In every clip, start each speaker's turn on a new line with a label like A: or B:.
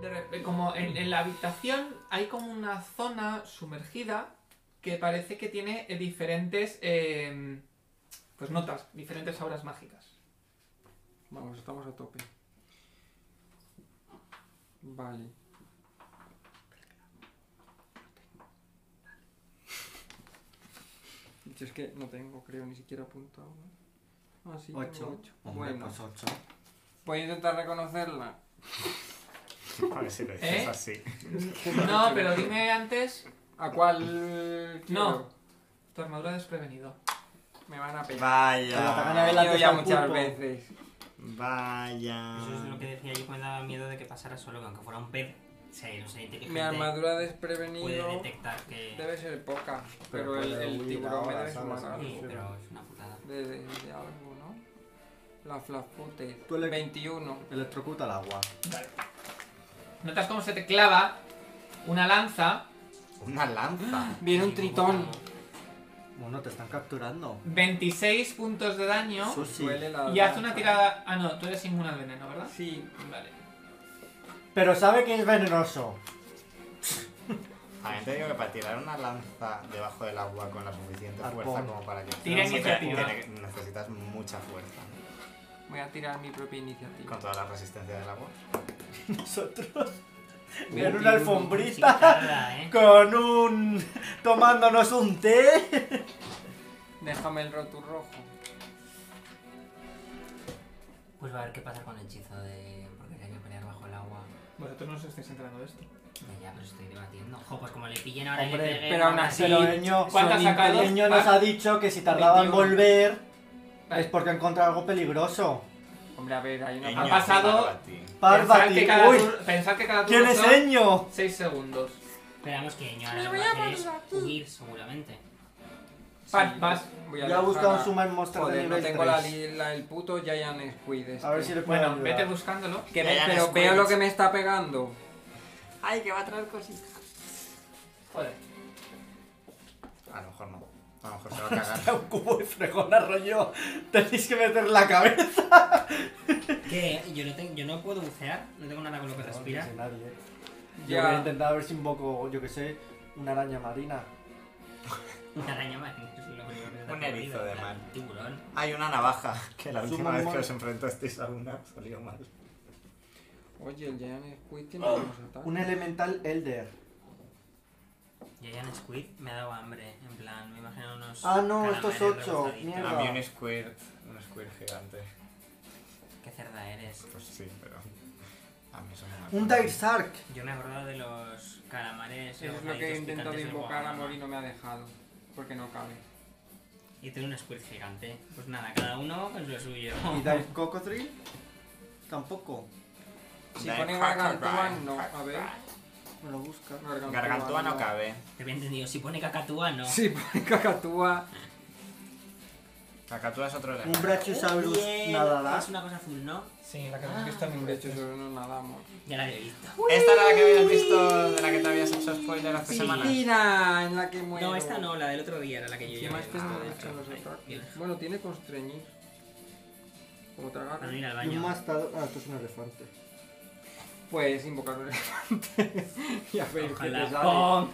A: de rep- como en, en la habitación hay como una zona sumergida que parece que tiene eh, diferentes eh, pues notas, diferentes auras mágicas.
B: Vamos, estamos a tope. Vale. Yo es que no tengo, creo, ni siquiera apuntado. ¿no? Ah, sí, tengo
C: 8.
B: ocho.
C: Hombre,
B: Bueno,
C: pues 8.
B: voy a intentar reconocerla.
D: A ver si lo dices
A: ¿Eh?
D: así.
A: No, pero dime antes
B: ¿A cuál?
A: No.
B: quiero?
A: tu armadura desprevenido.
B: Me van a pegar.
C: Vaya.
B: Me
C: van
B: han
C: a ver
B: pillado ya muchas veces.
C: Vaya.
E: Eso es lo que decía yo cuando daba miedo de que pasara solo, que aunque fuera un pez, o sea, no sé, inteligente,
B: Mi armadura
E: puede
B: desprevenido
E: detectar que...
B: debe ser poca,
C: Pero
B: pero, el,
C: puede
B: el
C: huir
B: tiburón me
C: ahora,
B: debe
C: ¿sabes?
B: sumar algo.
E: Sí, pero es una putada.
B: de, de, de algo, ¿no? La flapute.
C: Tú le-
B: 21.
C: Electrocuta el agua.
A: Notas cómo se te clava una lanza,
C: Una lanza.
B: Viene un tritón.
C: Bueno, te están capturando.
A: 26 puntos de daño
C: Susi.
B: Duele la
A: y haz
B: lanza.
A: una tirada... Ah, no, tú eres inmune al veneno, ¿verdad?
B: Sí.
A: Vale.
F: Pero sabe que es venenoso.
C: También te digo que para tirar una lanza debajo del agua con la suficiente
F: Arpón.
C: fuerza como para que...
A: Tira
C: Tiene-
A: iniciativa.
C: tiene- Necesitas mucha fuerza. ¿no?
B: Voy a tirar mi propia iniciativa.
C: Con toda la resistencia del agua.
F: Nosotros en
B: 21.
F: una alfombrita
E: Nada, ¿eh?
F: con un... tomándonos un té.
B: Déjame el rotu rojo.
E: Pues va a ver qué pasa con el hechizo de... Porque hay que pelear bajo el agua.
A: Vosotros no os estáis enterando de esto.
E: Ya, Ya, pero estoy debatiendo. Jo, pues como le pillen ahora y le
F: Hombre,
E: peguen,
B: pero aún
E: ahora
B: así-
E: sí.
F: Pero el ño,
A: ¿Cuántas
F: el
A: sacadas?
F: ño nos ha dicho que si tardaba en
B: 21.
F: volver
A: Vale.
F: es porque ha encontrado algo peligroso.
B: Hombre, a ver, hay una...
A: Ha
C: Eño,
A: pasado-
C: Barbati.
A: Pensad que
F: Parvati,
A: cada,
F: uy,
A: tur- pensad que cada turno
F: ¿quién es
A: son
F: Eño?
A: 6 segundos.
E: Esperamos que Ño ahora lo que va a hacer es huir seguramente.
A: Pat, vas.
B: Voy
F: Ya ha
B: dejar
F: buscado
B: a-
F: Summon Monster de
B: Joder, no
F: nivel
B: tengo la,
F: 3.
B: li- la- el puto Giant Squid. este.
F: A ver si le puedo
A: Bueno,
F: ayudar.
A: vete buscándolo.
B: Que me-
C: Giant
B: pero
C: Squid.
B: veo lo que me está pegando.
C: Ay, que va a traer cositas.
A: Joder.
C: A lo mejor no. A lo mejor se va a cagar.
F: un cubo de fregón rollo. Tenéis que meter la cabeza.
E: ¿Qué? Yo no, tengo, yo no puedo bucear, no tengo nada con lo que
F: No,
E: respirar.
F: sé nadie. eh. Yo voy a
B: Ya.
F: intentar a ver si invoco, yo que sé, una araña marina.
E: Una araña más. es lo primero que se te
C: Un
E: ha ocurrido,
C: erizo de
E: claro,
C: mar.
E: un Tiburón.
C: Hay una navaja, que la
F: Sumo
C: última vez
F: mal.
C: que os enfrentasteis a una salió mal.
B: Oye, el Giant Squid
A: Oh.
B: tiene unos ataques.
F: Un elemental elder.
E: Giant Squid me ha dado hambre, en plan, me imagino unos.
F: Ah, no, estos
E: calamares
F: ocho,
E: rebozaditos.
F: mierda.
C: A mí un squirt, un squirt gigante.
E: Qué cerda eres.
C: Pues sí, pero... A mí eso no me
F: Un
C: acuerdo.
F: dire shark.
E: Yo me he acordado de los calamares.
B: Eso es lo
E: rebozaditos
B: que he intentado
E: picantes del
B: invocar a
E: Guadarrama.
B: Mori y no me ha dejado. Porque no cabe.
E: Y tiene un squid gigante. Pues nada, cada uno con lo suyo.
F: ¿Y dire cocodril? Tampoco.
B: Si
C: Dire
B: pone
C: Hacker
B: gargantúa,
C: Brian,
B: no.
C: Hacker
B: A ver.
C: Brian.
F: Me lo busca.
C: Gargantúa no
B: no.
C: cabe.
E: Te había entendido, si pone cacatúa, no.
B: Sí, pone cacatúa.
C: Cacatúa es otro
F: Un
C: elemento.
B: Oh,
F: brachiosaurus
E: Uh, Bien.
F: nadará.
E: Es una cosa azul, ¿no?
A: Sí, la canción que está
B: De hecho, solo nos nadamos.
E: Ya la había visto.
C: Esta era la que habías visto, de la que te habías hecho spoiler hace semanas.
B: Tira en la que muero.
E: No, esta no, la del otro día era la que yo ya
B: Encima
E: había
B: este
E: visto,
B: no
E: de
B: le echan
E: hecho.
B: los
E: Ay, bien.
B: ataques. Bueno, tiene constreñir. Como te
E: Para no
B: agarras.
E: ir al
F: Y un
E: baño.
F: mastado. Ah, esto es un elefante.
B: Pues invocar un elefante. y a ver qué
E: Ojalá.
B: te sale.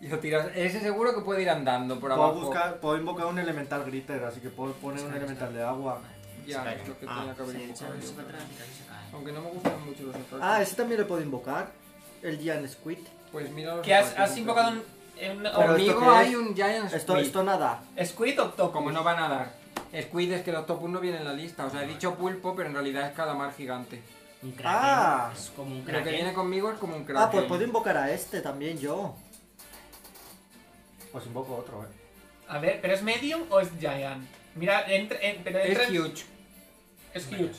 B: Y lo tiras. Ese seguro que puede ir andando por
F: Puedo,
B: abajo.
F: buscar, puedo invocar un elemental gritter, así que puedo poner un elemental de agua.
B: Ya,
C: Espera.
B: es lo que
C: Ah,
B: tenía que haber
E: Se echa
B: invocado yo,
E: un beso
B: pero-
E: atrás y casi se cae.
B: Aunque no me gustan mucho los ataques.
F: Ah, ese también lo puedo invocar. El Giant Squid.
B: Pues mira los
A: Que has,
B: ataques,
A: has invocado un.
B: entonces.
A: un-
F: Pero
A: un-
F: esto qué
B: Conmigo hay
F: es?
B: un Giant
F: Esto,
B: Squid.
F: esto nada.
A: ¿Squid o Toco?
B: Como no va a nadar. Squid es que el octopus no viene en la lista. O sea, he dicho pulpo, pero en realidad es calamar gigante.
E: Un kraken.
F: Ah.
E: Es como un ¿eh?
B: Lo que viene
E: kraken.
B: conmigo es como un kraken.
F: Ah, pues puedo invocar a este también yo. Pues invoco otro, eh.
A: A ver, ¿pero es medium o es giant? Mira, entra. en- pero entra
B: Es
A: en-
B: huge.
A: Es huge.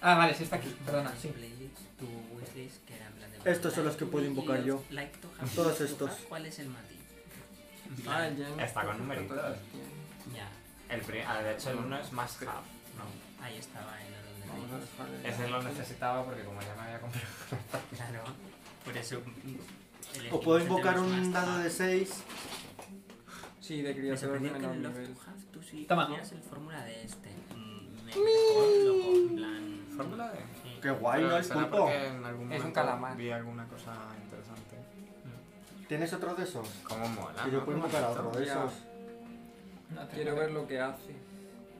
A: Ah, vale, sí está aquí, perdona, sí.
E: Tu wishlist que era en plan de-
F: Estos son los que puedo invocar yo.
E: Like to have-
F: Todos estos.
E: ¿Cuál es el matiz?
B: Ah, el Giant
C: Está con
B: Squid
C: numeritos.
B: todas.
E: Ya,
C: El pri- ah, de hecho, el uno es más half.
E: ahí estaba el orden de
B: Vamos a
E: leyes.
B: dejarle.
C: Ese lo necesitaba porque como ya me había comprado.
E: Claro, por eso. mm,
F: O puedo invocar un dado de 6.
B: Sí, de
E: Me
B: criaturas de
E: sorprendió que
B: menor
E: en Love
B: nivel.
E: to Have tú sí
A: Toma.
E: tenías el fórmula de este. Mm, Me me dejó loco, en plan.
C: fórmula de...?
E: Sí.
F: Qué guay, ¿no? El
C: será
F: pulpo.
C: porque en algún
B: Es un
C: momento
B: calamar.
C: Vi alguna cosa interesante.
F: ¿Tienes otro de esos?
C: Cómo mola,
F: Que
C: Ah, ¿no?
F: yo puedo
C: Qué
F: invocar a
C: bonito.
F: otro de
B: Ya.
F: esos.
A: No tengo
B: Quiero
A: que-
B: ver lo que hace.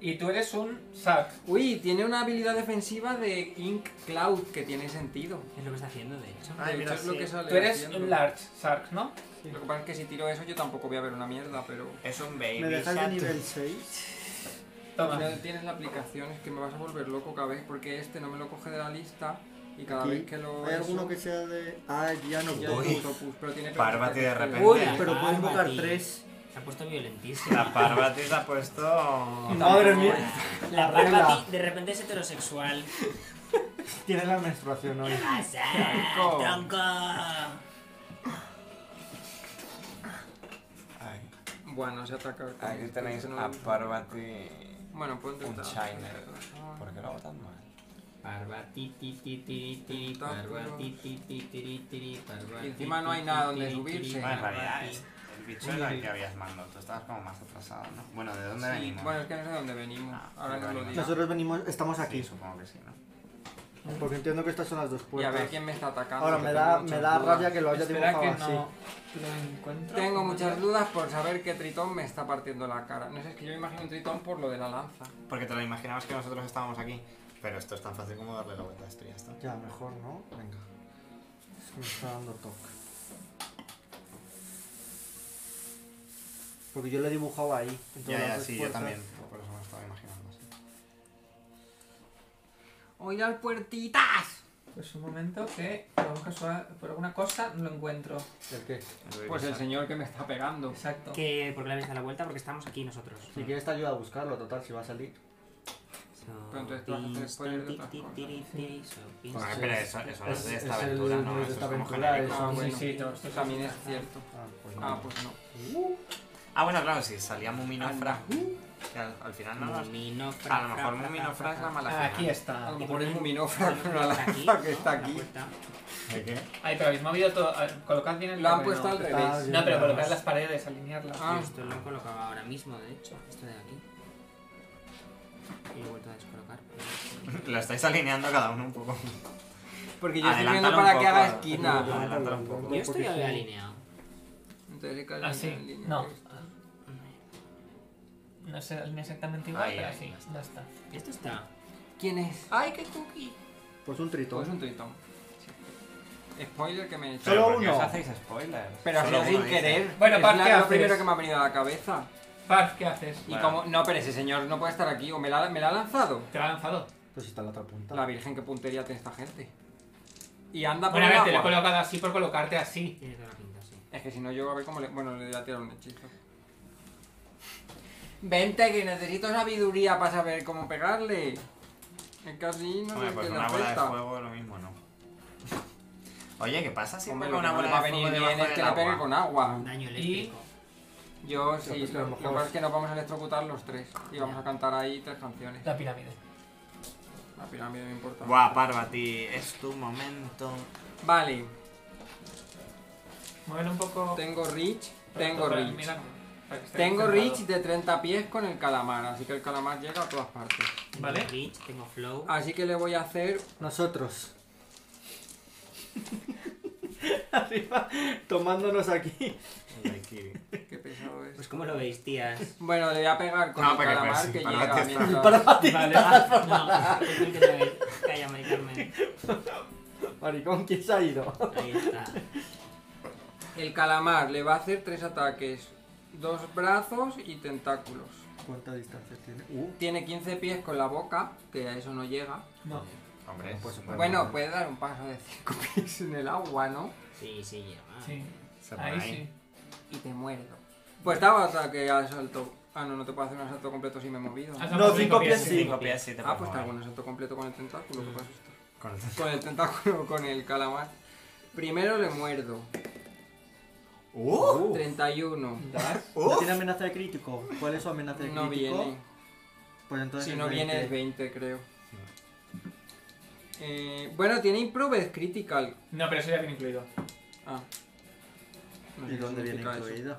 A: Y tú eres un Sark.
B: Uy, tiene una habilidad defensiva de Ink Cloud que tiene sentido.
E: Es lo que está haciendo, de
F: Ah.
E: hecho.
D: Ay,
B: De
D: mira,
B: hecho, es lo
D: sí.
B: que sale
A: Tú eres
B: haciendo.
A: un Large Sark, ¿no?
B: Lo que pasa es que si tiro eso yo tampoco voy a ver una mierda, pero...
C: Es un baby.
F: ¿Me dejáis de
C: shark.
F: nivel 6?
A: Toma.
B: Si no tienes la aplicación es que me vas a volver loco cada vez porque este no me lo coge de la lista y cada
F: Aquí.
B: vez que lo...
F: ¿Hay
B: eso,
F: alguno que sea de.? Ah, ya no
B: ya
F: puedo.
B: es Octopus, pero tiene
C: Parvati de repente.
F: Uy,
C: Venga,
F: pero puedo invocar
E: Parvati.
F: 3.
E: Se ha puesto violentísimo.
C: La Parvati se ha puesto...
F: Madre mía.
E: La
F: regla.
E: Parvati de repente es heterosexual.
F: Tienes la menstruación hoy.
E: ¡Pasa!
B: Tronco.
E: ¡Tronco!
C: Ay,
B: Bueno, se ataca. con
C: Aquí
B: este,
C: tenéis
B: ese no-
C: a Parvati...
B: Bueno, puedo
C: Un
B: intentar.
C: Shiner. ¿Por qué lo hago tan mal?
E: Parvati, ti, ti, tiri, tiri, Parvati, ti, ti, tiri, tiri, Parvati,
B: Y encima no hay
E: ti,
B: nada
E: ti,
B: donde
E: tiri,
B: subirse.
E: tiri,
C: Bueno, en realidad,
E: Parvati.
C: es- el bicho era el que habías mandado. Tú estabas como más atrasado, ¿no? Bueno, ¿de dónde
B: Sí,
C: venimos?
B: bueno, es que no sé de dónde venimos.
C: Ah,
B: Ahora no lo
C: vale.
B: digo.
F: Nosotros venimos, estamos
C: Sí,
F: aquí.
C: supongo que sí, ¿no?
F: Porque entiendo que estas son las dos
B: Y a
F: puertas.
B: ver quién me está atacando.
F: Ahora
B: que
F: me
B: tengo
F: da,
B: muchas
F: me da
B: dudas.
F: rabia que lo haya
A: Espera
F: dibujado
A: que
F: así.
A: no lo encuentro.
B: Tengo muchas dudas por saber que Tritón me está partiendo la cara. No sé, es que yo me imagino un Tritón por lo de la lanza.
C: Porque te lo imaginabas que nosotros estábamos aquí. Pero esto es tan fácil como darle la vuelta a esto y ya está.
F: Ya, mejor, ¿no? Venga. Es que me está dando toque. Porque yo lo he dibujado ahí. en todas
C: Ya,
F: las
C: ya,
F: dos
C: sí, yo
F: puertas.
C: también. Por eso me lo estaba imaginando así.
B: ¡Oír las puertitas!
A: Pues un momento que por alguna, cosa- por alguna cosa no lo encuentro.
B: ¿El qué?
C: El
B: Pues
C: Baby
B: el
C: Shark.
B: señor que me está pegando.
A: Exacto.
E: ¿Qué? ¿Por qué le habéis dado la vuelta? Porque estamos aquí nosotros.
F: Si quieres te ayuda a buscarlo, total, si va a salir.
B: Pero entonces tú vas a hacer spoiler de otras cosas.
C: Bueno,
F: Pues
C: pero
F: es-
C: eso, eso
F: es-
C: es de esta
F: es el-
C: aventura,
F: no
C: ¿no?
F: es
C: Eso
F: de
C: es
F: esta
C: como
F: aventura,
C: genérico.
F: es-
B: Ah,
F: sí,
B: bueno.
A: sí, no, esto
B: Eso también es cierto.
F: Ah, pues no.
B: Ah, pues no.
C: Ah, bueno, claro, si salía Muminofra. que al, al final no nos... A lo mejor Muminofra es la mala
A: Ah, aquí
B: A
C: final.
B: lo
A: está.
B: mejor es Muminofra con la lanza que está aquí.
C: ¿De qué?
A: Ay, pero habéis movido todo. a ver, Colocad bien el
B: Lo han
A: terreno.
B: puesto al
F: está
B: revés.
F: bien.
A: No, pero colocad las paredes, alinearlas.
B: Ah.
E: Esto lo he colocado ahora mismo, de hecho. Esto de aquí. Y lo he vuelto a descolocar. pero-
C: Lo estáis alineando cada uno un poco.
B: Porque yo estoy viendo
C: Adelántalo
B: para
C: un
B: que
C: poco.
B: haga esquina.
C: Adelántalo un poco.
E: Yo estoy
F: porque sí.
E: alineado.
B: Entonces, claro,
F: Ah,
A: Así.
B: en línea
A: Ah, No.
B: que está.
A: No se alinea exactamente igual,
C: Ahí,
A: pero
C: ahí,
A: así.
C: ya está.
A: Ya está.
E: Esto está.
B: ¿Quién es?
F: Ah.
A: ¡Ay, qué cookie!
F: Pues un
B: Todo es
F: tritón.
B: un Tritón. Sí. Spoiler que me he hecho.
F: Solo
C: Pero, ¿por qué
F: uno.
C: Os hacéis spoilers.
B: Pero ha
C: Solo
B: sido
C: uno
B: sin
C: dice.
B: querer.
A: Bueno,
B: es
A: Park,
B: la-
A: ¿qué
B: lo
A: haces?
B: primero que me ha venido a la cabeza.
A: Parf, ¿qué haces?
B: Y
C: Vale.
B: como. No, pero ese señor no puede estar aquí. O me la, me la ha lanzado.
A: Te la ha lanzado.
F: Pues está la otra punta.
B: La virgen, qué puntería tiene esta gente. Y anda por
A: Bueno, a
B: el
A: ver, te lo he
B: agua.
A: colocado así por colocarte así.
E: Tiene toda la pinta, sí.
B: Es que si no, yo a ver cómo le. Bueno, le voy a tirar un hechizo. Vente, que necesito sabiduría para saber cómo pegarle. Es que así no
C: Hombre,
B: sé
C: pues
B: qué
C: una
B: la
C: bola de
B: cuesta.
C: fuego lo mismo, ¿no? Oye, ¿qué pasa si
B: Hombre, lo
C: con
B: que
C: una
B: no le va
C: bola
B: a
C: de fuego
B: venir bien
C: debajo
B: es que
C: del
B: le pegue
C: agua?
B: con agua.
E: Daño eléctrico.
B: Yo
F: Pero
B: sí,
F: es que a lo
B: lo lo que
F: mejor-
B: pasa es que nos vamos a electrocutar los tres. Y vamos a cantar ahí tres canciones.
A: La pirámide.
B: La pirámide me importa.
C: Buah, Parvati, es tu momento.
B: Vale,
A: Muévelo un poco.
B: tengo Rich, tengo
A: para-
B: Rich.
A: mira, para que esté
B: Tengo
A: centrado.
B: Rich de 30 pies con el calamar, así que el calamar llega a todas partes.
E: Tengo
A: ¿Vale?
E: reach, tengo flow.
B: Así que le voy a hacer
F: Nosotros. Arriba, tomándonos aquí.
C: El daiquiri.
B: Qué pesado es.
E: Pues, ¿cómo lo veis, tías?
B: Bueno, le voy a pegar con
C: No,
B: el
C: porque
B: calamar
C: pues, sí,
B: que
C: para
B: llega
C: la tienda.
B: mientras-
A: Vale.
E: Pues, No, es el que se ve. Cállame, Carmen.
F: Maricón, ¿quién se ha ido?
E: Ahí está.
B: El calamar le va a hacer tres ataques, dos brazos y tentáculos.
F: ¿Cuánta distancia tiene? Uh,
B: Tiene 15 pies con la boca, que a eso no llega.
A: No.
C: Hombre,
F: Pues,
C: bueno,
B: Bueno, puede dar un paso de 5 pies en el agua, ¿no?
E: Sí, sí, lleva.
A: Sí.
C: se pone
A: Ahí sí.
B: Y te muerdo. Pues daba ataque al salto. Ah, no, no te puedo hacer un asalto completo si me he movido.
A: Has
F: No,
A: dado
F: cinco pies sí.
C: Cinco pies, sí te
B: Ah,
C: puedes
B: pues te hago
C: mover.
B: un asalto completo con el tentáculo, ¿qué pasa?
C: Con el-
B: Con el tentáculo, con el calamar. Primero le muerdo.
C: ¡Uh!
B: 31.
A: Das.
F: ¿No
C: ¡Uf!
F: tiene amenaza de crítico? ¿Cuál es su amenaza de
B: No
F: crítico?
B: viene.
F: Pues entonces
B: Si
F: es
B: no viene
F: 20.
B: es 20, creo. Eh, bueno, tiene Improved Critical.
A: No, pero eso ya viene incluido.
B: Ah. No sé
F: ¿Y
B: qué
F: dónde viene
B: significa eso.
F: incluido?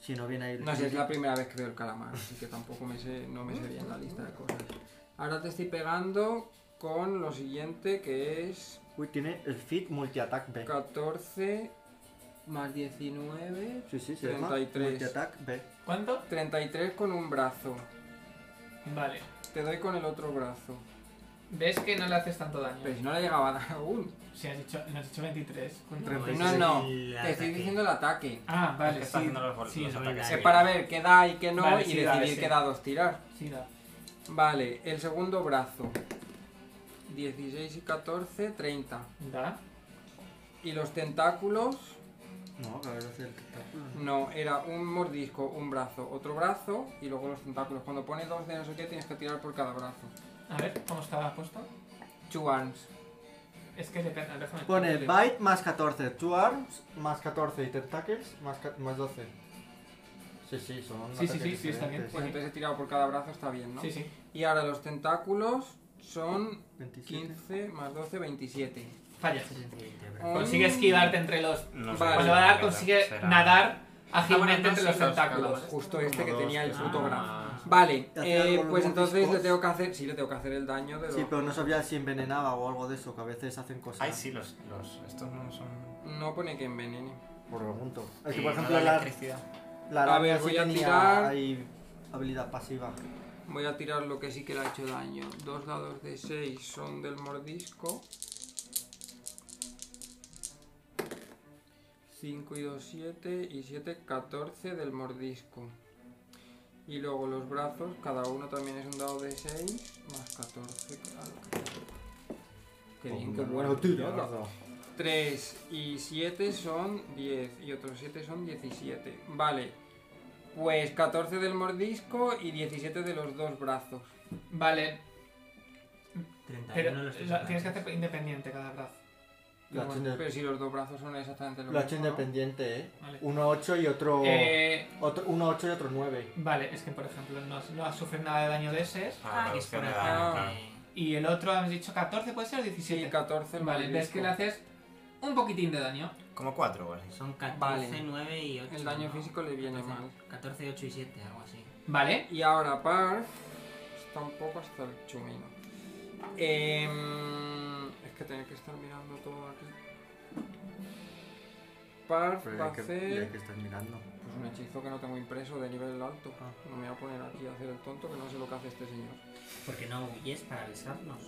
F: Si no viene ahí.
B: No sé, es la primera vez que veo el calamar, así que tampoco me sé, no me sé bien la lista de cosas. Ahora te estoy pegando con lo siguiente que es
F: Uy, tiene el fit multi-attack B.
B: 14 más 19.
F: Sí, sí, se llama
B: 33.
F: multi-attack B.
A: ¿Cuánto?
B: 33 con un brazo.
A: Vale.
B: Te doy con el otro brazo.
A: ¿Ves que no le haces tanto daño?
B: Pero si no le llegaba a dar aún.
A: Si has dicho, no has dicho 23. con
F: Treinta y
A: uno.
B: No, no.
C: El
B: Te estoy
C: ataque.
B: diciendo el ataque.
A: Ah,
C: Es
A: vale,
C: que
A: sí.
C: está haciendo los gol-
A: sí,
C: los
A: es
C: ataques.
A: verdad.
B: Que para ver qué da y qué no
A: Vale,
B: y
A: sí,
B: decidir
A: dale, sí.
B: qué dados tirar.
A: Sí, da.
B: Vale, el segundo brazo. 16 y 14, 30.
A: Da.
B: Y los tentáculos.
F: No, claro, es el tentáculo.
B: No, era un mordisco, un brazo, otro brazo y luego los tentáculos. Cuando pone dos de no sé qué tienes que tirar por cada brazo.
A: A ver, ¿cómo estaba puesto?
B: Two arms.
A: Es que depende,
B: Ah,
A: déjame.
F: Pone
A: déjame-
F: bite más 14, two arms más 14 y tentacles más, ca- más 12. Sí, sí, son
A: Sí, sí,
F: ataques
A: sí, sí, está bien.
F: diferentes.
B: Pues entonces he tirado por cada brazo, está bien, ¿no?
A: Sí, sí.
B: Y ahora los tentáculos son
F: 27.
B: 15 más 12, 27.
A: Fallas.
B: Oh.
C: Mm.
A: Consigue esquivarte entre los.
C: No
B: Vale.
C: sé si
A: Cuando va a dar,
C: será-
A: consigue
C: será-
A: nadar
C: Ah,
A: ágilmente
C: bueno, no,
A: entre
C: sí,
A: los
C: los-
A: tentáculos.
C: los-
B: Justo
F: Como
B: este que
F: dos,
B: tenía el
F: tres.
B: puto
C: Ah.
B: brazo. Vale,
F: ¿Te hace
B: eh,
F: algo los
B: pues entonces le
F: mordiscos?
B: tengo que hacer. Sí, le tengo que hacer el daño de los.
F: Sí, pero no sabía si envenenaba o algo de eso, que a veces hacen cosas.
C: Ay, sí, los, los. Estos no son.
B: No pone que envenene.
F: Por lo punto. Es
C: Sí,
F: que, por
C: no
F: ejemplo,
C: da
F: la,
C: electricidad.
F: la
B: A
F: araña
B: ver,
F: sí
B: voy a
F: tenía
B: tirar.
F: ahí habilidad pasiva.
B: Voy a tirar lo que sí que le ha hecho daño. Dos dados de 6 son del mordisco. 5 y 2, 7 y 7, 14 del mordisco. Y luego los brazos, cada uno también es un dado de 6 más 14. claro.
F: Pues
B: Qué bien, qué bueno.
F: tirado.
B: 3 y 7 son 10 y otros 7 son 17. Vale. Pues 14 del mordisco y 17 de los dos brazos.
A: Vale,
E: 31
A: pero
E: los tres
A: la- tienes que
E: ataques.
A: hacer independiente cada brazo.
F: Lo ha hecho,
B: Pero,
F: inde-
B: si los dos brazos son exactamente lo
F: lo ha hecho
B: mismo. ¿no?
F: independiente, eh.
A: Vale.
F: Uno 8 y
B: Oh.
F: otro.
A: Eh,
F: otro uno 8 y otro 9.
A: vale, es que por ejemplo no, has- no has sufrido nada de daño de ese.
E: Ah, que es por
C: reducción de
B: acá.
C: daño, claro.
E: Eh,
A: Y el otro, has dicho 14, puede ser o
B: Sí,
A: 17.
B: 14 el
A: vale, ves
B: mordisco.
A: que le haces un poquitín de daño.
C: Como cuatro, vale.
E: Son 14,
B: Vale.
E: 9 y 8.
B: El daño
E: ¿no?
B: físico le viene
E: 14,
B: mal.
E: 14, 8 y 7, algo así.
A: Vale,
B: Y ahora Parf está un poco hasta el chumino. Em, es que tengo que estar mirando todo aquí. Parf va a hacer...
F: estar mirando.
B: Pues un hechizo que no tengo impreso de nivel alto.
F: Ah.
B: No me voy a poner aquí a hacer el tonto que no sé lo que hace este señor.
E: Porque no huyes para avisarnos.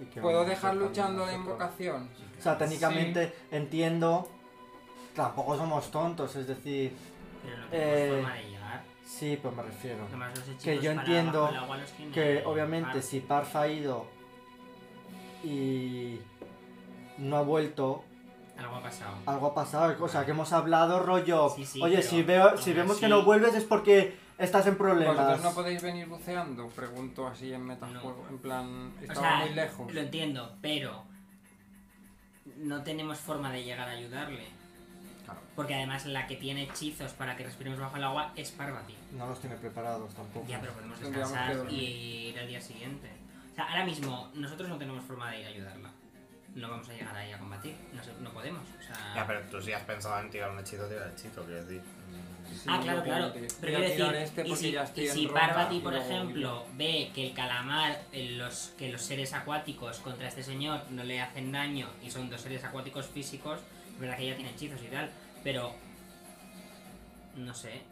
F: Y que
B: ¿Puedo
F: vamos a
B: dejar
F: hacer
B: luchando la
F: también nosotros.
B: invocación?
F: O sea, técnicamente entiendo. Tampoco somos tontos, es decir.
E: Pero no tenemos
F: Eh,
E: forma de llegar.
F: Sí, pero me refiero.
E: Además, los hechizos
F: que yo
E: para
F: entiendo
E: abajo del agua los tiene
F: Que
E: el
F: obviamente
E: mar.
F: si Parf ha ido y no ha vuelto,
E: Algo ha pasado.
F: algo ha pasado. O sea, que hemos hablado rollo.
E: Sí, sí,
F: Oye,
E: pero
F: si, veo, si
E: aún
F: vemos que
E: así-
F: no vuelves es porque estás en problemas.
B: ¿Vosotros no podéis venir buceando? Pregunto así en metajuego. En plan,
E: O
B: estaba
E: sea,
B: muy lejos.
E: lo entiendo, pero no tenemos forma de llegar a ayudarle.
B: Claro.
E: Porque además la que tiene hechizos para que respiremos bajo el agua es Parvati.
F: No los tiene preparados tampoco.
E: Ya, pero podemos
B: Tendríamos que
E: descansar
B: dormir.
E: y ir al día siguiente. O sea, ahora mismo nosotros no tenemos forma de ir a ayudarla. No vamos a llegar ahí a combatir. No, se- no podemos. O sea...
C: Ya, pero tú sí has pensado en tirar un hechizo, tira el hechizo, quiero decir. Mm,
B: Sí,
E: ah,
B: yo
E: claro,
B: voy a
E: claro.
B: tirar-
E: Pero
B: voy
E: quiero
B: a tirar
E: decir,
B: este
E: y
B: porque
E: si,
B: ya estoy
E: y
B: en
E: si
B: ronda,
E: Parvati,
B: y
E: por
B: luego voy.
E: ejemplo, ve que el calamar, eh, los, que los seres acuáticos contra este señor no le hacen daño y son dos seres acuáticos físicos, es verdad que ella tiene hechizos y tal, pero... No sé.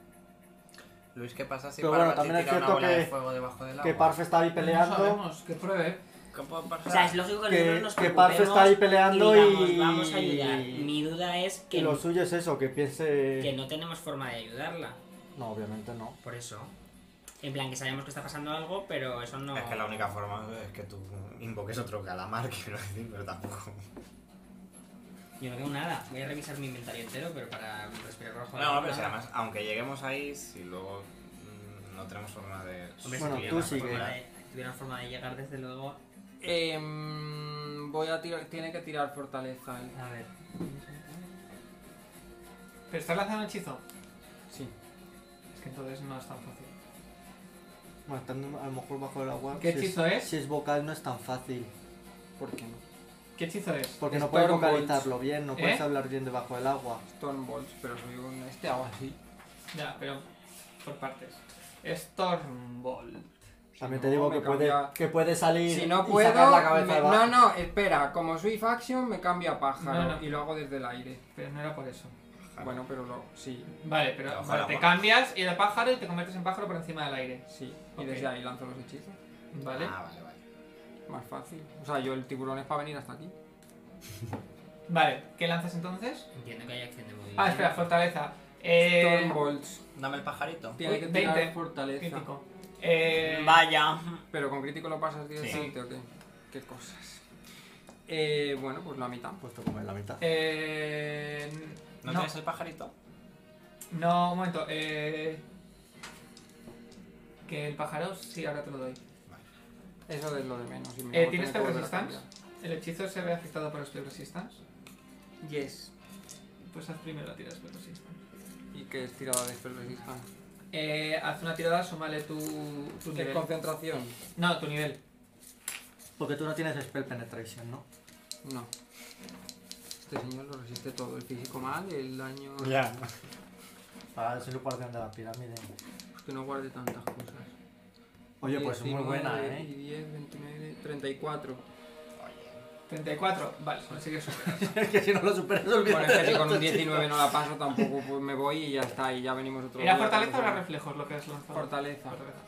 C: Luis, ¿qué pasa si
F: Pero
C: Parvati
F: bueno, también es
C: tira una
F: cierto
C: bola
F: que-
C: de fuego debajo del
F: Que
C: agua?
F: Parf está ahí
A: no
F: peleando.
A: sabemos, que pruebe.
C: ¿Qué puede
E: O
C: pasar?
E: sea, es lógico que,
F: Que-
E: nosotros nos
F: que Parf
E: preocupemos
F: está ahí peleando
E: digamos,
F: y-
E: vamos a ayudar. Mi duda es que,
F: y lo suyo es eso, que piense.
E: que no tenemos forma de ayudarla.
F: No, obviamente no.
E: Por eso. En plan, que sabemos que está pasando algo, pero eso no...
C: Es que la única forma es que tú invoques otro calamar, quiero decir, pero tampoco.
E: Yo no veo nada. Voy a revisar mi inventario entero, pero para respirar rojo.
C: No, no, pero si
E: nada.
C: además, aunque lleguemos ahí, si luego mm, no tenemos forma de.
E: Hombre,
F: Bueno,
E: si
F: tú
E: tuvieran
F: sigue.
E: forma de- si tuvieran forma de llegar, desde luego.
B: Em, voy a tirar... Tiene que tirar fortaleza. él.
E: A ver.
A: Pero estás lanzando un hechizo.
B: Sí.
A: Es que entonces no es tan fácil.
F: Bueno, estando a lo mejor bajo el agua.
A: ¿Qué
F: si
A: hechizo es?
F: Si es vocal no es tan fácil.
B: ¿eh? ¿Por qué no?
A: ¿Qué hechizo es?
F: Porque no
B: Storm
F: puedes
B: Bolt.
F: vocalizarlo bien, no puedes
A: ¿Eh?
F: hablar bien debajo del agua.
B: Stoneballs, pero soy un... Este agua sí.
A: Ya, pero por partes. Stormbolt.
F: También
B: no,
F: te digo
B: me
F: que puede,
B: cambia-
F: que puede salir
B: Si no
F: y
B: puedo,
F: sacar la cabeza
B: me-
F: de
B: no,
F: abajo.
B: no, espera, como Swift Action me cambia a pájaro
A: No, no.
B: y lo hago desde el aire.
A: Pero no era por eso.
B: Bueno, pero lo, sí,
A: Vale, pero
C: Ojalá,
A: vale, te
C: ojalá.
A: cambias y de pájaro y te conviertes en pájaro por encima del aire.
B: sí. Y
A: Ok.
B: desde ahí lanzo los hechizos.
A: Vale.
C: Ah, vale, vale.
B: Más fácil. O sea, yo el tiburón es para venir hasta aquí.
A: Vale, ¿qué lanzas entonces?
E: Entiendo que hay acción de movimiento.
A: Ah, espera, fortaleza. Eh,
B: Storm Bolts.
C: Dame el pajarito.
B: Tiene
A: uy,
B: que tirar
A: 20.
B: fortaleza.
A: crítico. Eh,
C: Vaya.
B: Pero con crítico lo pasas directamente o qué. Qué cosas. Eh, bueno, pues la mitad.
F: Puesto como en la mitad.
A: eh,
C: ¿No,
A: no,
C: tienes el pajarito?
A: no, un momento. Eh, que el pájaro, sí, ahora te lo doy.
B: Eso es lo de menos. y me
A: Eh,
B: voy
A: ¿Tienes
B: a tener que
A: Spell
B: volver a
A: Resistance? ¿El hechizo se ve afectado por Spell Resistance?
B: cambiar. Yes.
A: Pues haz primero la tirada de Spell Resistance.
B: Y que es tirada de Spell Resistance.
A: Eh, haz una tirada, súmale tu, tu
B: ¿Qué
A: nivel.
B: concentración?
A: No, tu nivel.
F: Porque tú no tienes Spell Penetration, ¿no?
B: No. Este señor lo resiste todo. El físico mal, el daño...
D: Ya.
F: Para ser el guardián de la pirámide.
B: Pues que no guarde tantas cosas.
F: Oye, pues muy buena,
B: 19,
F: ¿eh?
B: Y 10, 29, 34.
A: 34, vale, consigues superar.
F: Es que si no lo superas,
B: Bueno,
F: olvídate.
B: es que si con un 19 no la paso tampoco, pues me voy y ya está, y ya venimos otro
A: ¿Era
B: día,
A: fortaleza o
B: cuando
A: era
B: sea.
A: reflejos lo que has lanzado?
B: Fortaleza.
A: Fortaleza.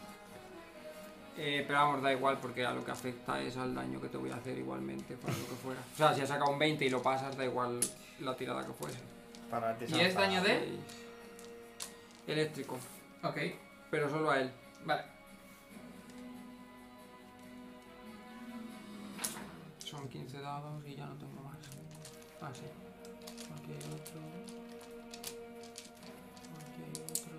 B: Eh, pero vamos, da igual, porque a lo que afecta es al daño que te voy a hacer igualmente, por lo que fuera. O sea, si has sacado un 20 y lo pasas, da igual la tirada que fuese. Eh,
D: Para ti,
A: ¿Y es
D: para-
A: daño de?
B: Eléctrico,
A: Ok,
B: pero solo a él.
A: vale.
B: Son 15 dados y ya no tengo más. Ah, sí. Aquí hay otro. Aquí hay otro.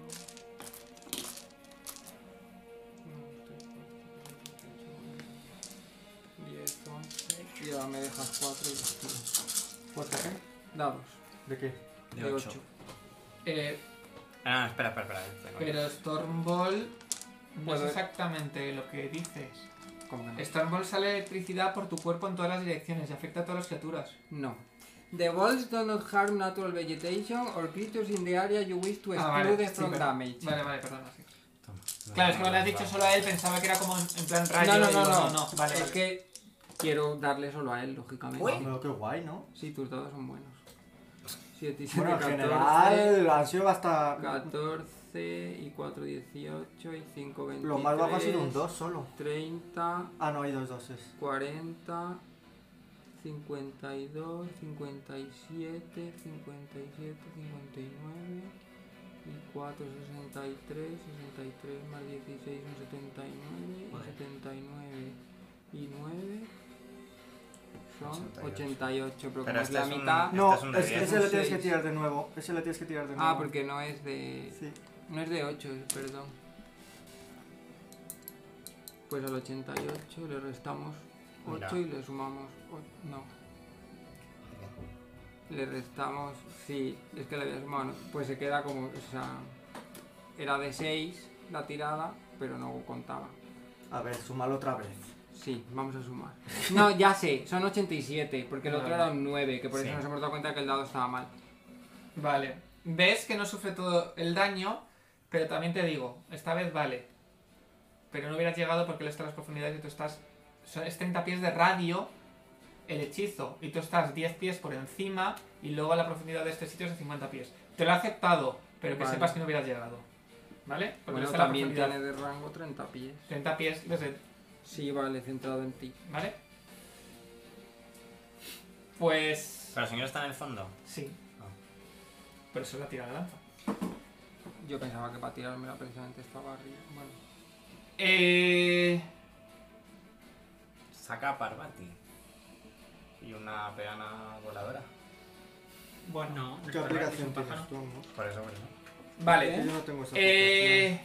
B: Uno, tres, cuatro, cinco, seis, siete, ocho, nueve, diez, once. Y ahora me dejas 4 y los tiro.
F: ¿Fuerza qué?
B: Dados.
F: ¿De qué?
C: De
B: de
C: ocho.
B: 8.
A: Eh,
C: Ah, espera, espera, espera. tengo
A: pero Stormball no
B: Puedo-
A: es exactamente lo que dices.
B: ¿Cómo que no?
A: Stormball sale electricidad por tu cuerpo en todas las direcciones y afecta a todas las criaturas.
B: No. The balls do not harm natural vegetation or creatures in the area you wish to exclude
A: Ah, sí,
B: from
A: perdón.
B: damage.
A: Vale, vale, perdona. sí.
C: que- Toma.
A: Claro, es que me lo has dicho solo a él, pensaba que era como en, en plan rayo.
B: No, no,
A: y
B: no,
A: Ah, digo,
B: no.
A: no, vale,
B: es
A: vale.
B: que quiero darle solo a él, lógicamente.
C: Uy.
F: Pero qué guay, ¿no?
B: Sí, tus dados son buenos. 7 y 7,
F: Bueno, en
B: 14.
F: general han sido hasta...
B: 14 y 4, 18 y 5, 20.
F: Lo más bajo ha sido un 2 solo.
B: 30,
F: Ah, no, hay dos doses.
B: 40, 52, 57, 57, 59 y 4, 63, 63 más 16, son 79
C: Vale.
B: y 79 y 9 son 88,
D: 88.
B: pero,
C: Pero
B: como Ah, es
C: este
B: la
C: es un-
B: mitad...
F: No,
C: es un
F: es-
C: riesgo,
F: ese lo tienes que
B: seis.
F: tirar de nuevo. Ese lo tienes que tirar de nuevo.
B: Ah, porque no es de...
F: Sí.
B: No es de 8, perdón. Pues al 88 le restamos 8
D: Mira.
B: y le sumamos. o- No. Le restamos. Sí, es que le había sumado. ¿no? Pues se queda como. O sea. Era de 6 la tirada, pero no contaba.
F: A ver, súmalo otra vez.
B: Sí, vamos a sumar. No, ya sé, son 87, porque el otro
A: Vale.
B: era un 9, que por
C: Sí.
B: eso nos hemos dado cuenta que el dado estaba mal.
A: Vale. Ves que no sufre todo el daño, pero también te digo, esta vez vale. Pero no hubieras llegado porque él está en las profundidades y tú estás. son- Es 30 pies de radio el hechizo. Y tú estás 10 pies por encima y luego la profundidad de este sitio es de 50 pies. Te lo he aceptado, pero que
B: Vale.
A: sepas que no hubieras llegado. ¿Vale? Porque
B: Bueno,
A: está la
B: también
A: profundidad.
B: tiene de rango 30 pies.
A: 30 pies desde.
B: Sí, vale, centrado en ti.
A: ¿Vale? Pues.
C: Pero el señor está en el fondo.
A: Sí.
C: Ah.
A: Pero eso es la tira de lanza.
B: Yo pensaba que para tirármela precisamente estaba arriba. Bueno.
A: Eh.
C: Saca a Parvati. Y una peana voladora.
A: Bueno.
E: No, no
F: ¿Qué
E: es verdad, es
F: aplicación
E: un pájaro.
F: tienes tú, no?
C: Por eso, bueno.
A: Vale.
F: Yo no tengo esa
A: Eh,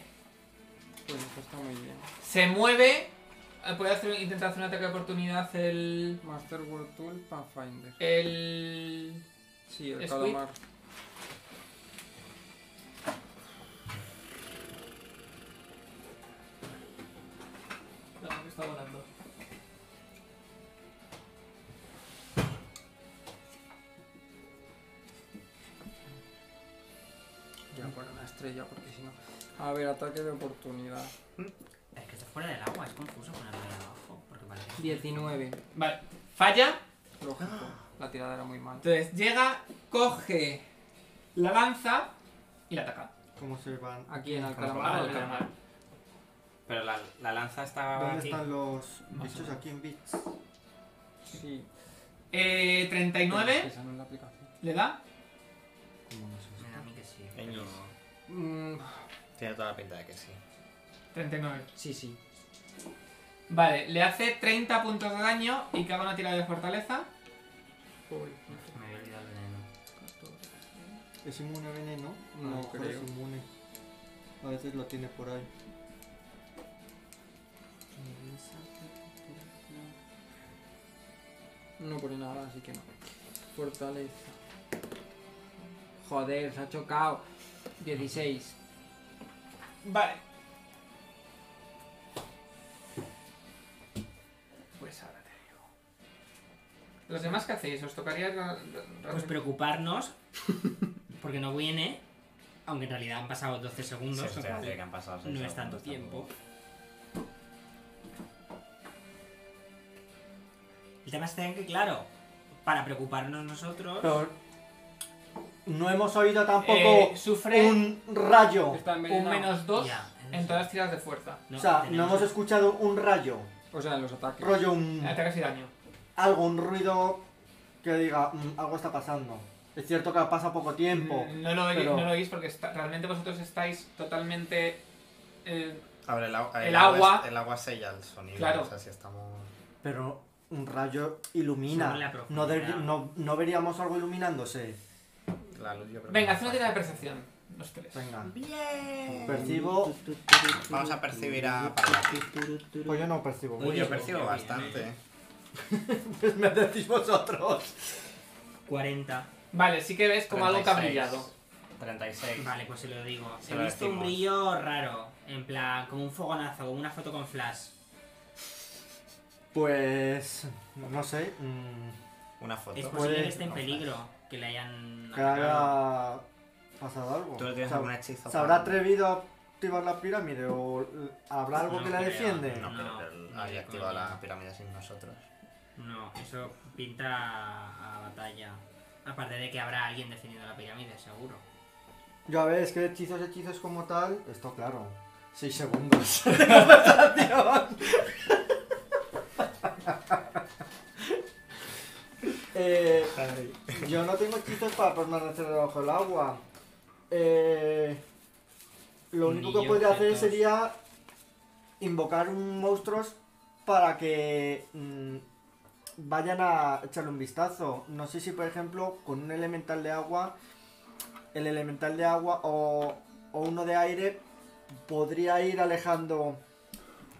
B: Pues esto está muy bien.
A: se mueve. eh, Puede hacer, intentar hacer un ataque de oportunidad el.
B: Master World Tool Pathfinder.
A: El.
B: Sí, el
A: Squid.
B: calamar.
A: No, que está volando.
B: Ya por una estrella, porque si no. A ver, ataque de oportunidad.
C: Es que está
E: fuera del agua, es confuso ponerlo ahí abajo. Porque parece.
B: 19.
A: Vale, falla.
B: Lógico. La tirada era muy mal.
A: Entonces llega, coge la lanza y la ataca.
F: ¿Cómo se van?
B: Aquí en el
A: Ah,
B: calamar.
A: el calamar.
C: Pero la, la lanza estaba
F: ¿Dónde
C: aquí.
F: están los bichos aquí en bits?
B: Sí.
A: Eh, 39,
B: Esa no es la aplicación.
A: ¿le da?
F: ¿Cómo no sé?
E: Me da a mí que sí.
C: Peño.
B: Mm,
C: Tiene toda la pinta de que sí.
A: 39.
B: sí, sí.
A: Vale, le hace 30 puntos de daño y que haga una tirada de fortaleza.
B: Uy,
E: Me había olvidado el veneno.
B: 14.
F: ¿Es inmune a veneno?
B: No
F: A lo mejor
B: creo.
F: Es inmune. A veces lo tiene por ahí.
B: No pone nada, así que no. Fortaleza. Joder, se ha chocado. 16.
A: Vale. Pues ahora te digo. ¿Los demás qué hacéis? ¿Os tocaría ra- Eh, ra-
E: Pues preocuparnos porque no viene, aunque en realidad han pasado 12
C: No,
E: segundos,
C: se
E: lo
C: te hace
E: cual
C: que han pasado seis
E: no es
C: segundos
E: tanto tiempo.
C: tampoco.
E: El tema está en que, claro, para preocuparnos nosotros,
F: Pero no hemos oído
A: Eh,
F: tampoco
A: sufre
F: un rayo.
B: Está
A: un
B: envenenado.
A: menos 2
E: Ya,
A: en todas las tiradas de fuerza.
E: no,
F: o sea, no
E: tenemos-
F: hemos escuchado un rayo.
B: O sea, en los ataques.
F: Rollo un...
A: Ataques y daño.
F: Algo, un ruido que diga, "Mm, algo está pasando. Es cierto que pasa poco tiempo.
E: Mm.
A: Mm, No lo oís,
F: pero-
A: no lo oís porque está- realmente vosotros estáis totalmente... eh,
C: A ver, el, au-
A: El agua-
C: es- el agua sella el sonido.
A: Claro.
C: O sea, si estamos.
F: Pero un rayo
E: Sobre la
F: ilumina.
E: profundidad.
F: No, deberí- no, no veríamos algo iluminándose.
C: La luz yo creo que
A: Venga,
C: no
A: haz una
C: pasa.
A: tirada de percepción. Los tres.
F: Venga.
C: Bien.
F: Percibo...
C: Vamos a percibir a.
F: Pues yo no percibo.
C: Uy, yo
F: mucho.
C: percibo
E: bien,
C: bastante. eh.
E: bien.
F: Pues me decís vosotros.
E: 40.
A: Vale, sí que ves como algo que ha
C: 36.
A: brillado.
C: 36.
E: Vale, pues se lo digo.
C: Se
E: He
C: lo
E: visto un
C: decimos.
E: brillo raro, en plan, como un fogonazo, como una foto con flash.
F: Pues... No sé. mm,
C: Una foto.
E: Es posible que
F: Puede-
E: esté en
C: no,
E: peligro, que le hayan
F: que
E: atacado.
F: haya pasado algo.
C: ¿Tú no tienes
F: Sab-
C: algún hechizo?
F: ¿Se habrá
C: para-
F: atrevido a activar la pirámide o l- habrá algo
E: No
F: que la
E: creo,
F: defiende?
C: No,
E: No,
C: pero él
E: no,
C: había
E: de
C: activado
E: coña.
C: la pirámide sin nosotros.
E: No, eso pinta a batalla. Aparte de que habrá alguien defendiendo la pirámide, seguro.
F: Yo a ver, es que hechizos, hechizos como tal, esto claro. 6 segundos. eh, yo no tengo hechizos para permanecer debajo del agua. Eh, lo único
E: Ni
F: que
E: yo,
F: podría hacer
E: entonces.
F: sería invocar un monstruos para que mm, vayan a echarle un vistazo. No sé si, por ejemplo, con un elemental de agua, el elemental de agua o, o uno de aire podría ir alejando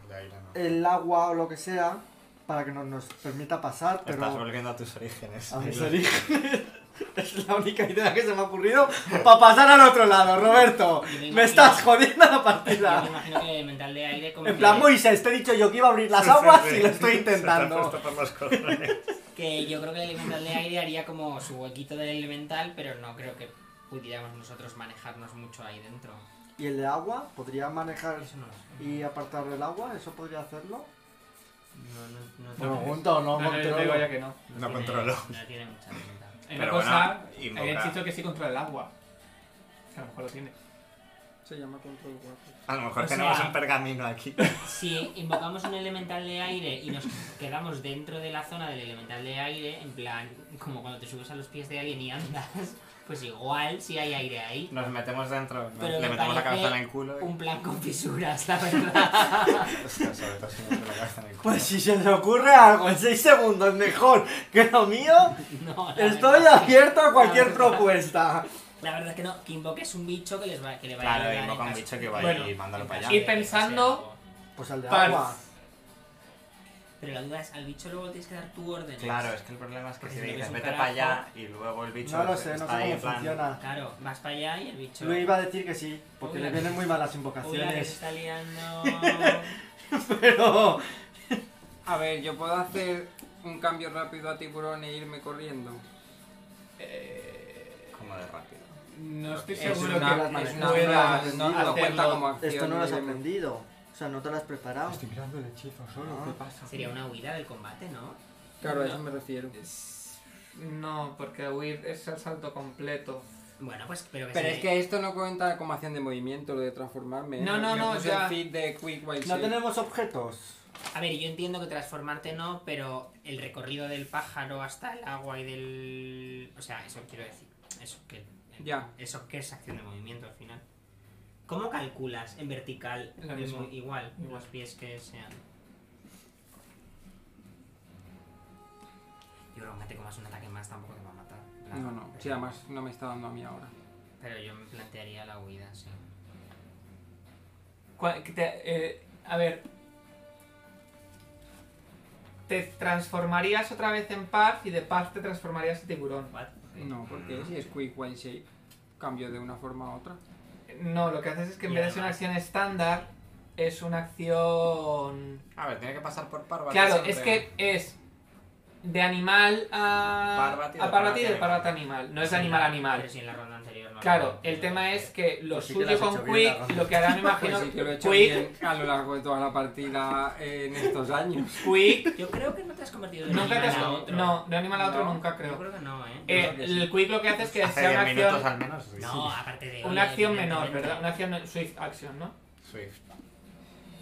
C: De aire no.
F: el agua o lo que sea para que no nos permita pasar,
C: Estás
F: pero
C: volviendo a tus orígenes.
F: a mis orígenes. Ah, Es la única idea que se me ha ocurrido para pasar al otro lado, Roberto. Me estás jodiendo la
E: Yo me
F: partida.
E: imagino que el mental de aire como
F: En
E: que,
F: plan, Moisés, te he dicho yo que iba a abrir las
D: Sí, sí,
F: aguas
D: sí.
F: y lo estoy
D: Se te ha
F: intentando.
D: puesto por los cojones.
E: que yo creo que el mental de aire haría como su huequito del elemental, pero no creo que pudiéramos nosotros manejarnos mucho ahí dentro.
F: ¿Y el de agua? ¿Podría manejar
E: Eso no lo sé.
F: y apartar el agua? ¿Eso podría hacerlo?
E: No, no, no,
F: Pregunto, no,
A: No, no, yo digo ya que no.
C: No
E: tiene-
C: controlo.
E: No tiene mucha pinta.
A: En la
C: Pero
A: cosa,
C: bueno,
A: hay
C: invoca-
A: hechizo que sí controla el agua. Que a lo mejor lo tiene.
B: Se llama control water.
C: A lo mejor
E: O
C: tenemos
E: sea-
C: un pergamino aquí.
E: Si invocamos un elemental de aire y nos quedamos dentro de la zona del elemental de aire, en plan, como cuando te subes a los pies de alguien y andas, pues igual si hay aire ahí.
C: Nos metemos dentro,
E: Pero
C: le
E: me
C: metemos la cabeza en
E: parece
C: el culo. y-
E: Un plan con fisuras, la verdad.
C: Hostia, sobre todo si metemos la cabeza en el culo.
F: Pues si se le ocurre algo en 6 segundos mejor que lo mío,
E: No, la
F: estoy
E: verdad es que-
F: abierto a cualquier propuesta.
E: La verdad es que no, que invoques un bicho que les va, que le vaya a
C: Claro,
E: dar
C: invoca
E: en
C: un
E: cas-
C: bicho que va
A: Bueno,
C: y mándalo
E: en
C: para
E: caso
C: allá.
E: de
A: Y
E: que
A: pensando-
E: sea algo.
F: Pues al de
A: Par-
F: agua.
E: Pero la duda es, al bicho luego tienes que dar tu orden.
C: Claro, es que el problema es que
E: Porque
C: si
E: si
C: le
E: no ves
C: dices
E: un
C: vete para
E: carajo-
C: allá y luego el bicho
F: No lo
C: se-
F: sé, no
C: está ahí
F: sé
C: en
F: cómo
C: plan-
F: funciona.
E: Claro, vas para allá y el bicho.
F: Lo iba a decir que sí, porque
E: Uy,
F: le
E: la-
F: vienen muy malas
E: Uy, la que se
F: invocaciones.
E: está liando.
F: Pero
B: A ver, yo puedo hacer un cambio rápido a tiburón e irme corriendo.
A: Eh,
C: Como de rápido.
A: no estoy
B: Es
A: seguro que
B: una- es
A: puedas
B: una- no, no cuenta
A: hacerlo.
B: como acción
F: esto no lo has
B: de-
F: aprendido.
B: O
F: O sea, no te lo has preparado. Ah.
B: Estoy mirando el hechizo solo, ¿qué pasa?
E: Sería una huida del combate, ¿no?
B: Claro, a eso me refiero.
A: No, porque huir es el salto completo.
E: Bueno, pues, pero que
B: Pero
E: se-
B: es que esto no cuenta como acción de movimiento, lo de transformarme. ¿eh?
A: No, no,
B: Me
A: no,
B: puse
A: o sea,
B: el feed de Quick Wild
F: No
B: Shape.
F: tenemos objetos.
E: A ver, yo entiendo que transformarte no, pero el recorrido del pájaro hasta el agua y del... O sea, eso quiero decir. Eso que...
B: Ya.
E: Eso que es acción de movimiento al final. ¿Cómo calculas en vertical?
A: Lo
E: el
A: mismo.
E: mo- Igual,
A: Igual.
E: los pies que sean. Yo creo que aunque te comas un ataque más tampoco te va a matar. En plan,
B: No, no,
E: pero-
B: sí, además no me está dando a mí ahora.
E: Pero yo me plantearía la huida, sí.
A: Cua- que te- eh, a ver. Te transformarías otra vez en paz y de paz te transformarías en tiburón.
E: What?
B: No, porque
C: Mm.
B: si es Quick Wild Shape, cambio de una forma a otra.
A: No, lo que haces es que en
E: Y
A: vez de ser una
E: además-
A: acción estándar, es una acción.
C: A ver, tiene que pasar por Parvati.
A: Claro, es
C: siempre.
A: que es de animal a.
C: Parvati,
A: a
C: de
A: Parvati y de
C: Parvati a
A: Parvati a animal. No es de animal a animal.
E: Pero si en la ronda anterior no
A: Claro,
E: lo-
A: el tema es que lo
F: sí que lo
A: suyo
F: has
A: con
F: hecho bien, la
A: Quick,
F: verdad.
A: lo que hará, me
B: Pues
A: imagino.
B: sí que lo he hecho
A: Ah, Quick,
B: bien a lo largo de toda la partida en estos años.
A: Quick.
E: Yo creo que no te has convertido en
A: Nunca te has.
E: a otro.
A: No, de animal a otro
B: No,
A: nunca creo.
E: Yo creo que no, ¿eh?
A: Eh,
B: creo que sí.
A: el quick lo que hace es que
C: Hace
A: sea
C: 10
A: una
C: minutos
A: acción,
C: al menos. sí.
E: No, aparte de...
A: una
E: oye,
A: acción menor,
E: evidentemente.
A: ¿verdad? Una acción swift action, ¿no?
C: Swift.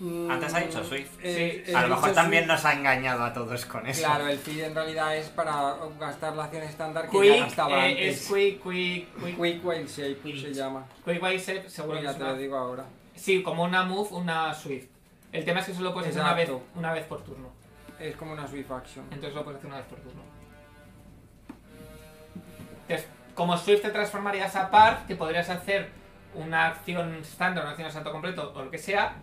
B: Mm,
C: Antes ha dicho Swift.
B: eh,
A: Sí.
B: eh,
C: A lo
B: dicho
C: mejor también
B: Swift.
C: nos ha engañado a todos con eso.
B: Claro, el feed en realidad es para gastar la acción estándar que ya
A: Quick
B: gastaba
A: eh,
B: antes.
A: es quick, quick, quick. Quick,
B: Quick Wild Shape se
E: Quidditch.
B: llama.
A: bicep, seguro que
B: Mira,
A: es
B: te lo
A: una...
B: digo ahora.
A: Sí, como una move, una swift. El tema es que solo puedes hacer una vez,
B: Exacto.
A: una vez por turno.
B: Es como una Swift Action.
A: Entonces solo puedes hacer una vez por turno. Te- como swift te transformarías a par, que podrías hacer una acción estándar, una acción de salto completo o lo que sea.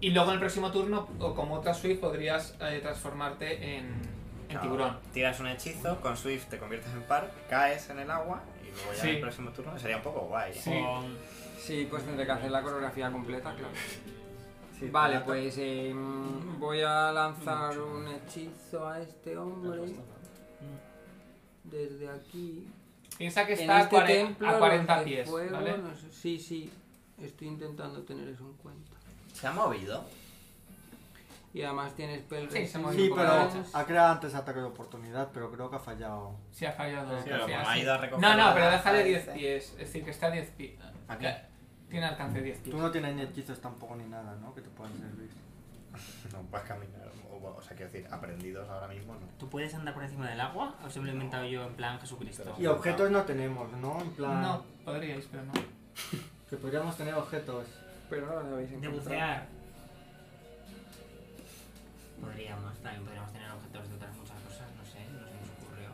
A: Y luego en el próximo turno, o como otra swift, podrías eh, transformarte en, en
B: Ah.
C: Claro,
A: tiburón.
C: Tiras un hechizo, con Swift te conviertes en par, caes en el agua y luego ya
A: Sí.
C: en el próximo turno sería un poco guay. ¿eh?
A: Sí.
E: Con-
B: Sí, pues tendré que hacer la coreografía completa, claro.
F: Sí,
B: Vale,
F: te-
B: pues eh, mm, voy a lanzar un hechizo a este hombre. Mm. Desde aquí.
A: Piensa que
B: En
A: está a
B: este
A: cuare-
B: templo,
A: a
B: los
A: 40
B: de
A: pies,
B: fuego,
A: ¿vale?
B: no sé- Sí, sí. Estoy intentando tener eso en cuenta.
C: ¿Se ha movido?
B: Y además tienes spell
A: Sí, se ha
B: resist.
A: movido
F: Sí,
A: un poco a la
F: pero
A: derecha.
F: ha creado antes ataque de oportunidad, pero creo que ha fallado.
A: Sí, ha fallado.
C: Sí, pero
A: sí,
C: como
A: así.
C: ha ido a recoger
A: no, no,
C: la
A: pero
C: granja
A: déjale
C: ese.
A: 10 pies. Es decir, que está a 10 pies.
C: Aquí.
A: Tiene alcance 10 pies.
F: Tú no tienes ni hechizos tampoco ni nada, ¿no? Que te puedan servir.
C: No, vas a caminar. O, o sea, quiero decir, aprendidos ahora mismo no.
E: ¿Tú puedes andar por encima del agua o se lo he inventado yo en plan Jesucristo?
F: Y objetos no tenemos, ¿no? En plan.
A: No, podríais, pero no.
F: Que podríamos tener objetos.
B: Pero no lo habéis
E: De
B: encontrado.
E: bucear. Podríamos, también podríamos tener objetos de otras muchas cosas, no sé, no se nos ocurrió.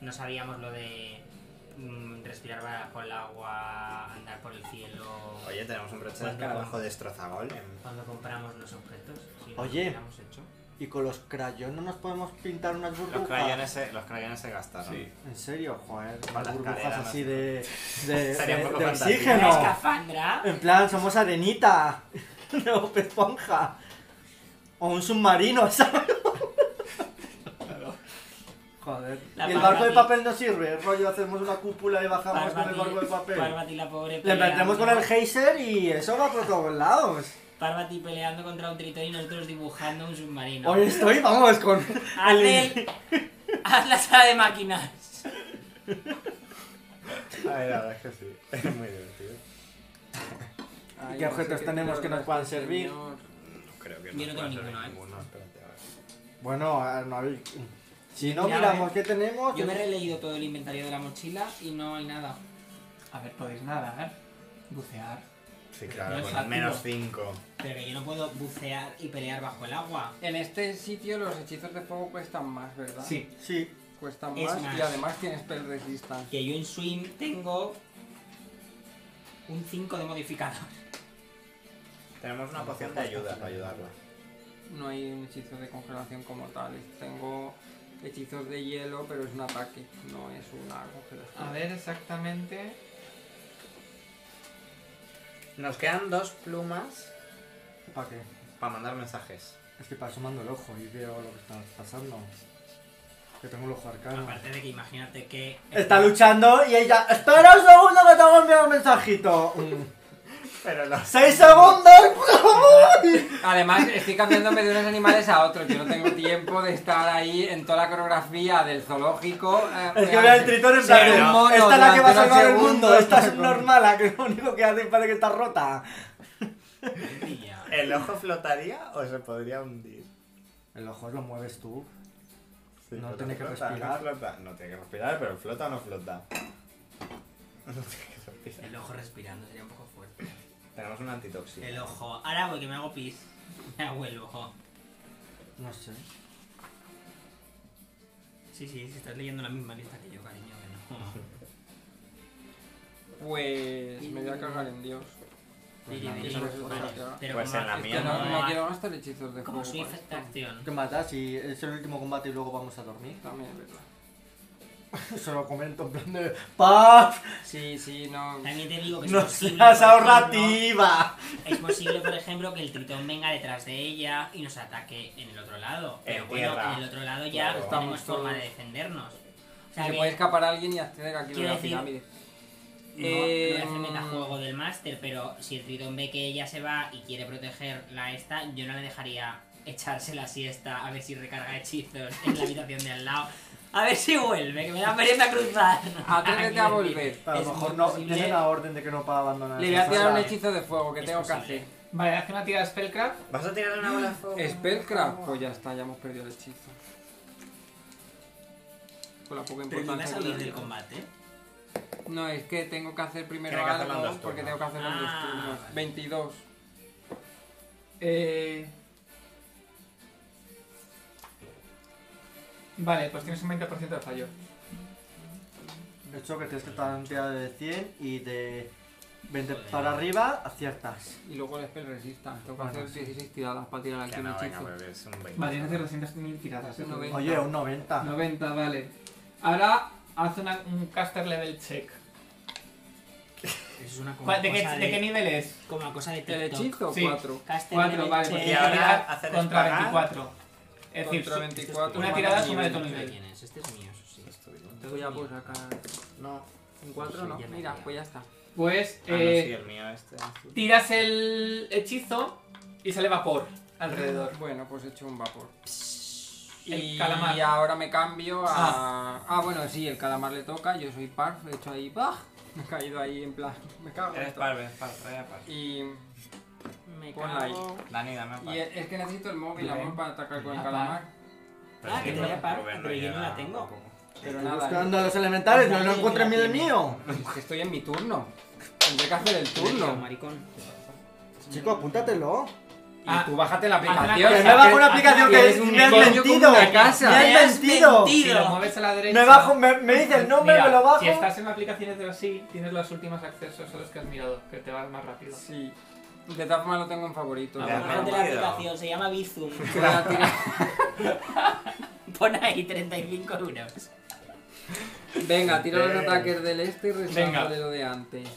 E: No sabíamos lo de mm, respirar bajo el agua, andar por el cielo.
C: Oye, tenemos un broche de
E: Cuando-
C: escarabajo de destrozagol. en-
E: Cuando compramos los objetos, si no
F: Oye.
E: lo hubiéramos hecho.
F: Y con los crayones no nos podemos pintar unas burbujas.
C: Los crayones se, los crayones se gastaron.
F: En serio, joder,
C: Con
F: unas
C: las
F: burbujas
C: caderas,
F: así
C: ¿no?
F: de. de,
C: Sería un
F: de-
C: poco
F: de
C: fantasía.
E: ¿La
F: oxígeno.
E: escafandra?
F: En plan, somos arenita. No, esponja. O un submarino, ¿sabes? Joder.
E: La
F: y el barco de
E: Barbie.
F: papel no sirve, rollo, hacemos una cúpula y bajamos con el
E: Parvati-
F: barco de papel.
E: Parvati la pobre
F: Le metemos con el
E: peleando.
F: geyser y eso va por todos lados.
E: Parvati peleando contra un tritón y nosotros dibujando un submarino.
F: Hoy estoy, vamos, con.
E: Haz, el- haz la sala de máquinas.
C: A ver, la verdad es que sí. Es muy divertido.
B: Ay,
F: ¿Qué
B: no sé
F: objetos
B: qué
F: tenemos que nos
B: este
F: puedan servir?
B: señor.
C: Creo que
E: Yo no tengo
C: puede ser
E: ninguno, ¿eh?
C: Espérate, a ver.
F: Bueno, a ver, no hay- Si no
E: Ya,
F: miramos
E: eh.
F: qué tenemos.
E: Yo me he releído todo el inventario de la mochila y no hay nada.
A: A ver, podéis nadar, bucear.
C: Sí, claro,
E: No es
C: con
E: activo.
C: menos 5.
E: Pero que yo no puedo bucear y pelear bajo el agua.
B: En este sitio los hechizos de fuego cuestan más, ¿verdad?
A: Sí.
F: Sí,
B: Cuestan
E: Es
B: más,
E: más.
B: y además tienes spell resistance.
E: Que yo en swim tengo un 5 de modificador.
C: Tenemos una poción de ayuda para ayudarla.
B: No hay un hechizo de congelación como tal. Tengo hechizos de hielo, pero es un ataque, no es una congelación.
A: A ver exactamente.
C: Nos quedan dos plumas
F: ¿para qué?
C: para mandar mensajes.
F: Es que para sumando el ojo y veo lo que está pasando. Que tengo el ojo arcano.
E: Aparte de que imagínate que...
F: Está luchando y ella. ¡Espera un segundo que te voy a enviar un mensajito! Mm.
C: Pero los...
F: ¡Seis abundan, por favor!
B: Además, estoy cambiándome de unos animales a otros. Yo no tengo tiempo de estar ahí en toda la coreografía del zoológico. eh,
F: Es que vea el tritón en plan,
C: Sí,
F: de,
C: pero-
F: esta es la que va
B: durante unos
F: a salvar el
B: segundos,
F: mundo, esta es
B: con-
F: normala, que lo único que hace parece que está rota.
E: Pilla.
C: ¿El ojo flotaría o se podría hundir?
F: El ojo lo mueves tú.
C: Sí,
F: No
C: pero
F: tiene que
C: flota,
F: respirar.
C: No, flota. no tiene que respirar, pero flota o no flota. No tiene que respirar.
E: El ojo respirando sería un poco fuerte.
C: Tenemos un antitoxina.
E: El ojo. Ahora voy que me hago pis. Me hago el ojo.
F: No sé.
E: Sí, sí, si estás leyendo la misma lista que yo, cariño, que no.
B: Pues me voy a cagar en Dios.
F: Pues
E: Tiri,
F: nada,
E: tiri,
B: eso no se
E: vale.
B: trata.
E: Pero
C: Pues
E: como
C: en la
E: es que
B: Que
C: mía
B: no,
E: no-
B: no quiero gastar hechizos de pues,
E: Como
B: fuego.
E: soy
B: para
E: esta
B: esto.
E: acción.
F: ¿Qué matas? Si es el último combate y luego vamos a dormir.
B: También es verdad.
F: Se lo comento en plan de... ¡Paf!
B: Sí, sí, no.
E: También te digo que Pues es
F: ¡No
E: posible.
F: seas
E: por ejemplo,
F: ahorrativa!
E: Es posible, por ejemplo, que el tritón venga detrás de ella y nos ataque en el otro lado. Pero
C: En
E: bueno,
C: tierra.
E: en el otro lado ya
C: Claro.
E: tenemos
B: Estamos
E: forma
B: todos-
E: de defendernos. O sea
B: Se
E: que
B: puede escapar alguien y acceder aquí a
E: Quiero
B: la
E: decir-
B: pirámide.
E: no, no voy a hacer
B: Em,
E: metajuego del máster, pero si el tritón ve que ella se va y quiere proteger la esta, yo no le dejaría echarse la siesta a ver si recarga hechizos en la habitación de al lado. A ver si vuelve, que me da pereza cruzar.
B: Atrévete a
E: Quiero decir,
B: volver.
F: A
E: es
F: lo mejor
E: muy
F: no
E: posible-
F: tiene la orden de que no pueda abandonar.
B: Le voy
F: esa
B: a tirar
F: sala.
B: un hechizo de fuego que
E: Es
B: tengo que
E: posible.
B: hacer.
A: Vale, hace una tira de Spellcraft.
C: ¿Vas a tirar una bola de fuego?
B: Mm, Spellcraft, pues ya está, ya hemos perdido el hechizo. Con la poca
E: Pero tú vas
B: importancia
E: a
B: que
E: huir
B: le
E: del
B: doy.
E: combate.
B: No, es que tengo que hacer primero
C: Tiene que hacerlo en
B: algo
C: dos
B: porque tengo
C: turnos.
B: que hacerlo en dos
E: Ah,
B: turnos.
E: vale.
B: 22.
A: Eh... Vale, pues tienes un 20% de fallo.
F: Hecho que tienes que estar en tirada de 100 y de 20
E: Joder.
F: para arriba aciertas.
B: Y luego el spell resista. Tengo que
F: Bueno,
B: hacer
F: sí.
B: 16 tiradas para tirar aquí
C: Que
B: un
C: no, venga,
B: hechizo.
C: pero es un 20.
A: Vale, tienes que hacer 200.000 tiradas.
B: Hace
A: eso.
B: 90.
F: Oye, un 90.
A: 90, vale. Ahora haz una- un caster level check.
E: Eso es una como
A: ¿Cuál- ¿De qué,
E: cosa
A: de qué nivel es?
E: Como cosa de
B: El
E: TikTok.
B: hechizo,
A: Sí.
B: 4.
E: Caster
A: 4,
E: level
A: vale. Pues
E: check.
C: Y
A: tienes que
C: ahora
A: tirar
C: hacer
A: contra
C: espagar.
A: 24. Es decir,
B: Contra
A: su-
B: 24.
A: una
B: más
A: tirada
B: dos.
A: suma de tu
E: Este
A: nivel.
E: tienes, Este es mío, eso sí.
C: Esto,
B: Te voy a pues sacar.
C: No.
B: Un 4
E: Sí,
B: no.
E: ya me
B: Mira,
E: he
B: pues ya está.
A: pues
C: Ah, no,
A: eh,
C: sí, el mío este. azul.
A: tiras el hechizo y sale vapor alrededor.
B: Bueno, pues he hecho un vapor.
A: El
B: y
A: calamar.
B: ahora me cambio a. Ah. bueno, sí, el calamar le toca. Yo soy par, he hecho ahí. ¡Bah! Me he caído ahí en plan. Me cago. en
C: Eres
B: todo.
C: par, eres par, trae a par.
B: Y.
E: Me
B: Pon
E: cago.
B: ahí.
C: Dani, dame a par.
B: Y es es que necesito el móvil,
A: Bien.
B: amor, para atacar con el
E: Ah,
B: calamar.
E: Ah, que
C: sí,
E: trae a par,
C: Rubén
E: pero yo no
C: lleva
E: la tengo.
C: tampoco.
B: Pero
F: Estoy
B: nada,
F: buscando a los elementales, no lo
E: Vale,
F: encuentro en
E: ya
F: el
E: tiene.
F: mío.
B: es que estoy en mi turno. Tendré que hacer el
E: Tío,
B: turno.
E: maricón.
F: Chico, apúntatelo.
B: Y
A: Ah,
B: tú bájate la
A: haz una
B: aplicación.
A: cosa.
F: Que me bajo una
B: haz-
F: aplicación
B: que
F: que
B: eres un
F: me has
B: coño como
F: mentido.
B: una casa.
F: Me
E: Me has
F: has mentido.
E: mentido.
A: Si lo mueves a la derecha.
F: Me bajo, me, me dice el nombre,
A: mira,
F: me lo bajo.
A: Si estás en aplicaciones de así, tienes los últimos accesos a los que has mirado, que te vas más rápido.
B: Sí. De todas formas lo tengo en favorito.
E: Ah,
C: Ya,
E: bueno, bájate la
C: perdido.
E: aplicación, se llama Bizum.
B: Voy a tirar-
E: Pon ahí 35 euros.
B: Venga, tira los
C: Bien.
B: ataques del este y rezando
A: Venga.
B: de lo de antes.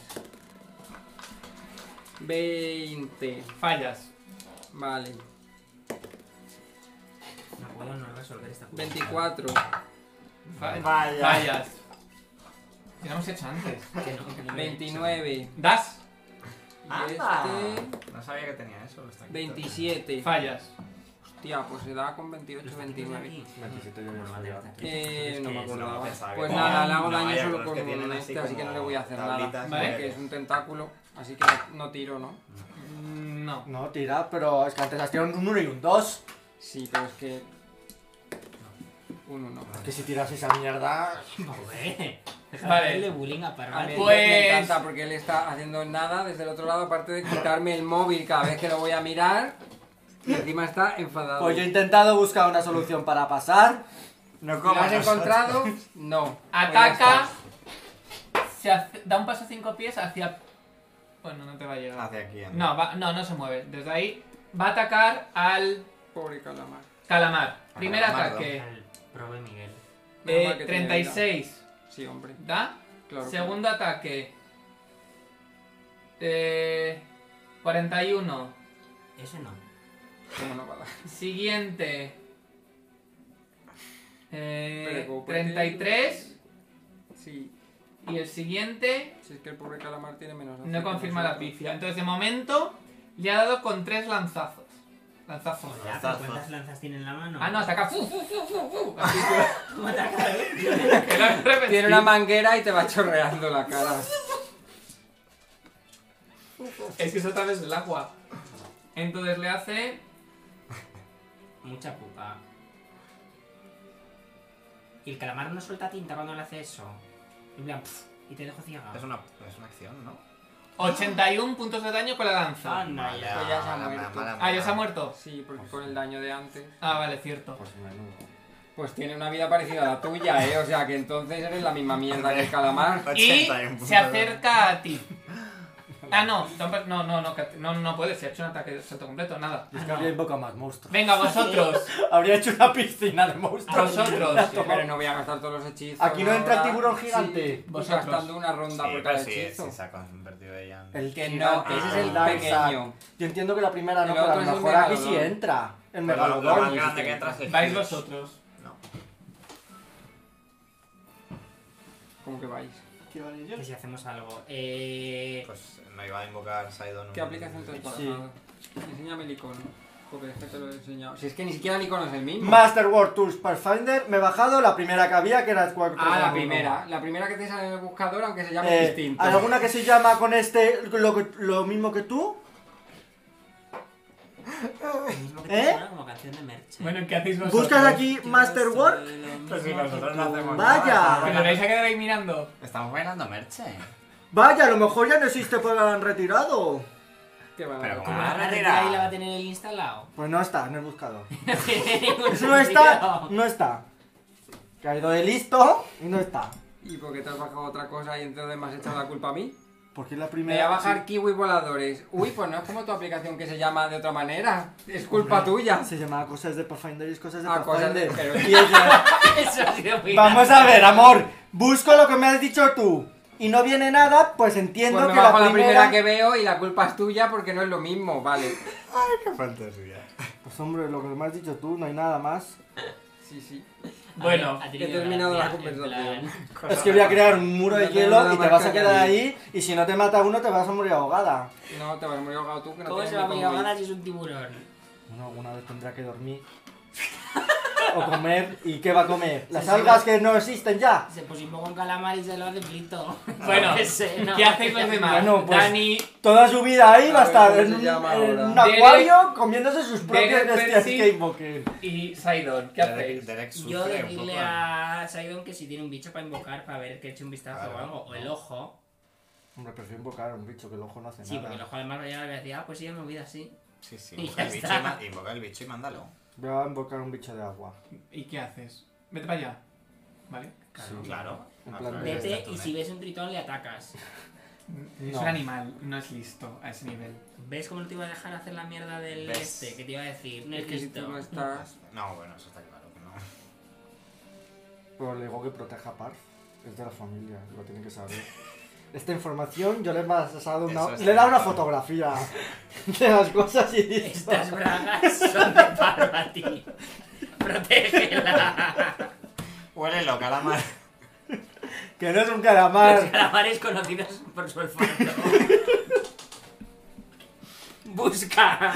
B: 20.
A: Fallas.
B: Vale.
E: No puedo no resolver esta puta
B: 24.
A: Fallas.
C: Vaya.
A: Fallas. Ya lo hemos hecho antes.
E: mierda. Que no, que no me-
B: 29.
A: Das.
B: Y
C: Anda.
B: este.
C: No sabía que tenía eso. lo está quitando.
B: 27.
A: Fallas.
B: Hostia, pues se da con 28,
E: Los tienes
B: 29.
E: aquí.
F: yo
E: Ah, vale, está aquí.
B: Eh,
E: Es
B: no me
E: que es-
B: acordaba.
C: no, pensaba que
B: Pues
C: tenía-
B: nada, le hago
C: No,
B: daño
C: hay
B: solo
C: algunos que
B: con
C: tienen así
B: este, así que no le voy a hacer
C: como
B: nada.
C: tablitas,
A: Vale.
B: Porque es un tentáculo, así que no tiro, ¿no?
A: Mm, No.
F: No, tira, pero es que antes has tirado un 1 y un 2.
B: Sí, pero es que. Un 1.
F: Que si tiras esa mierda.
E: Joder. Deja
A: Vale.
E: de hacerle bullying a
B: A mí
E: Parvati.
B: me-
A: Pues-
B: me encanta porque él está haciendo nada desde el otro lado, aparte de quitarme el móvil cada vez que lo voy a mirar. Y encima está enfadado.
F: Pues yo he intentado buscar una solución para pasar.
C: No
B: ¿Lo
C: como
B: has
C: nosotros.
B: encontrado? No. Pues
A: Ataca. Se hace- da un paso cinco pies hacia. Bueno, no te va a
F: Ah,
A: llegar.
C: ¿Hacia quién?
A: No, va- no, no se mueve. Desde ahí va a atacar al
B: Pobre calamar.
A: calamar. Primer
C: calamardo.
A: ataque.
E: Al prove Miguel.
A: Eh,
B: Menos mal que tiene
A: 36.
B: vida. Sí, hombre.
A: Da.
B: Claro. que-
A: Segundo ataque. Eh, 41.
E: Ese no.
B: ¿Cómo no va a dar?
A: Siguiente. Eh,
B: Pero como puede-
A: 33.
B: Sí.
A: Y el siguiente
B: Si es que el pobre calamar tiene menos
A: no
B: acción que
A: confirma la
B: nosotros.
A: pifia. Entonces, de momento, le ha dado con tres lanzazos. Lanzazos.
E: Pues ya, pero ¿cuántas lanzas tiene en la mano?
A: Ah, no, ataca. ¡Fu, fu, fu, fu, fu! Así
E: ¿Cómo ataca?
A: que lo he repetido.
B: Tiene una manguera y te va chorreando la cara.
A: Es que es otra vez el agua. Entonces le hace.
E: Mucha pupa. Y el calamar no suelta tinta cuando le hace eso. En plan, pf, y te dejo ciega.
C: Es una, es una acción, ¿no?
A: 81 puntos de daño con la
F: Ah,
A: lanza.
E: Anda ya.
B: Pues ya se ha muerto.
A: Ah, ya se ha muerto.
B: Sí, porque con el daño de antes.
A: Ah, vale, cierto.
B: Pues menudo. Pues tiene una vida parecida a la tuya, ¿eh? O sea que entonces eres la misma mierda que el calamar.
A: Y
C: 81 puntos
A: se acerca a ti. Ah, no, tampoco- no, no, no, que- no, no puede, se ha hecho un ataque de salto completo, nada.
F: Es que habría invocado más monstruos.
A: Venga, vosotros,
F: Habría hecho una piscina de monstruos.
A: vosotros.
B: Sí, pero no voy a gastar todos los hechizos.
F: Aquí no entra el
B: ahora.
F: tiburón gigante.
B: Sí,
A: Vosotros.
B: gastando una ronda
C: Sí,
B: por
C: pero
B: cada
C: sí,
B: hechizo.
C: sí, se ha convertido ella en...
F: El
B: Ah, Que no,
F: gigante,
B: que ese es el
F: Dark
B: pequeño.
F: Yo entiendo que la primera no,
B: El
F: pero a
B: otro
F: lo
B: es el
F: mejor aquí sí
B: megalodón.
F: entra. El
C: Pero lo- lo más
F: megalodón.
C: grande que entras es...
A: Vais vosotros.
C: No.
B: ¿Cómo que vais?
E: Que si hacemos algo. Eh.
C: Pues no iba a invocar Sidon.
B: ¿Qué aplicación te has pasado?
F: Sí.
B: Enséñame el icono. Porque es que te lo he enseñado. Si es que ni siquiera el icono es el mismo.
F: Master World Tools Pathfinder, me he bajado la primera que había, que era Squad
B: Ah, la primera. La primera que te sale en el buscador, aunque se llame
F: Eh,
B: distinto.
F: ¿Alguna que se llama con este lo, que- lo mismo que tú?
E: lo mismo que
F: ¿Eh?
E: te suena como canción de merch.
A: Bueno, ¿qué hacéis vosotros?
F: Buscas aquí
B: Quiero
F: Master
B: saber
F: World.
B: lo mismo
C: Pues si
B: que
C: nosotros no
B: tú.
C: hacemos
F: Vaya.
C: nada.
A: Pero vais a quedar ahí mirando.
C: Estamos bailando merche.
F: Vaya, a lo mejor ya no existe porque la han retirado.
B: Qué
C: Pero
B: bárbaro.
E: Como
C: Ah,
E: la van
C: mira.
E: a retirar y la va a tener él instalado.
F: Pues no está, no he buscado.
E: Eso
F: Eso no está, no está. Que ha ido de listo y no está.
B: ¿Y por qué te has bajado otra cosa y entonces me has echado la culpa a mí?
F: Porque es la
B: Me voy a
F: primera.
B: bajar kiwi voladores. Uy, pues no es como tu aplicación que se llama de otra manera. Es culpa
F: Hombre,
B: tuya.
F: Se llamaba cosas de Pathfinder y es cosas de
B: Ah, cosas de-
F: Pathfinder.
B: pero-
F: Y es de-
E: Eso ha sido muy
F: Vamos a ver, amor. Busco lo que me has dicho tú. Y no viene nada, pues entiendo
B: Pues me
F: que la
B: bajo
F: primera...
B: la primera que veo y la culpa es tuya porque no es lo mismo, vale.
C: Qué fantasía.
F: Pues hombre, lo que me has dicho tú, no hay nada más.
B: Sí, sí.
A: Bueno,
E: Ha tenido
B: he terminado la
E: gracia, en
B: conversación.
E: plan,
F: Es que voy a crear un muro de
B: No tengo
F: hielo
B: nada
F: y te
B: más
F: vas a
B: que
F: quedar
B: añadir.
F: ahí. Y si no te mata uno, te vas a morir ahogada.
B: No, te vas a morir ahogado tú que no
E: ¿Cómo
B: tienes
E: se va a
B: ni
E: morir
B: cómo ir.
E: ahora si es un tiburón?
F: Bueno, alguna vez tendrá que dormir. o comer. ¿Y qué va a comer? Las algas que no existen ya.
E: Se puso un poco un calamar y se lo hace frito.
A: Bueno,
E: Yo sé, no.
A: ¿qué hacéis los demás?
F: Bueno, pues-
A: Dani,
F: Toda su vida ahí
B: A
F: va a
B: ver,
F: estar
B: ¿cómo
F: en,
B: se
F: un-
B: llama
F: en
B: ahora?
F: un
A: Derek-
F: acuario comiéndose sus propias
A: Derek
F: bestias
A: Percy.
F: Gamebook.
A: y Sidon, ¿qué hacéis?
E: Yo decirle a Sidon que si tiene un bicho para invocar, para ver que eche un vistazo
C: Claro,
E: o algo, o el ojo.
F: Hombre, prefiero invocar a un bicho que el ojo no hace
E: Sí, porque el ojo además ya le voy a decir, ah, pues sí, ya me olvida así.
C: Sí, sí,
E: Y
C: invoca
E: ya
C: el, bicho
E: está.
C: y ma- invoca el bicho y mándalo.
F: Voy a invocar un bicho de agua.
A: ¿Y qué haces? Vete para allá. ¿Vale?
C: Claro.
F: En
C: No,
F: plan,
C: claro,
F: Vete
C: está
E: Vete
C: tu
E: y si
C: net.
E: ves un tritón le atacas.
A: Es
F: No.
A: un animal, no es listo a ese nivel.
E: ¿Ves cómo no te iba a dejar hacer la mierda del
C: ¿Ves?
E: este? Que te iba a decir, no
B: Es
E: es
B: que si tú
E: listo.
B: no estás.
C: No, bueno, eso está claro que no.
F: Pero le digo que proteja a Parf. Es de la familia, lo tiene que saber. Esta información yo le he pasado
C: Eso
F: una...
C: está
F: Le he dado una
C: claro.
F: fotografía de las cosas y he dicho,
E: Estas bragas son de Parvati. Protégela.
C: Huélelo, calamar.
F: que no es un
E: Los
F: calamar.
E: calamares conocidos por su olfato. Busca.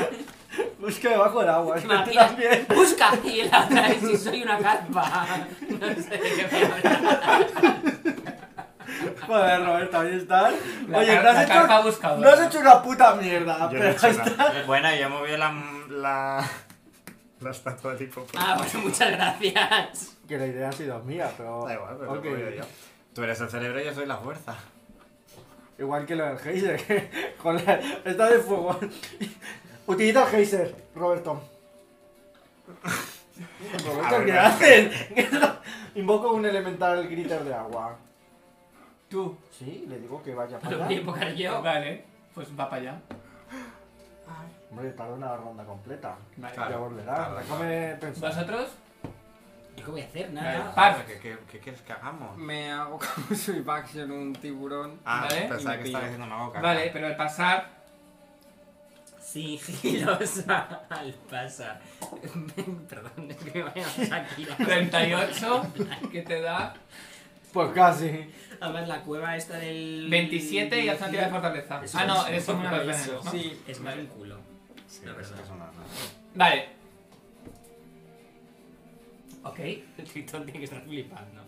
F: Busca debajo del agua, Este es que tú
E: Imagina-
F: también.
E: Busca y la otra es si soy una carpa. No sé de qué me hablas.
F: Joder, Roberto, ahí estás.
A: La
F: Oye,
A: car-
F: no
A: la
F: has,
A: carpa
F: hecho...
A: buscadora.
F: no has hecho una puta mierda,
D: Yo no
F: Ah, pero
D: he hecho
F: está-
D: nada.
C: Eh, bueno, yo he movido la... la...
D: La estatua de Hipopótamo.
E: Ah, pues muchas gracias.
F: Que la idea ha sido mía, pero...
D: Da igual, pero
F: Ok.
D: lo voy yo.
C: Tú eres el cerebro y yo soy la fuerza.
F: Igual que lo del geyser, que con la- está de fuego. Utiliza el geyser, Roberto.
D: A
F: Roberto,
D: ver,
F: ¿qué
D: no.
F: haces? Invoco un elemental gritter de agua.
A: Tú,
F: Sí, le digo que vaya
E: Lo
F: para
E: voy a
F: allá.
E: invocar yo.
A: vale, pues va para allá.
F: Hombre, tarda una ronda completa.
A: Vale.
C: Claro.
F: ya volverá,
C: claro,
F: déjame pensar.
A: ¿Vosotros?
E: ¿Yo qué voy a
A: Vale,
E: hacer? Nada.
A: Parf,
C: ¿Qué, qué, qué quieres que hagamos?
B: Me hago como soy action un tiburón.
C: Ah,
A: Vale.
B: Y me
C: pensaba que estaba
B: pillo.
C: diciendo una boca.
A: Vale, pero al pasar,
E: Sigilosa al pasar. Perdón, es que me voy a Shakira.
A: 38, que te da
F: Pues casi.
E: Además, la cueva esta del.
A: 27 y hace una tirada de fortaleza.
E: Eso
A: Ah, no,
E: es,
A: eres inmune a los
E: eso.
A: venenos, ¿no?
E: Sí, es más
A: Vale.
E: un culo.
C: Sí,
E: La
C: es
E: verdad.
C: que es una-
A: Vale. Ok.
E: El tritón tiene que estar flipando.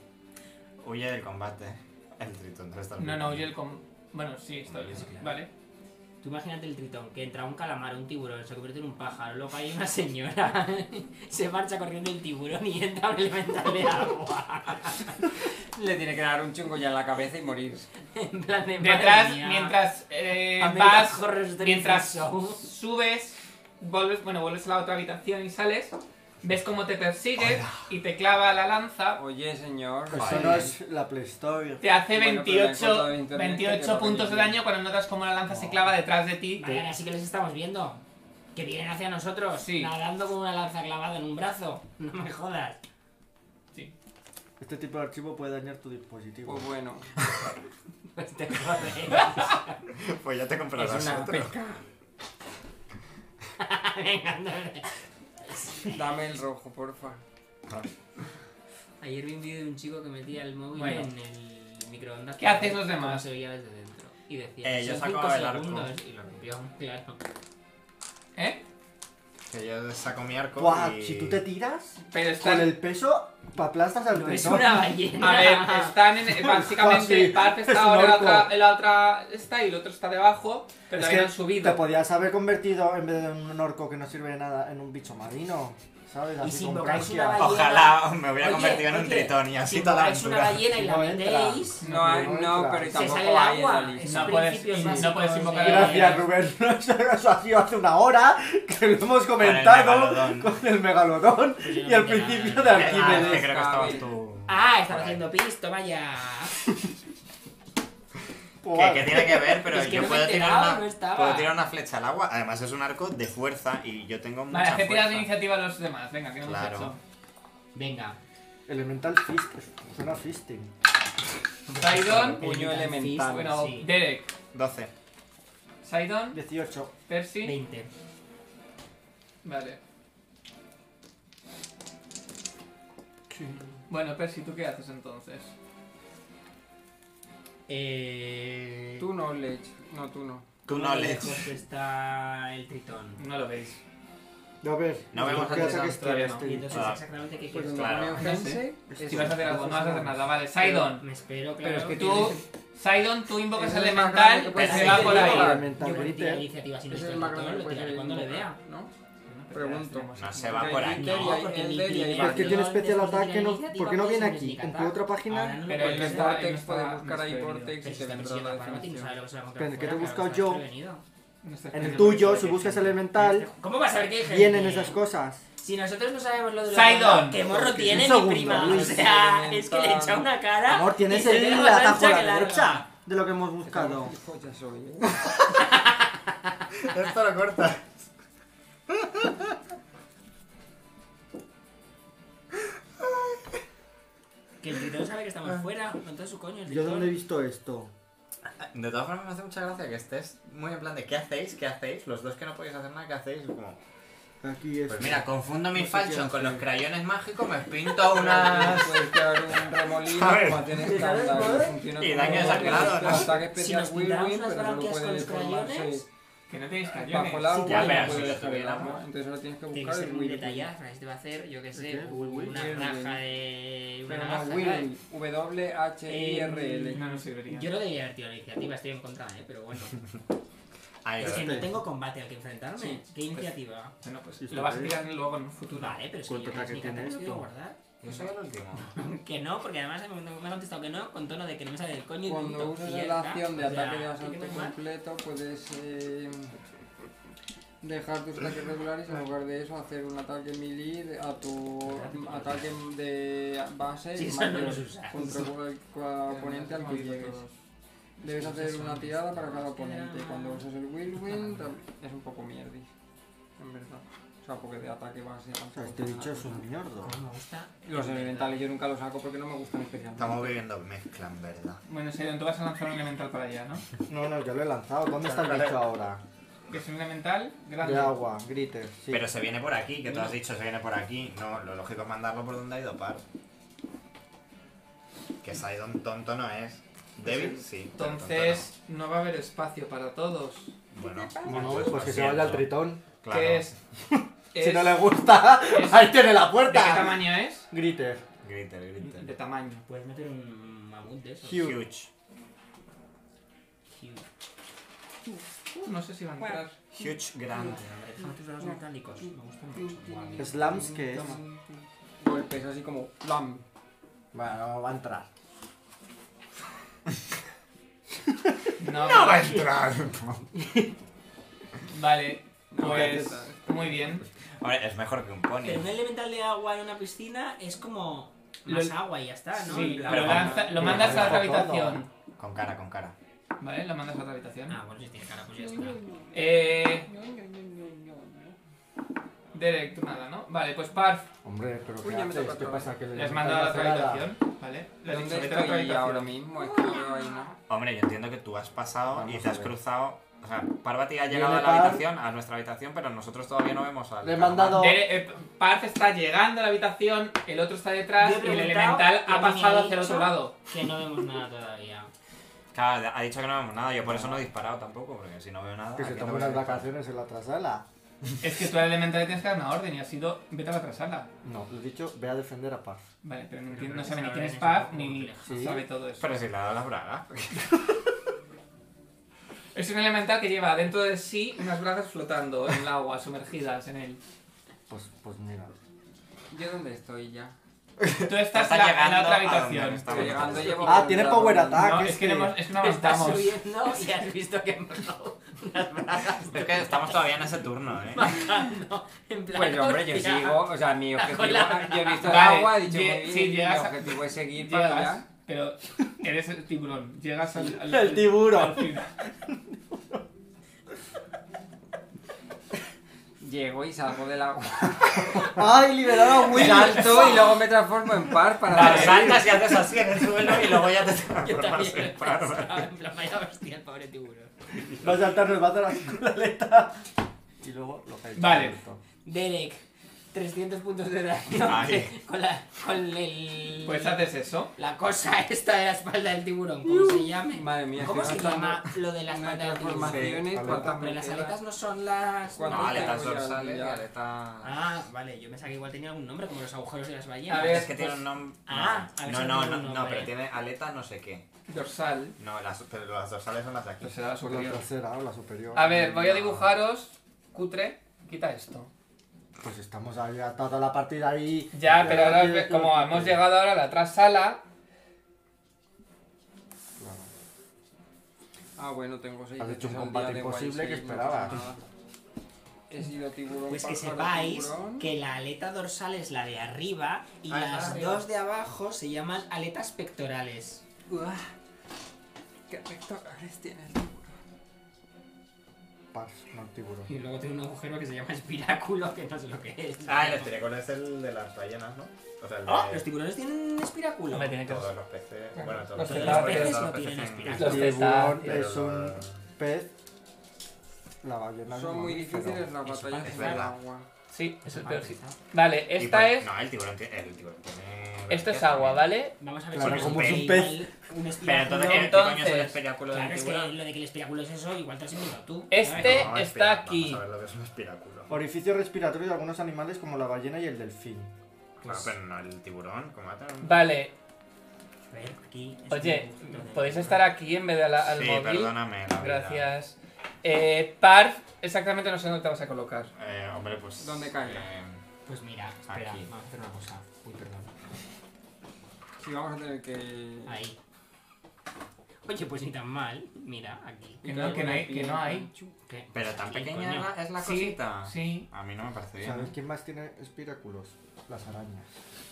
C: Huye del combate. El tritón debe estar
A: No,
C: bien.
A: no, huye el com... Bueno, sí, está
C: No,
A: bien.
C: sí, claro.
A: Vale.
E: Tú imagínate el tritón, que entra un calamar, un tiburón, se convierte en un pájaro, luego hay una señora, se marcha corriendo el tiburón y entra un elemental de agua.
B: Le tiene que dar un chungo ya en la cabeza y morir.
E: En plan de madre
A: Detrás,
E: mía.
A: mientras eh,
E: American
A: vas,
E: Horror Story
A: mientras
E: Show.
A: subes, vuelves, bueno, vuelves a la otra habitación y sales, ves cómo te persigue y te clava la lanza,
B: Oye, señor.
F: Pues
C: Vale.
F: eso no es la Play Store.
A: te hace
B: Bueno, pero la he
A: 28,
B: encontrado en internet, que te
A: 28
B: va
A: puntos de
B: bien.
A: daño cuando notas cómo la lanza se clava detrás de ti.
E: Vale, así que les estamos viendo. Que vienen hacia nosotros,
A: Sí.
E: nadando con una lanza clavada en un brazo. No me jodas.
A: Sí.
F: Este tipo de archivo puede dañar tu dispositivo.
D: Oh,
B: Pues bueno.
E: Pues Te jodes.
C: Pues ya te comprarás
B: Es una
C: otro.
E: Venga, andame.
B: Dame el rojo, porfa.
E: Ayer vi un vídeo de un chico que metía el móvil
A: Bueno.
E: en el microondas.
A: ¿Qué
E: para
A: hacéis
E: ver
A: los demás?
E: cómo Se veía desde dentro. Y decía,
C: Eh, yo
E: "Son cinco
C: sacaba el arco".
E: segundos", Y lo rompió, claro.
A: ¿Eh?
C: Que yo saco mi arco
F: Buah,
C: y...
F: si tú te tiras,
A: Pero
F: con
A: están,
F: el peso, pa aplastas al
E: No es
F: tritón.
E: una ballena.
A: a ver, están en, básicamente,
F: Sí,
A: Parf
F: es
A: está
F: un
A: ahora, en la
F: orco.
A: otra, en la otra está y el otro está debajo, pero
F: Es
A: todavía no
F: que
A: han subido.
F: te podías haber convertido en vez de en un orco que no sirve de nada en un bicho marino, ¿sabes? Así
E: si
F: con
E: invocáis una
F: branquias.
E: ballena-
C: Ojalá me hubiera
E: Oye,
C: convertido en un
E: oye,
C: tritón y
E: Si
C: así toda la
E: compráis una
C: aventura.
E: ballena y la
F: No
E: vendéis,
B: No, hay, no,
F: entra.
B: pero
F: Se
B: tampoco
E: sale el
B: hay en la
E: agua.
B: lista.
A: no
E: Son
A: puedes,
E: principios
A: no puedes
E: básicos
A: invocar
E: de-
A: a la
F: Gracias,
A: ballena.
F: Rubén. Eso ha sido hace una hora que lo hemos comentado
C: megalodón.
F: con el megalodón
E: Pues yo no
F: y al
E: me quedaba.
F: principio de
C: Ah, es que
F: Arquímedes.
C: creo que estabas tú...
E: Ah, estaba
C: por ahí.
E: haciendo pisto, vaya.
C: Que,
F: Buah.
C: que tiene que ver, pero
E: Es que
C: yo
E: no me
C: puedo,
E: he
C: tirar
E: enterado,
C: una,
E: no estaba.
C: puedo tirar una flecha al agua. Además es un arco de fuerza y yo tengo mucha
A: Vale, haced tiras de
C: fuerza.
A: iniciativa a los demás, venga, que no hemos
C: Claro.
A: hecho.
E: Venga.
F: Elemental Fist, suena a fisting.
A: Saidon,
B: Puño
E: Elemental
B: elemental.
E: Fist,
A: bueno,
E: sí.
A: Derek,
C: 12.
A: Saidon,
F: 18.
A: Percy,
E: 20.
A: vale. Bueno, Percy, ¿tú qué haces entonces?
E: Eh...
B: Tú no, Lech. No, tú no.
C: Tú
E: ¿cómo
C: no
E: de
C: le...
E: lejos está el tritón.
A: No lo veis.
F: A ver,
C: No vemos
F: ¿qué
C: al
F: hace que
C: tritón,
A: todavía
F: esté?
A: no.
E: Y entonces
C: Ah.
E: exactamente qué
B: Pues
E: quieres.
B: donde
C: claro.
B: pone urgencia,
A: Si vas a hacer algo, no vas a hacer nada. Vale, Saidon.
E: Me espero,
B: Pero
E: claro.
B: es que
E: tú... pues,
A: Tú, Saidon, tú invocas
B: Eso
A: el
B: es más
A: elemental
B: grande que
A: que
B: puede
A: se
B: ser.
A: va por ahí.
F: Elemental.
E: Yo voy a tirar
F: Griter.
E: iniciativa si no
B: Ese es
E: estoy
B: el más grande
E: tritón,
B: que
E: lo
B: puede
E: tiraré
B: ser
E: cuando le vea.
B: ¿no? Pregunto.
A: Pregunto.
C: No se va por
B: Porque
C: ahí.
B: Twitter
E: No,
B: y
E: porque
B: el
E: mi
B: del y ahí
E: primer-
B: va.
F: Porque tiene especial
E: Después de
F: ataque,
E: la
F: no,
E: iniciativa,
F: ¿por qué no
E: pues,
F: viene
E: es mi
F: aquí? En tu
E: cata.
F: otra
E: Ahora
F: página.
E: no lo
A: Pero él
E: puedo
A: no
B: Porque en
E: hacer.
A: está- él
B: Dartex
A: no
B: puedes
A: está-
B: buscar
A: no
B: ahí
A: está
B: por
A: venido.
B: text y te
E: Pero
B: vendrá la definición.
F: Espera,
E: Espera,
F: ¿qué te he buscado yo?
A: No está
F: En el
A: escrito.
F: tuyo, si buscas elemental,
E: ¿Cómo vas a ver qué hay gente?
F: vienen esas cosas.
E: Si nosotros no sabemos lo de los
A: Sidon.
E: morros, que morro
F: Porque
E: tiene
F: un
E: mi
F: segundo,
E: prima. O
F: Luis.
E: sea, es que le echa una cara.
F: Amor, tienes
E: y se
F: el
E: queda
F: hilo de
E: más
F: atajo a
E: ancha
F: la
E: que larga.
F: derecha de lo que hemos buscado.
B: Hijo, ya soy, ¿eh?
C: Esto lo corta.
E: Que el tritón sabe que estamos fuera. Con todo su coño. El
F: ¿Yo
E: tritón.
F: dónde he visto esto?
C: De todas formas me hace mucha gracia que estés muy en plan de ¿qué hacéis? ¿Qué hacéis? Los dos que no podéis hacer nada, ¿qué hacéis? Como,
F: Aquí es.
C: pues mira, confundo mi
F: No sé
C: falchón
F: qué
C: con los crayones mágicos, me pinto una...
B: Puedes crear pues, un remolino
C: ¿Sabes?
B: cuando tienes
F: ¿Sabes,
B: cartas,
F: madre?
B: que funciona
C: Y
B: como
C: daño
B: un
C: sagrado,
B: ataque
C: ¿no?
B: especial
E: Si nos
B: win-win,
E: pintamos las
B: pero no
E: branquias
B: puede
E: con los
B: deformarse
E: crayones.
A: Que no tenéis
B: Bajo el
A: cañones.
B: agua,
E: Ya,
B: no
E: pero
B: puede
C: si lo
B: dejar el
C: tuviéramos.
B: agua. Entonces ahora tienes que
E: Tiene que
B: buscar
E: ser
B: el
E: muy
B: win-win.
E: detallado. Este va a hacer, yo qué
F: ¿Qué?
E: sé,
F: Will,
E: una
B: will,
E: raja
B: will.
E: de. Una
B: Pero no,
E: raja.
B: Will, W-H-I-R-L.
A: No, no serviría.
E: Yo no debería haber tirado iniciativa, estoy en contra, eh, pero bueno.
C: Ahí
E: Es
C: va.
E: que no tengo combate al que enfrentarme.
A: Sí.
E: ¿Qué iniciativa?
A: Bueno, pues
F: Sí, está
A: lo vas a
F: bien.
A: tirar luego en un futuro.
E: Vale, ¿eh? pero es que
F: ¿Cuánto
E: yo las
F: ataque tiene
E: nicatas las quiero
F: esto?
E: guardar.
C: Yo soy el último.
E: Que no, porque además me me ha contestado que no, con tono de que no me sale del coño y
B: Cuando
E: punto.
B: usas
E: Y ya
B: la
E: está.
B: acción de
E: O sea,
B: ataque de
E: ¿qué
B: asalto
E: quieres más?
B: completo, puedes eh, dejar tus ataques regulares y en lugar de eso hacer un ataque melee de- a tu ataque de base
E: Sí, eso
B: mayor
E: no los usas.
B: contra cual- cual oponente al que llegues. Debes hacer una tirada para cada oponente. Cuando usas el Will Win tam- es un poco mierdis, en verdad. O sea, porque de ataque base
F: O sea,
B: tampoco.
F: este bicho es un mierdo.
E: Como me gusta.
B: Los elementales yo nunca los saco porque no me gustan especialmente.
C: Estamos viviendo mezcla, en verdad.
A: Bueno, Saidon, tú vas a lanzar un elemental para allá, ¿no?
F: No, no, yo lo he lanzado. ¿Dónde está el bicho ahora?
A: Que es un elemental grande.
F: De agua, griter. Sí.
C: Pero se viene por aquí, que tú has dicho se viene por aquí. No, lo lógico es mandarlo por donde ha ido par. Que Sidon tonto no es. Débil, sí. pero tonto
A: Entonces, no va a haber espacio para todos.
C: no. Bueno,
F: Bueno,
C: lo
F: pues que se
C: siento.
F: vaya al tritón.
C: Claro.
A: ¿Qué es?
F: Si
A: Es-
F: no le gusta,
A: es-
F: ahí tiene la
A: ¿De qué
F: puerta.
A: tamaño es?
F: Gritter.
C: Gritter,
A: De
C: gritter.
A: tamaño.
E: Puedes meter un mamut de esos.
F: Huge.
C: Huge.
E: Huge.
A: Uh, no sé si va a entrar.
C: Huge grande.
E: Son tus dados metálicos. Me gustan mucho. Guau, bien.
F: Slams que es.
A: Toma.
B: Golpes así como lam.
F: Bueno, va a entrar.
A: No,
C: No va a entrar.
A: Vale,
B: No,
A: pues
B: gracias.
A: muy bien.
C: Hombre, es mejor que un
E: Pero un
C: pony.
E: elemental de agua en una piscina es como
A: Lo-
E: más agua y ya está, ¿no? ah,
A: Sí,
E: Y la-
A: lo,
C: pero-
A: lanza- lo
F: pero
A: mandas a otra
F: deja todo.
A: habitación.
C: Con cara, con cara.
A: Vale, lo mandas a otra habitación.
E: Ah, bueno, si tiene cara, pues ya está.
A: Eh. Derek, tú nada, ¿no? Vale, pues Parf,
F: Hombre, pero
B: Uy,
F: ¿qué
B: ya me
F: haces?
B: toca
F: ¿Qué
B: otra
F: pasa? Que le
A: le has
F: metes
A: mandado a
F: la
A: la otra
F: cerada?
A: habitación. Vale, le has dicho, vete
B: ¿Dónde
A: a la otra
B: estoy
A: habitación.
B: ahora mismo? Es que no veo ahí nada.
C: Hombre, yo entiendo que tú has pasado
F: Vamos
C: y te
F: a
C: has
F: ver.
C: cruzado. O sea, Parvati ha
F: Viene
C: llegado a la
F: Parv.
C: habitación, a nuestra habitación, pero nosotros todavía no vemos al.
F: Le he
C: calamar.
F: mandado-
A: Dere- eh, Parf está llegando a la habitación, el otro está detrás y
E: Yo he
A: el
E: preguntado
A: elemental
E: y a
A: ha
E: mí me
A: pasado
E: ha
A: hacia el otro
E: dicho-
A: lado.
E: Que no vemos nada todavía.
C: Claro, ha dicho que no vemos nada, yo por eso no he disparado tampoco, porque si no veo nada.
F: Que se
C: aquí Ah, no
F: tome
C: veo
F: unas
C: nada.
F: vacaciones en la otra sala.
A: Es que tú al elemental le tienes que dar una orden y ha sido vete a la otra sala.
F: No, lo he dicho, ve a defender a Parf.
A: Vale, pero no,
E: Pero
A: entiendo- no
E: no
A: sabe ni
E: sabe
A: quién es
E: ni
A: Parf
E: cómo
A: ni
F: complejo.
A: sabe todo eso.
C: Pero si le ha dado las bragas.
A: Es un elemental que lleva dentro de sí unas brazas flotando en el agua, sumergidas en él.
F: Pues, pues mira.
B: ¿Yo dónde estoy ya?
A: Tú estás
C: Está
A: en la- en
C: llegando
A: la otra
C: a donde
A: habitación.
C: estamos.
B: Estoy llegando, llevo
F: Ah, tiene
B: contra-
F: power attack.
A: No,
F: que
A: es
F: es
A: que,
F: que-
A: no hemos- es que no
E: Estás
A: avanzamos.
E: subiendo y has visto que hemos dado unas bragas.
C: Es que estamos todavía en ese turno, ¿eh?
E: bajando, en plan,
B: Pues hombre, yo
E: hostia.
B: sigo, o sea, mi
E: Está
B: objetivo,
E: colada.
B: yo he visto el
A: Vale,
B: agua, he
A: lle-
B: dicho, muy bien,
A: si
B: mi
A: llegas a-
B: objetivo es seguir para
A: Llegas,
B: allá.
A: pero eres el tiburón. Llegas al. al-
F: El tiburón.
A: al final.
B: Llego y salgo del agua.
F: ¡Ay, liberado a Will!
B: Salto y luego me transformo en par para...
C: Vale, saltas y haces así en el suelo y luego ya te
E: Yo
C: transformas
E: también lo he
C: en parva.
E: pensado, en plan, vaya hostia, el pobre tiburón.
F: Va a saltarnos, va a dar así con la aleta. Y luego lo cae.
A: Vale.
E: Derek, 300 puntos de daño
C: Ay.
E: con la, con el,
A: Pues haces eso.
E: la cosa esta de la espalda del tiburón, ¿cómo se llame?
B: Madre mía,
E: ¿Cómo se
B: estoy gastando
E: llama lo de la
B: Unas
E: espalda del tiburón?
B: transformaciones,
F: Sí,
B: ¿cuántas
E: Pero
B: me
E: las
B: quedan?
E: aletas no son las...
B: ¿Cuántas
C: No,
E: no,
B: aletas?
C: aletas
B: voy a
C: dorsales y
B: olvidar.
C: aletas...
E: Ah, vale, yo pensaba que igual tenía algún nombre, como los agujeros de las ballenas.
A: A ver,
C: Es que tiene un nombre...
E: Ah, a ver
C: no,
E: si
C: no,
E: tiene
C: no,
E: un
C: no,
E: nombre.
C: pero tiene aleta no sé qué.
A: Dorsal.
C: No, las, pero las dorsales son las de aquí.
A: Pues será la
F: Por la
A: superior.
F: tercera o la superior.
A: A ver, voy a dibujaros. Cutre. Quita esto.
F: Pues estamos ahí a toda la partida ahí.
A: Ya, pero ahora os ve- como hemos llegado ahora a la otra sala,
F: Claro.
B: Ah, bueno, tengo seis
F: Has hecho
B: veces
F: un
B: al
F: combate
B: día de
F: imposible
B: guay,
F: que
B: seis, no
F: esperaba.
B: pasa nada. He sido tiburón
E: Pues que
B: pájaro,
E: sepáis
B: tiburón.
E: que la aleta dorsal es la de arriba y
A: Ah, es la de
E: las
A: arriba.
E: dos de abajo se llaman aletas pectorales.
B: Uah, ¿Qué pectorales tiene el tiburón?
F: Pars, no el tiburón.
E: Y luego tiene un agujero que se llama espiráculo, que no sé lo que es.
C: Ah, el estirecol es el de las ballenas, ¿no? O sea, el de...
E: Ah, ¿Los tiburones tienen espiráculo?
A: Hombre, tiene que-
C: Todos Oh, los peces... Bueno,
A: Los
C: todos los peces...
A: peces
C: porque
A: no
C: todos los
E: tienen
C: peces
E: espinas.
F: El
A: Los que están-
F: tiburón
C: pero
F: es
C: la-
F: un pez. La ballena es
B: Son
F: un
B: muy
F: mamífero.
B: difíciles las
E: Eso
B: batallas
E: parece
B: en el
C: verdad.
B: agua.
A: Sí, es el
E: Ah,
A: peor
E: sí.
A: sitio. Vale,
C: Y
A: esta
C: por-
A: es.
C: No, el tiburón tiene... El tiburón tiene...
A: Esto es agua, ¿vale?
E: Vamos a ver
F: Claro,
E: si
C: como
E: es
C: es
F: un pez.
E: Un
C: Pero
E: espiráculo.
C: entonces, ¿qué
A: Entonces-
C: coño es el espiráculo
E: Claro,
C: del
E: es que
C: tiburón?
E: lo de que el espiráculo es eso, igual te has inventado tú.
A: Este-
E: ¿sabes?
A: está
C: espera,
A: aquí.
C: Vamos a ver lo que es un espiráculo.
F: Orificios respiratorios de algunos animales como la ballena y el delfín.
C: Claro, pero no el tiburón, ¿cómo va a tener un-
A: Vale,
E: A ver, aquí. es
A: oye,
E: un dibujito de-
A: podéis estar aquí en vez de a la- al
C: Sí,
A: móvil.
C: perdóname. la vida.
A: Gracias. Eh, Parf, exactamente no sé dónde te vas a colocar.
C: Eh, hombre, pues.
B: ¿Dónde caiga?
C: eh,
E: Pues mira, espera,
C: Aquí.
E: vamos a hacer una cosa. Uy, perdón.
B: Sí, vamos a tener que...
E: Ahí. Oye, pues ni tan mal. Mira, aquí.
A: Que no, que no hay- que no hay.
E: ¿Qué?
C: pero tan
E: Sí,
C: pequeña es
E: coño.
C: la- es la
A: Sí,
C: cosita.
A: sí.
C: A mí no me parece bien.
F: ¿Sabes quién más tiene espiráculos? Las arañas.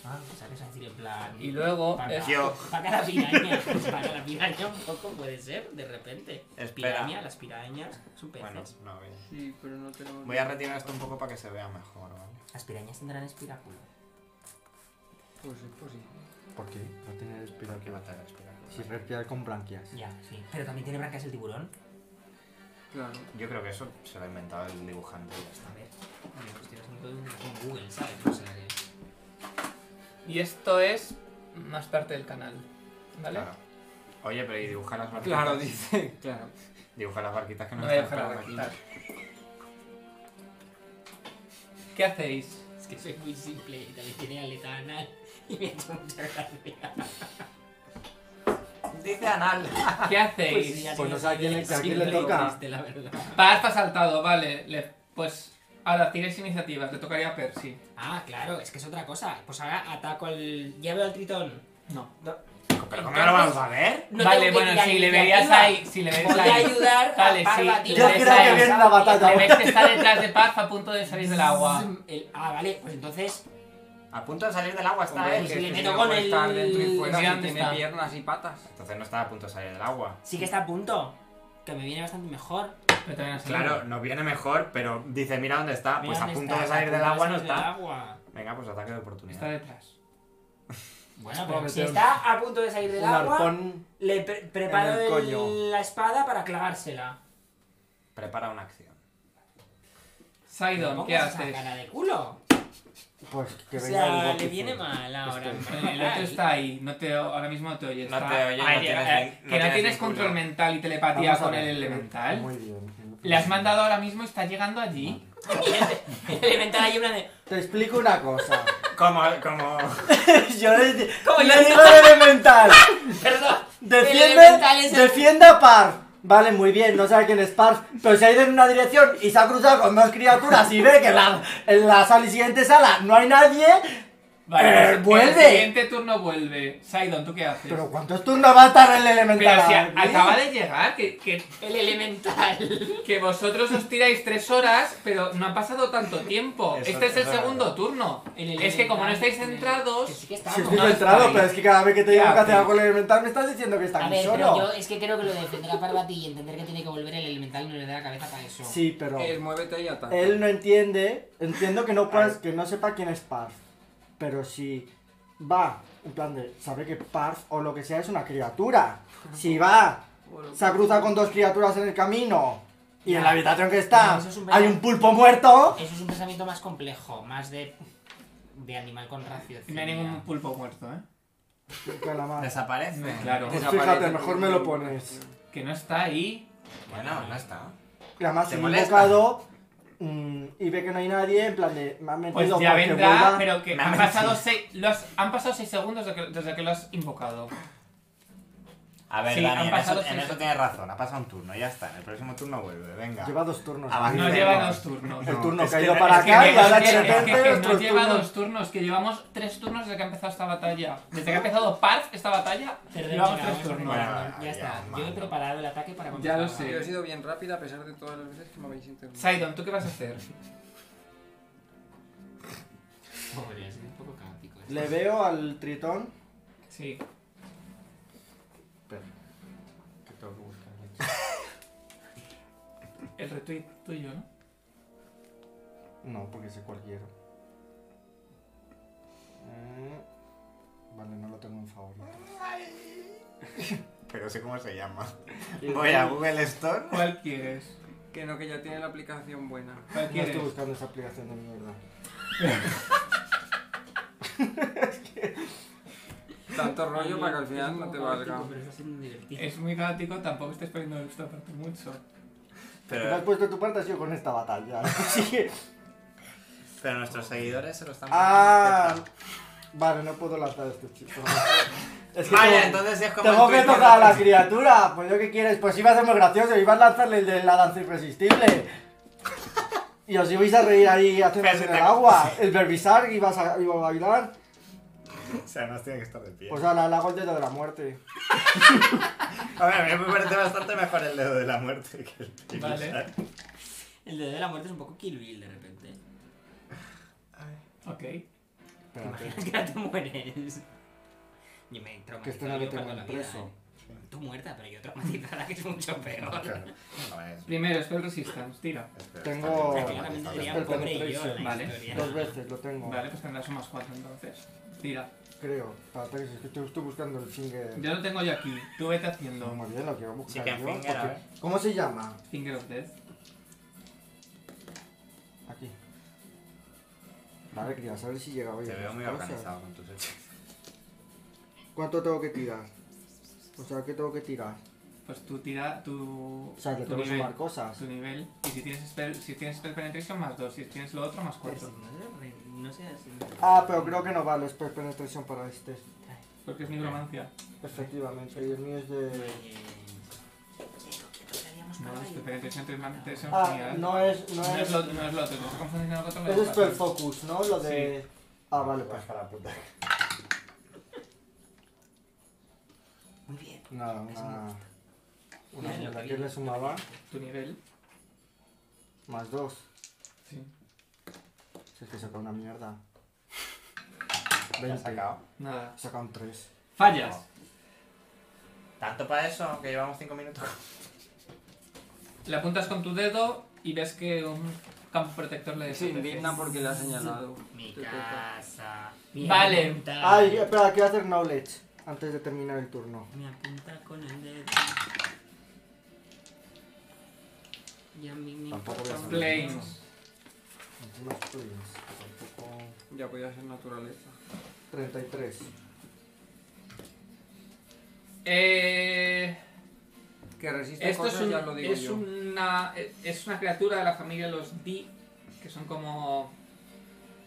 E: Ah, o sea, que es decir, en plan.
A: Y luego,
E: Paga,
A: es-
C: Yo.
E: paga la piraña. paga la piraña un poco, puede ser, de repente.
C: Espera.
E: Piraña, las pirañas son peces.
C: Bueno, no, bien.
B: Sí, pero no tenemos...
C: Voy a retirar esto un poco para que se vea mejor, ¿vale?
E: Las pirañas tendrán espiráculo.
B: Pues es posible.
F: ¿Por qué? No tiene
C: Porque va a
F: espiráculos.
C: tener espiráculo.
F: Si respirar con branquias.
E: Ya, sí. Pero también tiene brancas el tiburón.
B: Claro.
C: Yo creo que eso se lo ha inventado el dibujante y ya está.
E: A ver. Bueno, pues tienes un todo con Google, ¿sabes? O sea que.
A: y esto es más parte del canal. ¿Vale?
C: Claro. Oye, pero ¿y dibuja las barquitas?
B: Claro, dice. Claro.
C: Dibuja las barquitas que no,
A: No voy a
C: están
A: dejar la
C: claras aquí.
A: barquita. ¿Qué hacéis?
E: Es que soy muy simple y también tiene aleta anal y me ha hecho mucha gracia.
C: Dice anal.
A: ¿Qué hacéis?
E: ya
F: Ah, Pues no
E: tienes
F: sé a quién le- a quién le
E: que decirlo,
F: toca.
E: triste, la verdad.
A: Paz está saltado, vale. le- pues ahora tiréis iniciativas, le tocaría a Percy.
E: Ah, claro, es que es otra cosa. Pues ahora ataco al. Ya veo al tritón.
A: No.
C: ¿Pero cómo lo vamos a ver?
E: No
A: vale,
E: tengo que
A: bueno,
E: tirar
A: si le
E: iniciativa.
A: veías ahí, si le veías
E: Voy a
A: ahí.
E: ayudar
A: Vale, sí.
E: a Parva, tío.
A: Yo creo que
F: viene una batalla.
A: Le ves que está detrás de Paz a punto de salir del agua.
E: El- ah, vale, pues entonces.
C: A punto de salir del agua está
B: Hombre,
C: él.
B: que
E: si le
B: este
E: meto
B: señor
E: con
B: puede
E: el-
B: estar dentro y fuera,
A: Mira
B: si
A: dónde
B: tiene
A: está.
B: piernas y patas.
C: Entonces no está a punto de salir del agua.
E: Sí que está a punto. Que me viene bastante mejor.
A: Pero también ha salido.
C: Claro, nos viene mejor, pero dice, mira dónde está.
E: Mira
C: Pues a
E: dónde
C: punto de
E: está, a
C: salir
E: punto
C: del
E: de
C: agua no
E: salir del
C: está.
E: agua.
C: Venga, pues ataque de
A: Está
C: oportunidad.
A: detrás.
E: Bueno,
A: Espérame,
E: pero si
A: tengo-
E: está a punto de salir del
F: Un
E: agua,
F: arpón.
E: le pre- preparo
F: en el
E: el-
F: coño.
E: la espada para clavársela.
C: Prepara una acción.
A: Saidon,
E: ¿Cómo
A: ¿qué
E: es esa
A: haces?
E: cara de culo?
F: Pues que
E: O
F: venga el
E: sea, le
F: Goku.
E: viene mal ahora. en
A: Eh, El otro
E: general.
A: está ahí, no te, ahora mismo no te oyes.
C: No te oye, no tienes ni- eh, no
A: que no
C: tienes
A: tienes
C: ni
A: control
C: culo.
A: mental y
F: eh, Vamos
A: telepatía
F: a
A: con
F: ver.
A: el elemental.
F: Muy bien.
A: Le has mandado ahora mismo, está llegando allí.
E: El elemental ahí en plan de.
F: Te explico una cosa.
C: Como, como...
F: Yo le, di-
E: ¿Cómo
F: le
E: ya?
F: digo al elemental.
E: Perdón. el
F: Defiende,
E: elemental es el-
F: defiende a Parf. Vale, muy bien, no sabe quién es Parf, pero se ha ido en una dirección y se ha cruzado con dos criaturas y ve que en la, en la sala, siguiente sala no hay nadie. Eh,
A: pues,
F: vuelve.
A: El siguiente turno vuelve. Saidon, ¿tú qué haces?
F: Pero ¿cuántos turnos va a estar el elemental?
A: Pero si a-
F: aquí?
A: acaba de llegar, que, que,
E: El elemental.
A: que vosotros os tiráis tres horas, pero no ha pasado tanto tiempo.
C: Eso-
A: este es el
C: eso es
A: segundo
C: verdad.
A: turno.
E: El
A: es que como no estáis
E: elemental, que
A: centrados,
E: sí
F: Si
E: que estamos.
F: estoy
A: No,
F: centrado,
A: está
F: pero
A: ahí.
F: es que cada vez que te digo
A: Ya,
F: que hacer
A: pero-
F: algo con el elemental me estás diciendo que está
E: A
F: aquí
E: ver, pero yo
F: solo.
E: es que creo que lo de defender a Parvati y entender que tiene que volver el elemental no le da la cabeza para eso.
F: Sí, pero
A: Eh,
B: Es muévete y ataca.
F: él no entiende, entiendo que no, puedas- que no sepa quién es Parf, pero si va, en plan de, sabe que Parf o lo que sea es una criatura. Si va se ha cruzado con dos criaturas en el camino y en la habitación que está
E: No, eso es un
F: hay un pulpo muerto.
E: Eso es un pensamiento más complejo, más de. de animal con raciocinio.
A: no hay ningún pulpo muerto, ¿eh?
F: Calamar.
C: Desaparece.
A: Claro.
F: Pues
C: Desaparece.
F: fíjate, mejor me lo pones.
A: Que no está ahí.
C: Bueno, no está.
F: Y además
C: ¿Te
F: he
C: molesta?
F: invocado mm, y ve que no hay nadie, en plan de, me han
A: Pues
F: mentido
A: ya
F: porque
A: vendrá,
F: vuelva.
A: pero que
C: Me
A: han
C: ha
A: pasado,
C: mentido.
A: seis, lo has- han pasado seis segundos desde que, desde que lo has invocado.
C: A ver,
A: Sí, han
C: Dani, en
A: pasado
C: eso, en
A: seis-
C: eso tienes razón. Ha pasado un turno, ya está. En el próximo turno vuelve, venga.
F: Lleva dos turnos.
C: Abajo.
A: No
C: Sí,
A: lleva
C: no.
A: dos turnos.
F: El turno
C: es
F: que ha
C: que
F: ido
C: no-
F: para
C: es que
F: acá
C: me-
F: y ahora
A: Es que-
F: de
A: es que-
F: repente
A: es que no
F: nuestros
A: lleva
F: turnos.
A: dos turnos, que llevamos tres turnos desde que ha empezado esta batalla. Desde que ha empezado Parf esta batalla,
E: Perdón,
A: llevamos
E: venga,
A: tres
E: vamos a
A: turnos.
E: prepararnos.
C: Bueno,
E: ya
C: ya,
E: está. Yo he
C: mando.
E: preparado el ataque para
A: Ya lo
E: contestar.
B: Yo he
A: sé.
B: sido bien rápida a pesar de todas las veces que me habéis interrumpido.
A: Saidon, ¿tú qué vas a hacer?
E: Pobre, es un poco caótico. esto.
F: Le veo al tritón.
A: Sí. El retweet tuyo, ¿no?
F: No, porque sé cualquiera. Eh, Vale, no lo tengo en favor.
C: Pero sé cómo se llama. Voy a Google Store.
A: ¿Cuál quieres?
B: Que no, que ya tiene la aplicación buena.
A: ¿Cuál
F: No estoy
A: quieres?
F: buscando esa aplicación de mierda.
B: Tanto rollo para que al final no te valga.
E: Pero está siendo divertido.
A: Es muy caótico, tampoco estés perdiendo esta parte mucho.
F: Lo que has
C: Pero,
F: puesto tu parte ha sido con esta batalla. Así que-
C: pero nuestros seguidores se lo están
F: Ah,
C: poniendo
F: vale, no puedo lanzar este chico. Es
C: en teta. Vaya,
F: tengo-
C: Ah, entonces es como.
F: Tengo
C: el
F: que
C: Twitter.
F: tocar a la criatura. Pues yo qué quieres. Pues iba a ser muy gracioso. Ibas a lanzarle el de la danza irresistible. Y os ibais a reír ahí haciendo
C: Pero si
F: en
C: te-
F: el agua. El verbizar ibas a, iba a bailar.
C: O sea, nos tiene que estar de pie.
F: Pues ahora la hago el dedo de la muerte.
C: A ver, a mí me parece bastante mejor el dedo de la muerte que el
F: pues,
C: pie.
F: eh.
A: Vale.
E: El dedo de la muerte es un poco Kill Bill de repente.
A: Ok.
E: ¿Te imaginas que ahora te mueres? Yo me traumatizado
F: Que esto no lo
E: yo
F: tengo
E: perdo la
F: impreso.
E: vida, ¿eh? Tú muerta, pero yo traumatizada, que es mucho peor.
C: Claro. A ver, es-
A: Primero, Spell Resistance, tira.
C: espera,
F: Tengo-
C: está bien, está bien,
E: Claramente
C: está
E: sería
C: bien.
E: un
F: Spell
E: pobre yo en la
A: Vale.
E: historia.
F: Dos veces lo tengo.
A: Vale, pues tendrás un más cuatro entonces. Tira.
F: Creo. Espérate, que es que estoy, estoy buscando el finger.
A: Yo lo tengo yo aquí. Tú vete haciendo
F: Muy bien, lo quiero buscar.
C: Chicken
F: yo,
C: finger, a
F: porque-
C: ver.
F: ¿Cómo se llama?
A: Finger of Death.
F: Aquí. Vale, quería saber si llegaba
C: Te
F: yo.
C: veo muy
F: Cosas.
C: organizado con tus hechos.
F: ¿Cuánto tengo que tirar? O sea, que tengo que tirar.
A: Pues tú tira tu.
F: O sea, que
A: tu
F: tengo que
A: nivel.
F: sumar cosas.
A: Tu nivel. Y si tienes spell, si tienes spell penetration, más 2. Si tienes lo otro, más 4.
E: Pues, No sé así.
F: Ah, pero creo que no vale Spell Penetration para este.
A: Porque es nigromancia.
F: Efectivamente, y el mío es de...
E: Eh,
F: Eh,
A: No, es que penetration es más es
F: Ah,
A: oportunidad.
F: no es... No
A: No es lo
F: es...
A: no es lo otro. Te estoy confundiendo con lo otro. lo
F: Es
A: de
F: Spell
A: Batman.
F: Focus, ¿no? Lo de... Ah, vale, pues.
D: Baja la puta.
E: Muy bien.
F: Nada, una... Una
E: Bien, lo
F: mierda.
E: que
F: ¿Qué
E: viene.
F: le sumaba?
A: Tu nivel.
F: Más dos.
A: Sí.
F: Si es que saca una mierda.
D: Ya
F: 20.
D: has sacado.
A: Nada.
F: Saca un 3.
A: Fallas.
C: ¿Tanto para eso? Que llevamos 5 minutos.
A: Le apuntas con tu dedo y ves que un campo protector le
B: Se
A: desaparece.
B: indigna porque le ha señalado.
E: Mi
B: Te toca.
E: casa. Mi
A: Vale.
E: apunta-
F: Ay, eh. espera, quiero hacer Knowledge antes de terminar el turno.
E: Me apunta con el dedo. Y a mí me
F: Tampoco voy a
E: importa un
A: Planes.
F: Encima es Plains, tampoco-
B: Ya podía ser naturaleza.
F: 33.
A: Eh.
B: Que resiste
A: Esto es,
B: cosas,
A: un-
B: Este ya lo digo
A: es
B: yo.
A: una, eh, es una criatura de la familia de los Di, que son como.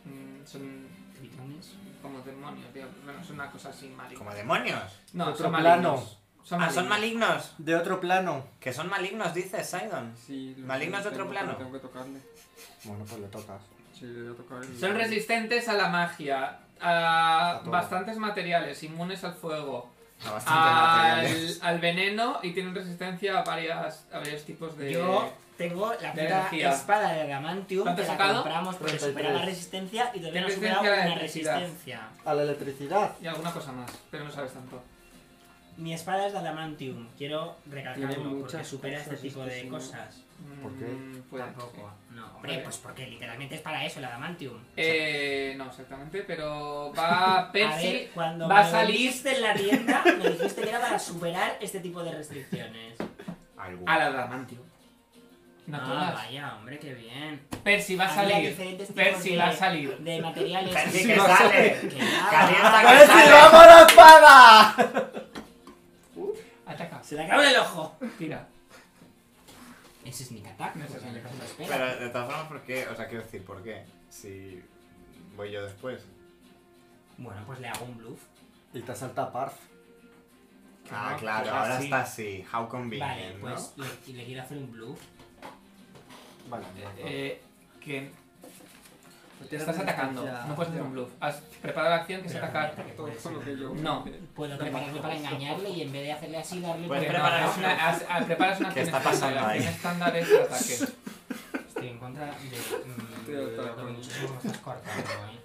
A: mm, Son
E: tritones.
A: como demonios, tío. Bueno, son una cosa así maligna.
C: Como demonios.
A: No,
F: Otro
A: son
F: plano.
A: malignos. Son
C: Ah, son
A: malignos.
C: malignos.
F: De otro plano.
C: Que son malignos, dice Sidon.
B: Sí, lo
C: Maligno es de otro
B: tengo,
C: plano.
B: pero Tengo que tocarle.
F: Bueno, pues le tocas.
B: Sí, le voy a tocar. y-
A: Son resistentes a la magia, a
F: A todo.
A: bastantes materiales, inmunes al fuego,
C: No, bastante materiales.
A: al, al veneno y tienen resistencia a, varias, a varios tipos de.
E: Yo tengo la
A: Eh, de
E: puta
A: energía.
E: espada de adamantium
A: ¿Cuánto has
E: que la
A: sacado?
E: compramos porque
F: 33.
E: supera la resistencia y todavía no
A: Resistencia
E: supera
A: a la
E: una
A: electricidad.
E: resistencia.
F: A la electricidad.
A: Y alguna cosa más, pero no sabes tanto.
E: Mi espada es de adamantium. Quiero recalcarlo porque
B: muchas
E: supera este
B: cosas,
E: tipo
B: esto
E: de
B: sí, ¿no?
E: cosas.
F: ¿Por qué?
A: Mm, puede, sí.
E: Tampoco. No, hombre,
A: Vale.
E: pues porque literalmente es para eso el adamantium.
A: Eh, no exactamente, pero va
E: a
A: Percy,
E: ver, cuando
A: va a
E: me lo
A: salir-
E: dijiste en la tienda, me dijiste que era para superar este tipo de restricciones.
C: Algún.
A: Al adamantio. No
E: ah,
A: jodas.
E: vaya, hombre, qué bien.
A: Percy va a
E: Había
A: salir.
E: diferentes tipos
A: Percy
E: de-
A: va a salir.
E: De materiales.
C: Percy
E: Sí,
C: que
E: va a
C: sale.
E: ser- que nada.
C: Calienta que
D: ¡Percy,
C: sale.
D: vamos la espada!
A: Ataca.
E: Se le acaba el ojo.
A: Tira.
E: Ese es Nick Attack.
A: No,
E: pues,
A: ese es Nick Attack.
E: no lo espera.
C: Pero de todas formas, ¿por qué? O sea, quiero decir, ¿por qué? Si voy yo después.
E: Bueno, pues le hago un bluff.
F: Y te salta Parf.
C: Ah,
A: no,
C: claro,
A: pues
C: ahora
A: así.
C: está así. How convenient,
E: Vale, pues le, le quiero hacer un bluff.
F: Vale.
A: Eh, que
F: Pues
A: te
F: tienes
A: estás atacando.
F: resistencia.
A: No puedes hacer un bluff. Has preparado la acción que es
E: Pero
A: atacar.
E: comenta que
B: Todo
E: puede
B: con lo
E: ser.
B: que yo.
A: No.
E: Puedo prepararme para engañarle y en vez de hacerle así, darle
C: Pues
E: con-
C: prepara-
A: Preparas una, has- ah, preparas una
C: ¿Qué
A: acción
C: está pasando
A: estándar.
C: ahí?
A: La acción estándar es el ataque.
E: Estoy en contra de.
B: Estoy
E: mm,
B: harta de
E: lo
B: coño.
E: muchísimo que estás cortando, ¿eh?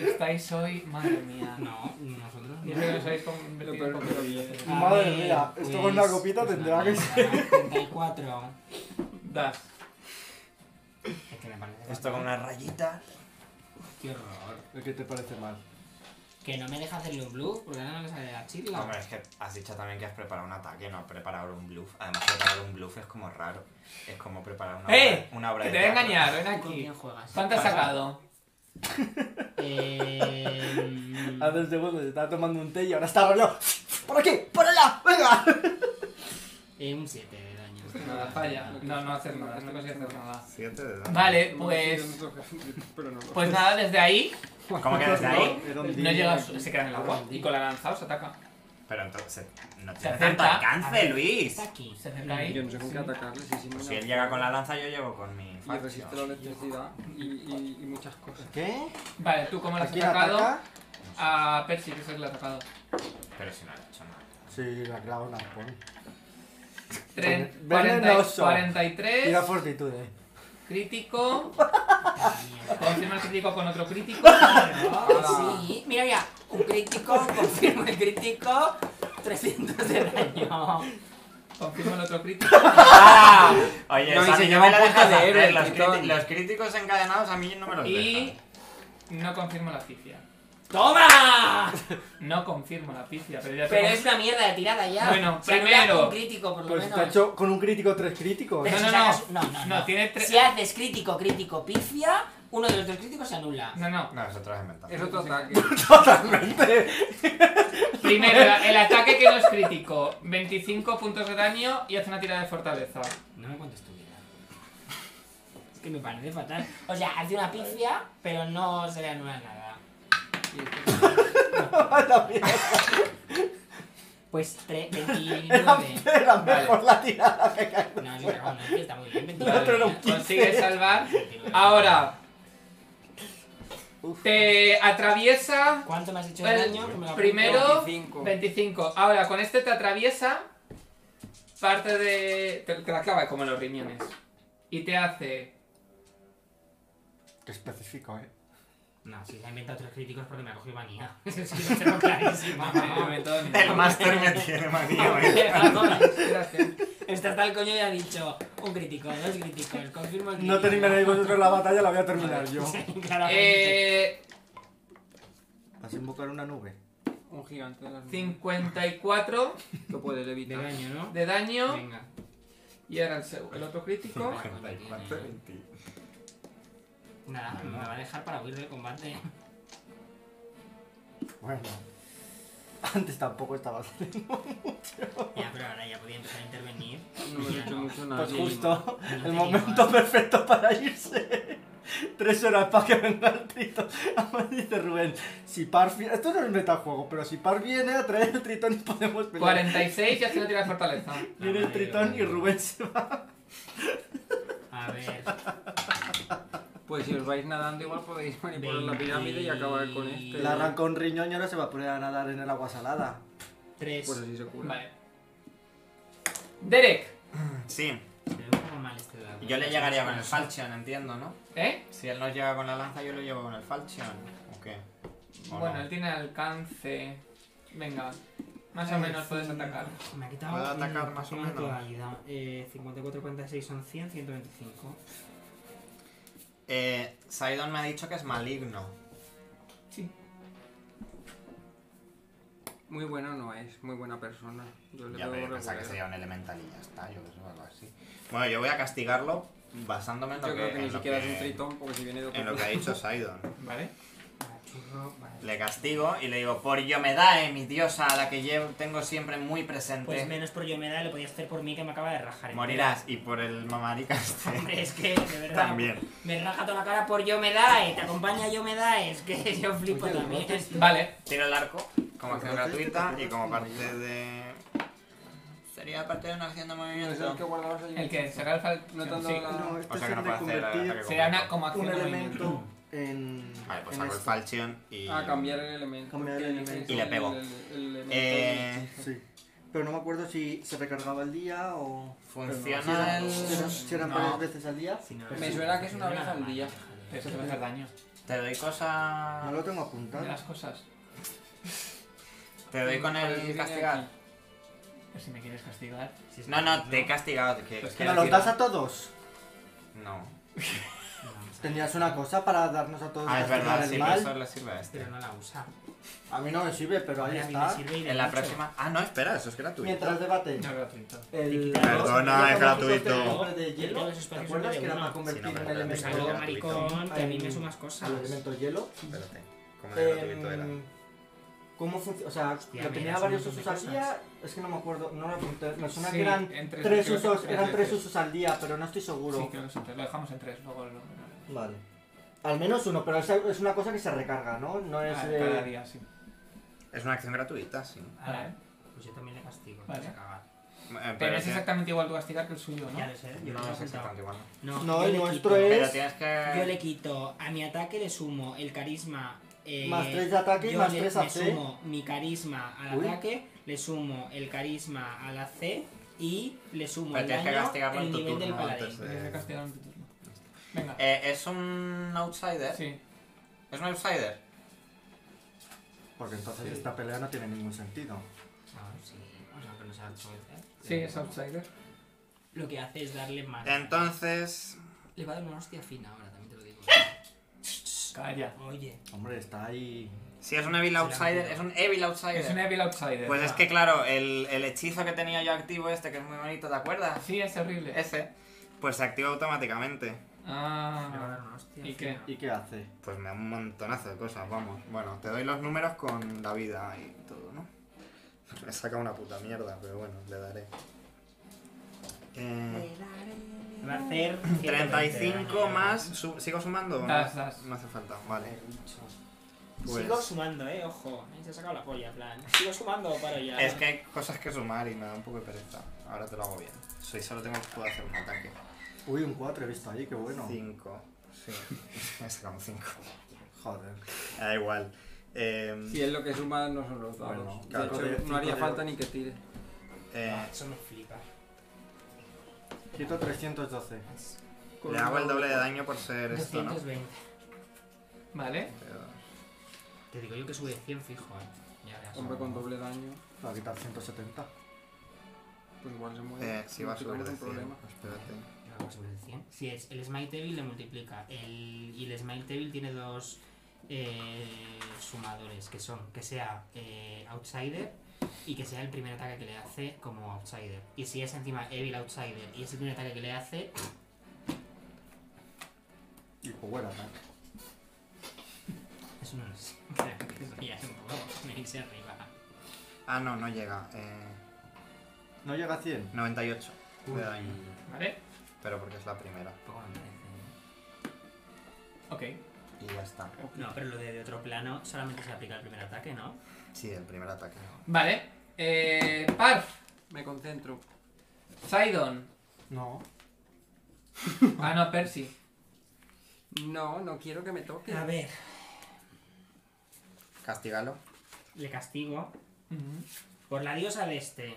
A: Estáis hoy, madre mía.
E: No, nosotros
A: Yo creo que
E: no.
A: os habéis convertido
B: Lo
A: un poquito
B: perdí.
A: bien.
E: A
F: Madre
E: ver, pues,
F: mía, esto con una copita tendrá que
E: nada, 34.
A: Das.
E: Es que me parece.
C: Esto con unas rayitas.
E: Qué horror.
F: ¿Qué te parece mal?
E: Que no me deja hacerle un bluff porque ahora no le sale la chirla.
C: Hombre, es que has dicho también que has preparado un ataque, no has preparado un bluff. Además, preparar un bluff es como raro. Es como preparar una
A: ¡Eh!
C: obra, una obra
A: Que te
C: de
A: voy a
C: teatro.
A: engañar, ven
E: ¿Con
A: aquí.
E: quién juegas?
A: ¿Cuánto has sacado?
E: Eh,
F: Hace un segundo se estaba tomando un té y ahora está rollo. ¡Por aquí! ¡Por allá! ¡Venga!
E: eh, un 7 de daño.
A: Nada, falla. No, no haces nada, no consigues hacer nada.
D: Siete de daño.
A: Vale,
B: No, sí,
A: pues.
B: yo no toco- Pero no.
A: Pues nada, desde ahí
C: ¿Cómo que desde ahí?
F: Era un
A: no
F: día.
A: llega, a su- se queda en el agua y con la lanza os ataca.
C: Pero entonces, no tiene
A: acerca.
C: tanto alcance, Luis.
E: Está aquí.
A: Se acerca ahí.
B: Yo no sé con qué atacarle. Si, si, no,
C: Si
B: no.
C: él llega con la lanza, yo llego con mi
B: Y
C: facha.
B: resiste la electricidad y, y, y muchas cosas.
F: ¿Qué?
A: Vale, tú como la
F: ¿A
A: has
F: quién
A: atacado
F: ataca?
A: a Percy, que es el que la ha atacado.
C: Pero si no ha hecho nada.
F: Sí, la clava una pon.
A: Tren-
F: Venenoso.
A: 40 y-
F: Tira
A: 43,
F: fortitud, eh.
A: crítico,
E: Mierda.
A: confirma el crítico con otro crítico.
E: Sí, mira, mira, un crítico, confirmo el crítico, 300 de daño.
A: Confirma el otro crítico.
C: ¡Ah! Oye,
B: No, y
C: eso a
B: se
C: mí
B: lleva
C: no me
B: un
C: lo
B: punto
C: dejas
B: de
C: hacer.
B: héroe,
C: ¿eh? los,
B: Tristón.
C: criti- los críticos encadenados a mí no me los
A: Y
C: dejan.
A: no confirmo la picia.
E: ¡Toma!
A: No confirmo la picia, pero ya
E: Pero
A: tengo-
E: es una mierda de tirada ya.
A: Bueno,
E: Si anulas
A: primero.
E: Un crítico, por lo
F: Pues
E: menos.
F: está hecho con un crítico tres críticos.
E: Pero
A: No,
E: si
A: no,
E: sacas-
A: no.
E: no, no,
A: No,
E: no.
A: tiene tres-
E: Si haces crítico, crítico, pifia, Uno de los dos críticos se anula.
A: No, no.
D: No, eso te lo has inventado.
B: Es otro ataque.
F: Totalmente.
A: Primero, el- el ataque que no es crítico. 25 puntos de daño y hace una tirada de fortaleza.
E: No me cuentes tu vida. Es que me parece fatal. O sea, hace una pifia, pero no se le anula nada.
B: Y este-
E: Pues tre- 29.
F: Era
A: Vale.
F: mejor la tirada que
E: No, no, no, no, está muy bien. 29.
A: Vale,
F: otro era un
A: Consigue
F: 15.
A: salvar.
E: 29.
A: Ahora,
F: Uf.
A: te atraviesa
E: ¿Cuánto me has hecho de
A: el
E: daño? Que me lo apunto.
A: primero
B: 25.
A: 25. Ahora, con este te atraviesa parte de... Te, te la clava como en los riñones. Y te hace...
D: Qué específico, eh.
E: No, si se ha inventado tres críticos porque me ha cogido manía. Eso sí, lo tengo clarísimo.
A: Ah.
C: El máster me tiene manía, eh.
E: Está Este hasta el coño y ha dicho un crítico, dos críticos, confirmo el crítico.
F: No terminaréis vosotros la batalla, la voy a terminar yo.
E: Claramente.
A: Eh,
F: Vas a invocar una nube.
B: Un gigante de las nubes.
A: 54
B: Lo puedes
E: De
B: evitar.
E: daño, ¿no?
A: de daño.
E: Venga.
A: Y ahora el, seg- el otro crítico.
D: 44, 20.
E: Nada, me va a dejar para huir del combate.
F: Bueno. Antes tampoco estaba saliendo.
E: Ya, pero ahora ya podía empezar a intervenir.
B: No me he hecho mucho nada.
F: Pues justo.
E: No
F: El
E: tenía
F: momento
E: más.
F: perfecto para irse. Tres horas para que venga el tritón. Además dice Rubén, si Par viene... Esto no es un metajuego, pero si Par viene a traer el tritón y podemos pelear.
A: 46 y hace una tirada de fortaleza.
F: Viene el tritón y Rubén se va.
E: A ver.
B: Pues si os vais nadando, igual podéis manipular la pirámide y acabar con este.
E: Le
F: Le arranca un riñón y ahora se va a poner a nadar en el agua salada.
E: Tres.
B: Pues así se cura.
A: Vale. Derek,
C: Sí,
E: Me veo un poco mal este dado.
C: yo le llegaría con el falchion, entiendo, ¿no?
A: ¿eh?
C: Si él no llega con la lanza, yo lo llevo con el falchion. ¿O qué? ¿O
A: Bueno,
C: no?
A: él tiene alcance. Venga, más o menos puedes atacar.
E: Me ha quitado.
C: Puedo
E: un-
C: atacar más o
E: una
C: menos.
E: actualidad. Eh, 54, 46 son 100, 125.
C: Eh, Sidon me ha dicho que es maligno.
A: Sí.
B: Muy bueno no es, muy buena persona. Yo le
C: Ya,
B: veo
C: pero yo pensaba que
B: regular.
C: sería un elemental y ya está, yo que sé, algo así. Bueno, yo voy a castigarlo basándome en lo
B: Yo
C: que,
B: creo que
C: en
B: ni
C: lo
B: siquiera
C: que-
B: es un tritón, porque si viene de otro
C: en lo que ha dicho Sidon.
A: Vale.
E: Churro, vale.
C: Le castigo y le digo, por Yomedae, mi diosa, a la que llevo, tengo siempre muy presente,
E: Pues menos por Yomeda lo podías hacer por mí que me acaba de rajar. eh.
C: morirás. Y por el mamaricaste
E: Hombre, es que de verdad.
C: también.
E: Me raja toda la cara por Yomedae. Te acompaña Yomedae. Es que yo flipo
F: Oye,
E: también.
A: Vale.
C: Tiro el arco como acción
F: Pero este
C: gratuita
F: tipo
C: y
F: de
C: como
F: acción
C: parte de... Sería parte de una acción de
B: No Pues es el que
C: movimiento.
B: guardabas ahí.
A: El que será el fal.
B: No te han
A: sí.
B: dado la-
F: No, este
C: O sea
F: es
C: que no
F: el de
C: puede hacer
F: convertir
C: ataque
A: Será una
C: completo.
A: como acción
F: un
A: de
F: elemento
A: movimiento.
F: en.
C: Vale, pues
F: en
C: saco el
F: esto.
C: falchion y...
B: Ah, cambiar el elemento.
F: Cambiar el
B: porque
F: elemento.
C: Y le
B: el-
C: pego.
B: el- el elemento
C: Eh,
B: del hechizo.
F: Sí. Pero no me acuerdo si se recargaba al día o. Si
C: Funciona
F: eran,
C: el...
F: si eran- si eran
C: No.
F: varias veces al día.
E: Si no,
B: Me
E: no,
B: suena
E: no,
B: que es
E: no,
B: una
E: no,
B: vez
E: no,
B: al
E: no,
B: día.
E: no,
A: Pero eso te va a hacer daño.
C: Te doy
F: No
C: cosa...
F: lo tengo
A: De
F: apuntado.
A: las cosas.
C: Te doy con
B: Parece que
C: el
B: viene
C: castigar.
B: aquí.
A: Pero si me quieres castigar.
E: Si es
C: No, no,
E: que-
C: te he castigado. te quiero-
A: Pues
F: ¿Nos
C: quiero
F: los
C: decir-
F: das a todos?
C: No.
E: No, no, no,
F: Tenías una cosa para darnos a todos
C: Ah, es
F: castigar
C: verdad,
F: el
C: sí, pero
F: mal.
C: eso le sirve a este.
E: Pero no la usa.
F: A mí no me sirve, pero ahí
E: A mí me
F: está.
E: sirve y de
C: En la
E: mucho.
C: próxima... Ah, no, espera, eso es gratuito.
F: Mientras debate.
A: No, gratuito.
F: El...
C: Perdona, es
F: el
C: gratuito.
F: hombre de
E: Yo
F: hielo,
E: tengo esos
F: ¿Te
E: espacios
F: acuerdas
E: de
F: que era
E: uno.
F: para
C: Sí, no,
F: convertir en
C: pero
E: Me
C: me
F: elemento
C: salió
E: salió
C: gratuito.
E: maricón, que a mí me sumas cosas.
F: al elemento hielo?
C: Espérate. Como de gratuito era.
F: Em, ¿Cómo funciona? O sea,
E: Hostia,
F: lo
E: mira,
F: tenía
E: son
F: varios
E: un
F: usos
E: montón
F: al
E: de
F: día. Es que no me acuerdo, no lo apunté. Me suena
A: Sí,
F: que eran
A: en tres-
F: tres
A: creo que
F: usos,
A: son
F: eran tres
A: veces.
F: usos al día, pero no estoy seguro.
A: Sí, creo que son tres. Lo dejamos en tres. Luego lo.
F: Vale. Al menos uno, pero es, es una cosa que se recarga, ¿no? No es.
A: Ah,
F: eh,
A: cada día, sí. Ah,
C: Es una acción gratuita, sí. Em,
A: Vale.
E: Pues yo también le castigo.
A: Vale.
E: que se caga.
C: Eh,
A: Pero es
C: tiene-
A: exactamente igual tu castigar que el suyo,
E: Ya
A: ¿no?
E: lo sé. Yo
C: No
E: lo he
C: es
E: apuntado.
C: exactamente igual.
F: No,
E: yo
F: el
E: le
F: nuestro
E: quito-
F: es-
C: Pero tienes que...
E: Yo le quito a mi ataque le sumo el carisma. eh,
F: Más tres de ataque y
E: yo
F: más
E: le-
F: tres a
E: le
F: C.
E: sumo mi carisma al
F: Uy.
E: ataque, le sumo el carisma a la C y le sumo
C: Pero
E: el
C: tienes que
E: daño,
C: castigarlo
E: el
C: en tu
E: nivel del
C: turno
E: paladín.
C: antes
A: Tienes que
C: de-
A: castigar en tu turno. Venga.
C: Eh, es un outsider.
A: Sí.
C: Es un outsider.
F: Porque entonces
A: Sí.
F: esta pelea no tiene ningún sentido.
E: Ah, sí. O sea, que no sea outsider.
A: Sí, es outsider.
E: Lo que hace es darle más.
C: Entonces.
E: Le va a dar una hostia fina ahora, también te lo digo.
A: Calla.
E: Oye,
F: Hombre, está ahí.
C: Si es un evil
E: Se la
C: outsider,
E: metió.
C: es un evil outsider.
A: Es un evil outsider.
C: Pues es
A: Ah.
C: que, claro, el, el hechizo que tenía yo activo, este que es muy bonito, ¿te acuerdas?
A: Sí, es horrible.
C: Ese, pues se activa automáticamente.
E: Me va a
A: Ah.
E: dar una hostia.
A: ¿Y qué?
F: ¿Y qué hace?
C: Pues me da un montonazo de cosas, vamos. Bueno, te doy los números con la vida y todo, ¿no? Me saca una puta mierda, pero bueno, le daré. Eh,
E: Me va a hacer
C: 35 más. su- ¿Sigo sumando? o no?
A: Das, das.
C: No hace falta, vale. Pues-
E: Sigo sumando, eh, ojo. Ahí se ha sacado la polla, en plan. Sigo sumando o paro ya.
C: Es que hay cosas que sumar y me da un poco de pereza. Ahora te lo hago bien. Soy solo tengo que puedo hacer un ataque.
F: Uy, un 4 he visto ahí, qué bueno.
C: 5. Sí, me sacamos 5.
F: Joder.
C: Da igual. Eh,
B: Si es lo que suma, no son los dados.
F: Bueno,
B: De
C: claro.
B: hecho,
F: Cinco
B: no haría
F: de-
B: falta ni que tire.
E: Ah,
C: eh,
E: Eso me flipa.
F: Quito 312.
B: Con
C: le hago
B: un
C: el
B: dado
C: doble de daño por ser esto, ¿no?
E: 220.
A: Vale.
E: Te digo yo que sube 100 fijo, eh. Ya verás.
B: Hombre, con doble daño,
F: Va a quitar 170.
B: pues igual se mueve.
C: Eh, sí, va a
B: No
C: subir
B: tenemos
C: de
B: un
C: 100.
B: problema.
C: Espérate.
E: Ya vamos a ver el 100. Si es el Smite Devil le multiplica. El, y el Smite Devil tiene dos eh, sumadores, que son que sea eh, Outsider y que sea el primer ataque que le hace como Outsider. Y si es encima Evil Outsider y es el primer ataque que le hace,
F: Y Power Attack.
E: es un 1. Creo que eso ya es un poco. Me hice arriba.
C: Ah, no, no llega. Eh,
F: No llega a 100.
C: 98
E: Uy,
C: de daño.
A: Vale.
C: Pero porque es la primera.
E: Poco me parece.
A: Ok.
C: Y ya está.
E: No, pero lo de, de otro plano solamente se aplica el primer ataque, ¿no?
C: Sí, el primer ataque.
A: Vale. Eh, Parf.
B: Me concentro.
A: Sidon.
F: No.
A: Ah, no, Percy.
B: No, no quiero que me toque.
E: ver.
C: Castígalo.
E: Le castigo por la diosa de este.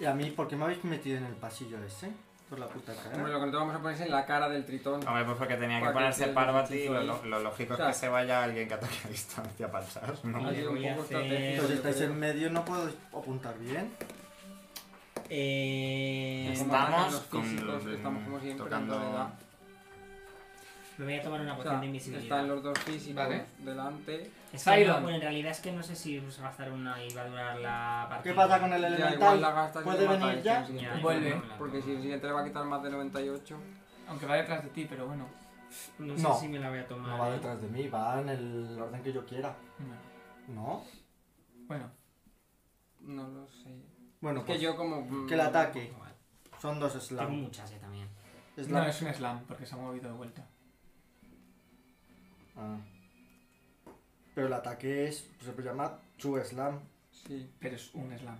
F: ¿Y a mí por qué me habéis metido en el pasillo ese? Por la puta
B: Hombre,
F: cara.
B: lo que no te vamos a poner es en la cara del tritón.
E: Ah,
C: Hombre, pues porque tenía que
B: Para que
C: ponerse
B: te-
C: Parvati.
B: te-
C: Lo, lo- lo lógico es
B: Claro.
C: que se vaya alguien que ataque a distancia para atrás, ¿no?
B: Ha
E: Le
B: sido un
E: voy a
B: poco
E: hacer-
B: estratégico.
F: Entonces
B: yo
F: estáis
B: creo.
F: en medio, no puedo apuntar bien.
E: Eh,
B: Como atacan los
C: Estamos con-
B: físicos, Estamos como siempre
C: tocando-
B: en la edad.
E: me voy a tomar una
B: O
E: poción
B: sea,
E: de
B: están
E: invisibilidad.
B: los dos físicos
A: Vale.
B: delante.
E: Es que
A: Sidon.
E: no, bueno, en realidad es que no sé si se va a gastar una y va a durar la partida.
F: ¿Qué pasa con el
B: Ya, igual la
F: elemental?
B: gastas y
F: ¿Puede
B: le mata
F: venir
B: este
F: ya?
B: al siguiente.
E: Ya,
A: Vuelve.
E: no me la
B: Porque si el siguiente le va a quitar más de 98.
A: Aunque va detrás de ti, pero bueno.
E: No sé
F: No.
E: si me la voy a tomar.
F: No va
E: ¿eh?
F: detrás de mí, va en el orden que yo quiera. ¿No?
A: Bueno.
B: No lo sé.
F: Bueno,
B: Es que
F: pues
B: yo como. mm,
F: que el ataque.
E: Igual.
F: Son dos
E: Tengo
F: slams.
E: muchas, eh, también.
A: No,
F: Slam.
A: es un slam porque se ha movido de vuelta.
F: Ah. Pero el ataque es, pues, se puede llamar True Slam.
B: Sí.
A: Pero es un slam.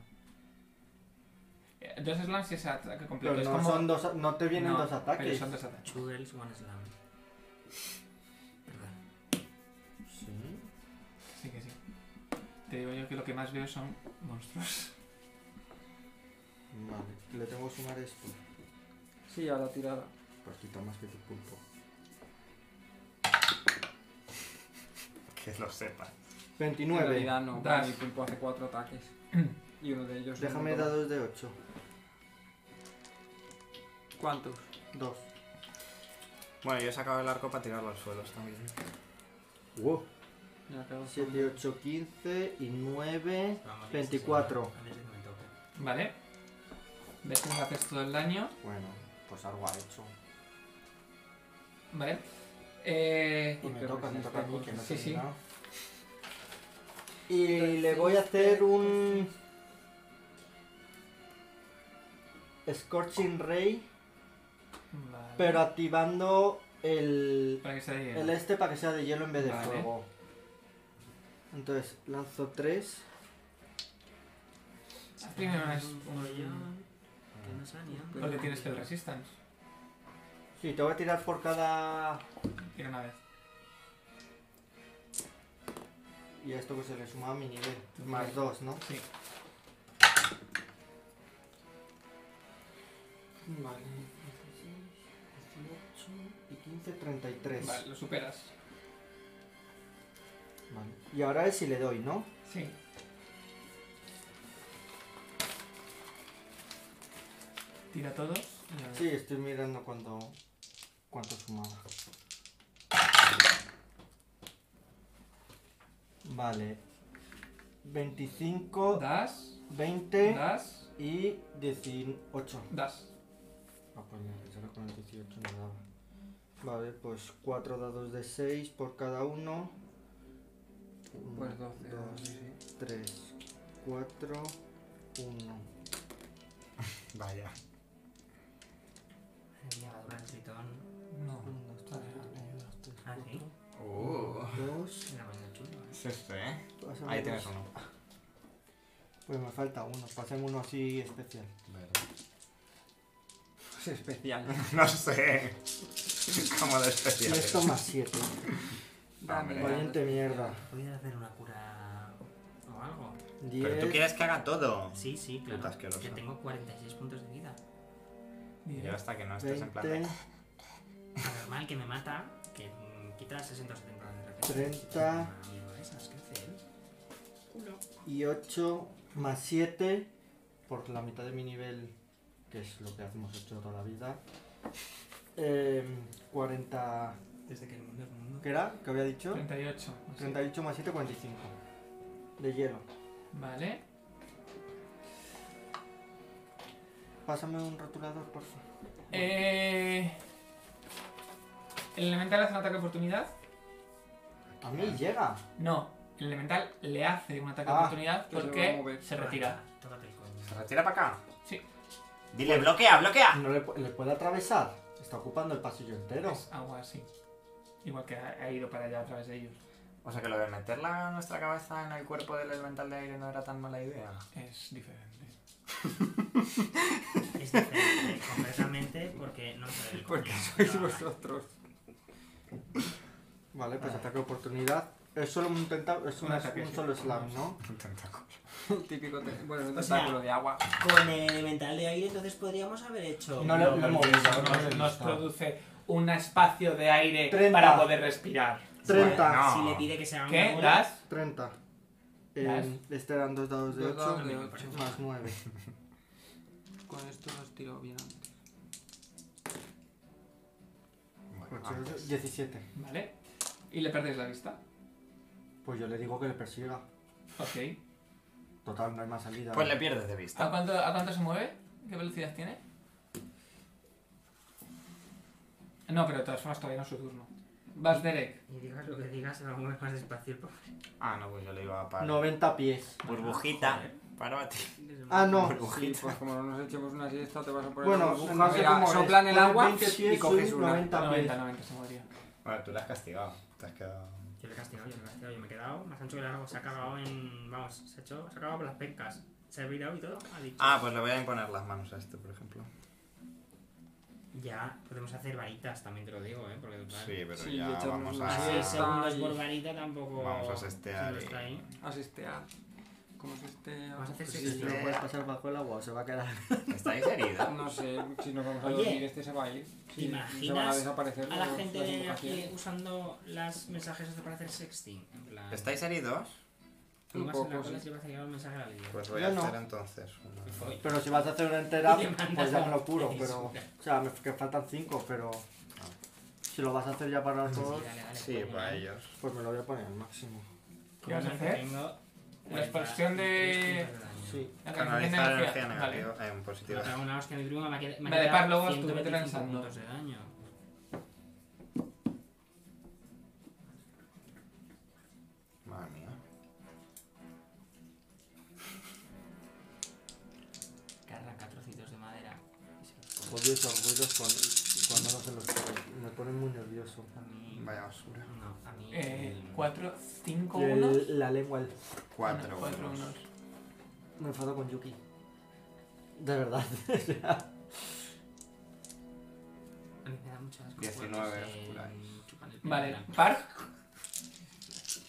A: Eh, Dos slams y es ataque completo.
F: Pero
A: es
F: no,
A: como...
F: son dos, no te vienen
A: No,
F: dos
A: Pero
F: ataques.
A: son dos ataques.
E: Two girls, one slam. Perdón.
F: Sí.
A: Sí que sí. Te digo yo que lo que más veo son monstruos.
F: Vale, le tengo que sumar esto.
B: Sí, a la tirada.
F: Pues quita más que tu pulpo.
C: Que lo sepa.
B: En
F: 29.
B: realidad no.
A: Das.
B: Mi pulpo hace 4 ataques. Y uno de ellos. es un
F: Déjame
B: botón.
F: dados de 8.
B: ¿Cuántos?
F: 2.
C: Bueno, yo he sacado el arco para tirarlo al suelo también.
F: Wow.
B: Ya quedó
F: 7, 8, 15 y 9.
E: Vamos, ya
F: 24.
E: se llama. A ver si me toca.
A: Vale. Ves cómo haces todo el daño.
F: Bueno, pues algo ha hecho.
A: Vale. Eh,
F: Y me toca, me toca a mí, que este no
A: Sí,
F: sé
A: sí.
F: Y le voy a hacer un. este. Scorching Ray,
A: vale.
F: pero activando el,
A: Para que se diga.
F: el este para que sea de hielo en vez de
A: Vale.
F: fuego. Entonces, lanzo 3.
A: Haz Primero una-
E: Un
A: un...
E: follón, que Mm. no sea ni hambre.
A: Porque este tienes el resistance.
F: Sí, te voy a tirar por cada.
A: Tira una vez.
F: Y a esto que se le suma a mi nivel.
A: Tu
F: Más
A: nivel.
F: 2, ¿no?
A: Sí.
F: Vale. 16, 18 y 15, 33.
A: Vale, lo superas.
F: Vale. Y ahora es si le doy, ¿no?
A: Sí. Tira todos. y a ver.
F: Sí, estoy mirando cuánto, cuánto sumaba. Vale. 25,
A: Das,
F: 20
A: das,
F: y 18.
A: das.
F: Ah, pues no, que solo con el 18 no daba. Vale, pues 4 dados de 6 por cada uno.
B: Pues 12 dados,
F: 3, 4, 1.
D: Vaya.
E: Llevado un tritón.
A: No.
F: 1, 2, 3, 4,
E: Ah, sí.
F: 1,
C: Ah,
F: 2.
E: Una vaina chula.
D: Uh, Es este, ¿eh? Ahí tienes uno.
F: Pues me falta uno, pasemos uno así especial.
B: Es especial.
D: No sé. Como de
F: Y
D: especial.
F: esto más 7.
B: Dame.
F: Valiente mierda.
E: Voy a hacer una cura o algo.
F: 10.
D: Pero tú quieres que haga todo.
E: Sí, sí, claro.
D: Puta asquerosa.
E: Que tengo 46 puntos de vida.
D: Yo hasta que no estés en plan de...
F: 20,
E: Normal que me mata, que mm, quita 60 o 70 de repente.
F: 30.
E: Ah, mierda, esas, ¿qué hace él?
F: y 8 más 7 por la mitad de mi nivel, que es lo que hacemos 8 toda la vida. Em, 40.
E: Desde que el mundo es mundo.
F: ¿Qué era? ¿Qué había dicho?
A: 38. así.
F: 38 más 7, 45. De hielo.
A: Vale.
F: Pásame un rotulador, por favor.
A: Eh... ¿El elemental hace un ataque de oportunidad?
F: A mí llega.
A: No. El elemental le hace un ataque de
F: Ah,
A: oportunidad
B: que se va a
A: porque
B: mover.
A: se retira.
E: Ah, Tócate el coño.
D: ¿Se retira para acá?
A: Sí.
D: Dile, bloquea, bloquea.
F: No le, pu- le puede atravesar. Está ocupando el pasillo entero.
A: Es agua así. Igual que ha ha ido para allá a través de ellos.
D: O sea que lo de meter la, nuestra cabeza en el cuerpo del elemental de aire no era tan mala idea.
A: Es diferente.
E: Es diferente completamente porque no sé el
B: Porque
E: coño.
B: sois
E: No,
B: vosotros.
F: Vale, pues ataque de oportunidad. Es solo un tenta- es
A: Un
F: un-
A: ataque,
F: un
A: sí.
F: solo slam, ¿no?
D: Un tentáculo.
B: Un típico. te- Bueno, un
E: O sea,
B: tentáculo de agua.
E: Con el elemental de aire entonces podríamos haber hecho...
F: No lo- lo hemos visto, no lo
A: Nos,
F: hemos
A: nos
F: visto.
A: produce un espacio de aire
F: 30.
A: para poder respirar.
F: 30.
D: no.
E: Si le pide que sea una
A: ¿Qué?
E: bola,
A: ¿Das?
F: 30. Em, este eran dos dados de
B: Dos
F: 8
B: dados de
E: ocho.
B: ocho.
F: más 9.
B: Con esto los tiro bien antes.
D: Bueno,
F: Ocho, ocho, 17.
A: Vale. Y le perdéis la vista.
F: Pues yo le digo que le persiga.
A: Ok.
F: Total, no hay más salida.
D: Pues le pierdes de
A: ¿A
D: vista.
A: cuánto, ¿A cuánto se mueve? ¿Qué velocidad tiene? No, pero de todas formas todavía no es su turno. Vas Derek.
E: Y digas lo que digas, se va a mover más despacio el pobre.
D: Ah, no, pues yo le iba a parar.
F: 90 pies.
D: Burbujita.
E: Joder.
D: Párate.
F: Ah, no.
B: Sí, pues como no nos echemos una siesta, te vas a poner.
F: Bueno,
B: burbuja.
F: no sé
B: Mira,
F: cómo es.
B: Soplan el
F: Con
B: agua
F: 20
B: y
F: pies
B: coges
F: subís
B: una.
F: 90 pies.
A: 90, 90 se movería.
D: Bueno, tú la has castigado. Te has quedado...
E: Yo le he castigado, yo le he castigado, yo me he quedado más ancho que largo, se ha acabado en... Vamos, se ha hecho, se ha acabado por las pencas. Se ha virado y todo, ha dicho.
D: Ah, pues le voy a imponer las manos a este, por ejemplo.
E: Ya, podemos hacer varitas, también te lo digo, ¿eh? Porque total...
D: Sí, pero
B: Sí,
D: ya
B: echamos
D: vamos
B: una
D: a...
E: Más
B: siesta.
E: seis segundos
B: ahí.
E: por varita tampoco...
D: Vamos a sestear
E: si no
D: y-
E: está ahí.
B: Asistear. ah, ¿Cómo se estea?
E: Vas a hacer
B: Pues
F: Si
E: sexting.
B: sí,
F: se lo puedes pasar bajo el agua o se va a quedar.
D: ¿Estáis heridos?
B: No sé, si nos vamos a
E: Oye,
B: dormir, este se va a ir.
E: ¿Te
B: Sí, Se van a
E: imaginas
B: desaparecer
E: A la
B: los-
E: gente
B: las
E: de
B: invocaciones.
E: aquí usando las mensajes estos para hacer sexting. En plan,
D: ¿Estáis heridos?
E: tú vas
B: Un
E: en la
B: poco,
E: cola
B: sí.
E: y vas a llegar un mensaje a la vídeo.
D: Pues voy
F: Yo
D: a
F: no.
D: hacer entonces una...
C: pues
F: Pero si vas a hacer una entera,
E: Y le mandas
F: pues ya me
E: a-
F: lo curo.
E: y
F: Pero,
E: sube.
F: o sea, me que faltan 5, pero. Si lo vas a hacer ya para todos,
D: Sí, para ellos.
F: pues me lo voy a poner al máximo.
A: ¿Qué vas a hacer? La expansión de-
F: Sí.
A: La
D: Canalizar energía
A: Vale.
D: negativa en
E: Me
D: positiva.
E: cago en la hostia, mi primo me ha qued- me ha
A: Vale,
E: quitado
A: Pablo, vos tú, vete
E: 125
A: lanzando.
E: puntos de daño.
D: Madre mía.
E: Carga cuatro trocitos de madera. Y se los come.
F: Odio esos ruidos cuando, cuando no se los ponen. Me ponen muy nervioso.
E: A mí...
D: Vaya basura.
E: No, a mí...
A: Eh,
F: Mm.
E: el-
A: 4, 5,
F: Y el-
A: 1.
F: la lengua, el-
D: Cuatro,
A: cuatro
D: unos.
A: unos.
F: me enfado con Yuki. De verdad. o sea,
E: A mí me da mucho asco.
D: 19
E: cuando se
D: oscuráis.
E: chupan el pelo
A: Vale,
E: blanco.
A: Park.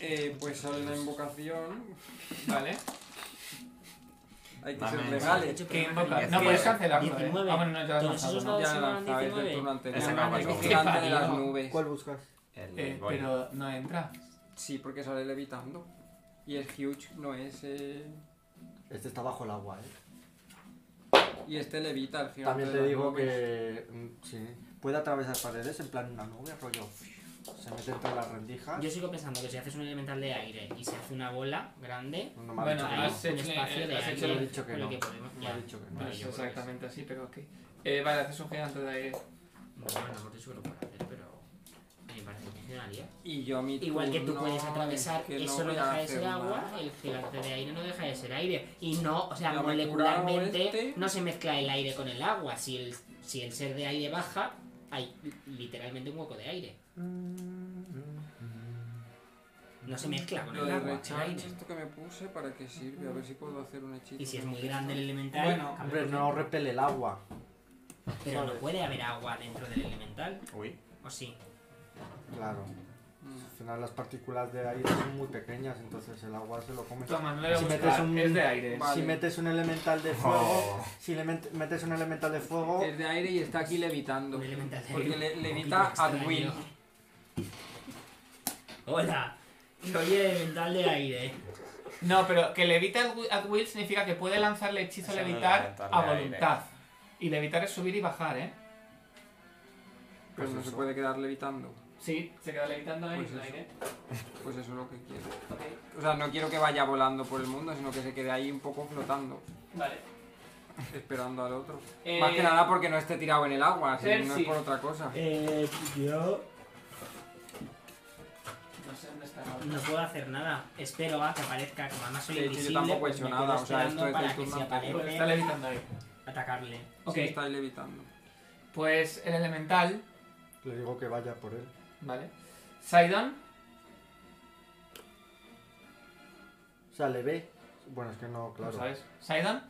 B: Eh, pues sale la invocación.
A: Vale.
B: Hay que
D: Dame
B: ser
D: eso.
B: legales.
A: Que invoca. No
D: Diecinueve.
A: puedes cancelarlo, eh.
E: Diecinueve.
A: Ah, bueno, no, ya lo has
E: Todos
A: lanzado,
E: esos
A: ¿no?
E: dados
B: Ya
E: se
B: la
E: van
B: lanzabais del
E: 19.
B: turno anterior.
D: Ese
E: Madre
D: no,
E: que
D: vale.
E: te
B: Gigante de
E: parió.
B: las nubes.
F: ¿Cuál buscas?
D: El
A: Eh,
D: boy.
A: pero no entra.
B: Sí, porque sale levitando. Y es huge, no es. eh,
F: Este está bajo el agua, eh.
B: Y este levita, el gigante.
F: También
B: de
F: te
B: las
F: digo
B: nubes.
F: que. mm, Sí. Puede atravesar paredes en plan una nube, rollo. Se mete entre las rendijas.
E: Yo sigo pensando que si haces un elemental de aire y se hace una bola grande,
F: No me ha
A: Bueno,
F: dicho que
E: hay
A: has
E: un
A: hecho-
E: espacio
A: eh,
E: de
A: has
E: aire
A: hecho-
F: Me ha dicho que
E: con lo
F: no.
E: que podemos.
F: no. Me ha
E: ya.
F: dicho que
A: No
F: no.
E: Vale,
A: es
E: yo creo que
A: exactamente así, pero ok. Eh, vale, haces un gigante de aire.
E: Bueno, no hemos dicho que lo puedes hacer, pero. A mí me parece que funcionaría.
B: Y yo a mi
E: Igual que tú
B: turno
E: puedes
B: es
E: atravesar,
B: que
E: eso no
B: voy a
E: deja de
B: hacer
E: ser agua,
B: nada.
E: el gigante de aire no deja de ser aire. Y no, o sea,
B: La molecular
E: molecularmente
B: oeste.
E: no se mezcla el aire con el agua. Si el, si el ser de aire baja, hay literalmente un hueco de aire. No se mezcla con
B: Lo
E: el
B: de
E: agua, el
B: recharge,
E: aire.
B: esto que me puse, ¿para qué sirve? A ver si puedo hacer un hechizo.
E: Y si es
B: que
E: muy
B: me
E: grande el
B: gusta.
E: elemental,
A: Bueno,
E: cambia
F: Hombre,
E: el
F: no
E: concepto.
F: repele el agua.
E: pero no
F: ¿sabes?
E: puede haber agua dentro del elemental,
C: Uy.
E: ¿o sí?
F: Claro. Al final las partículas de aire son muy pequeñas, entonces el agua se lo come.
A: Toma, no le voy a
F: Si
A: buscar,
F: metes un-
A: Es de aire.
B: Vale.
F: Si metes un elemental de fuego,
C: Oh.
F: si le ment- metes un elemental de fuego,
B: Es de aire y está aquí levitando.
E: Un elemental de
B: Porque
E: aire
B: le,
E: un
B: levita
E: poquito
B: a
E: extraño.
B: Will.
E: Hola, soy el elemental de aire.
A: No, pero que levita at wi- at will significa que puede lanzarle hechizo
C: Eso no
A: levitar
C: levantarle
A: a
C: aire.
A: voluntad. Y levitar es subir y bajar, ¿eh?
B: Pero no se puede quedar levitando.
A: Sí, se queda levitando ahí
B: Pues
A: en el
B: eso.
A: aire.
B: Pues eso es lo que quiero.
A: Ok,
B: O sea, no quiero que vaya volando por el mundo, sino que se quede ahí un poco flotando,
A: vale.
B: esperando al otro.
A: Eh,
B: Más que nada porque no esté tirado en el agua, si no
A: Cersei.
B: es por otra cosa.
E: Eh, yo
A: No sé dónde está la otra.
E: no puedo hacer nada. Espero a que aparezca, como además soy
B: De hecho, yo
E: invisible.
B: tampoco he
E: pues
B: hecho
E: me quedo
B: nada, o sea,
E: esperando
B: esto es
E: para
B: el
E: que
B: turno
E: si
B: anterior.
A: Porque pues está
E: aparece,
A: levitando ahí.
E: atacarle.
A: Ok,
B: Si estáis levitando.
A: pues el elemental,
F: le digo que vaya por él.
A: ¿vale? Sidon,
F: O sea, le ve. Bueno, es que no,
A: lo
F: claro.
A: sabes. Sidon,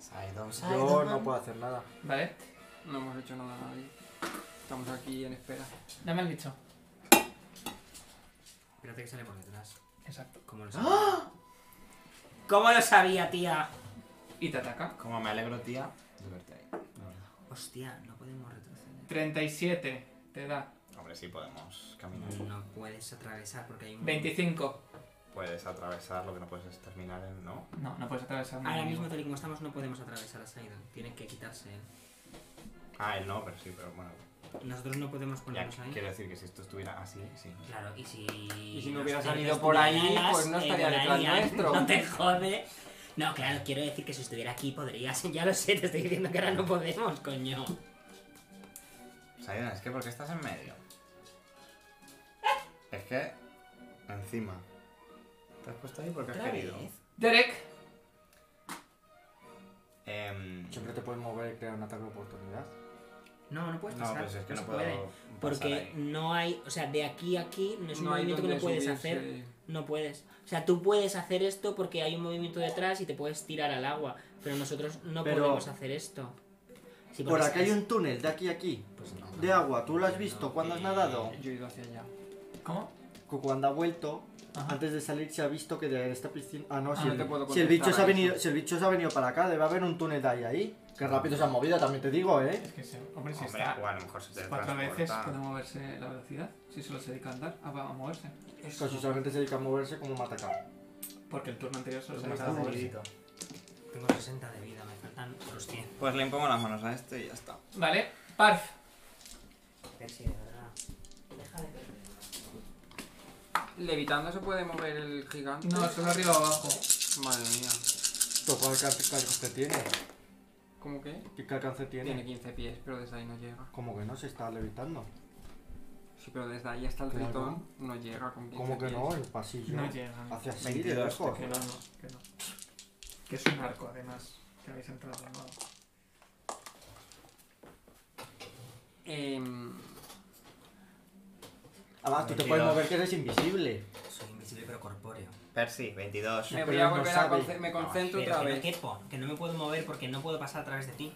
C: Sidon,
F: Yo no puedo hacer nada.
A: ¿vale?
B: No hemos hecho nada a nadie. Estamos aquí en espera.
A: Dame el bicho.
E: Espérate que sale por detrás.
A: Exacto.
E: ¿Cómo lo sabía? ¿Cómo lo sabía, tía?
A: Y te ataca.
C: Como me alegro, tía, de verte ahí. la verdad.
E: Hostia, no podemos retroceder.
A: 37 te da.
C: Hombre, sí podemos caminar.
E: No puedes atravesar porque hay un...
A: 25.
C: Puedes atravesar lo que no puedes es terminar en. ¿No?
A: No, no puedes atravesar un
E: Ahora
A: enemigo.
E: mismo, tal y como estamos, no podemos atravesar a Sidon. Tiene que quitarse ¿eh? él.
C: Ah, él no, pero sí, pero bueno.
E: Nosotros no podemos
C: Ya,
E: ponernos ahí.
C: quiero decir que si esto estuviera así, sí.
E: Claro, y si.
B: Y si no
E: nos
B: hubiera
E: pierdes
B: salido
E: tú
B: por
E: de
B: ahí,
E: alas,
B: pues no
E: eh,
B: estaría
E: volaría,
B: detrás nuestro.
E: No te jode. No, claro, quiero decir que si estuviera aquí podrías. Ya lo sé, te estoy diciendo que ahora no podemos, coño.
C: Saidon, es que porque estás en medio. Es que. Encima. Te has puesto ahí porque has
E: Otra
C: querido.
E: vez.
A: Derek,
C: Em,
F: Siempre te puedes mover y crear un ataque de oportunidad.
E: No, no puedes
C: no,
E: pasar.
C: pues es que no,
E: se
C: puedo.
E: puede.
C: pasar
E: Porque
C: ahí.
E: no hay. O sea, de aquí a aquí no es un movimiento que
B: donde
E: no puedes
B: subirse.
E: hacer. No puedes. O sea, tú puedes hacer esto porque hay un movimiento detrás y te puedes tirar al agua. Pero nosotros no
F: Pero-
E: podemos hacer esto. Sí,
F: Por
E: porque
F: aquí
E: es-
F: hay un túnel, de aquí a aquí.
E: pues no.
F: De agua, ¿tú lo has visto? ¿Cuándo has nadado?
B: Yo he ido hacia allá.
A: ¿cómo?
F: Que Cuando ha vuelto,
A: Ajá.
F: antes de salir se ha visto que de esta piscina... Ah, no,
A: Ah,
F: si,
A: no
F: el,
B: te puedo
F: si el
B: contestar
F: bicho se ha
B: a eso.
F: venido, si el bicho se ha venido para acá, debe haber un túnel de ahí ahí. Que rápido se ha movido, también te digo, ¿eh?
A: Es que se. Hombre, si
C: Hombre,
A: está.
C: o a lo mejor se te
A: Cuatro veces puede
C: transporta.
A: moverse la velocidad. Si solo se dedica a andar, ah, va a moverse.
F: Eso solamente se dedica a moverse como un matacán.
A: Porque el turno anterior solo se
C: Me
A: dedicaba
C: estás
A: a moverse.
C: movidito.
E: Tengo 60 de vida, me faltan los 100.
C: Pues le impongo las manos a este y ya está.
A: Vale, Parf.
E: Percy, de verdad. Deja de perder.
B: Levitando se puede mover el gigante.
A: No, solo arriba o abajo.
B: Madre mía.
F: Toca el alcance tiene.
B: ¿Cómo que?
F: ¿Qué alcance
B: Tiene
F: tiene?
B: 15 pies, pero desde ahí no llega.
F: Como que no se está levitando.
B: Sí, pero desde ahí hasta el
F: Claro.
B: tritón no llega con 15
F: Como que
B: pies.
F: no, el pasillo.
A: No llega.
F: Hacia así, de
C: 22
F: lejos.
A: Que no, no, que no. Que es un arco, además. Que habéis entrado de nuevo.
B: Em,
F: Además, Ah, tú te
C: 22.
F: puedes mover que eres invisible.
E: Soy invisible pero corpóreo.
C: Percy, 22.
B: me
F: pero
B: voy
F: él
B: a
F: no
B: volver a
F: sabe.
B: conce- me concentro
E: Pero
B: otra
E: que
B: vez.
E: no quepo, que no me puedo mover porque no puedo pasar a través de ti.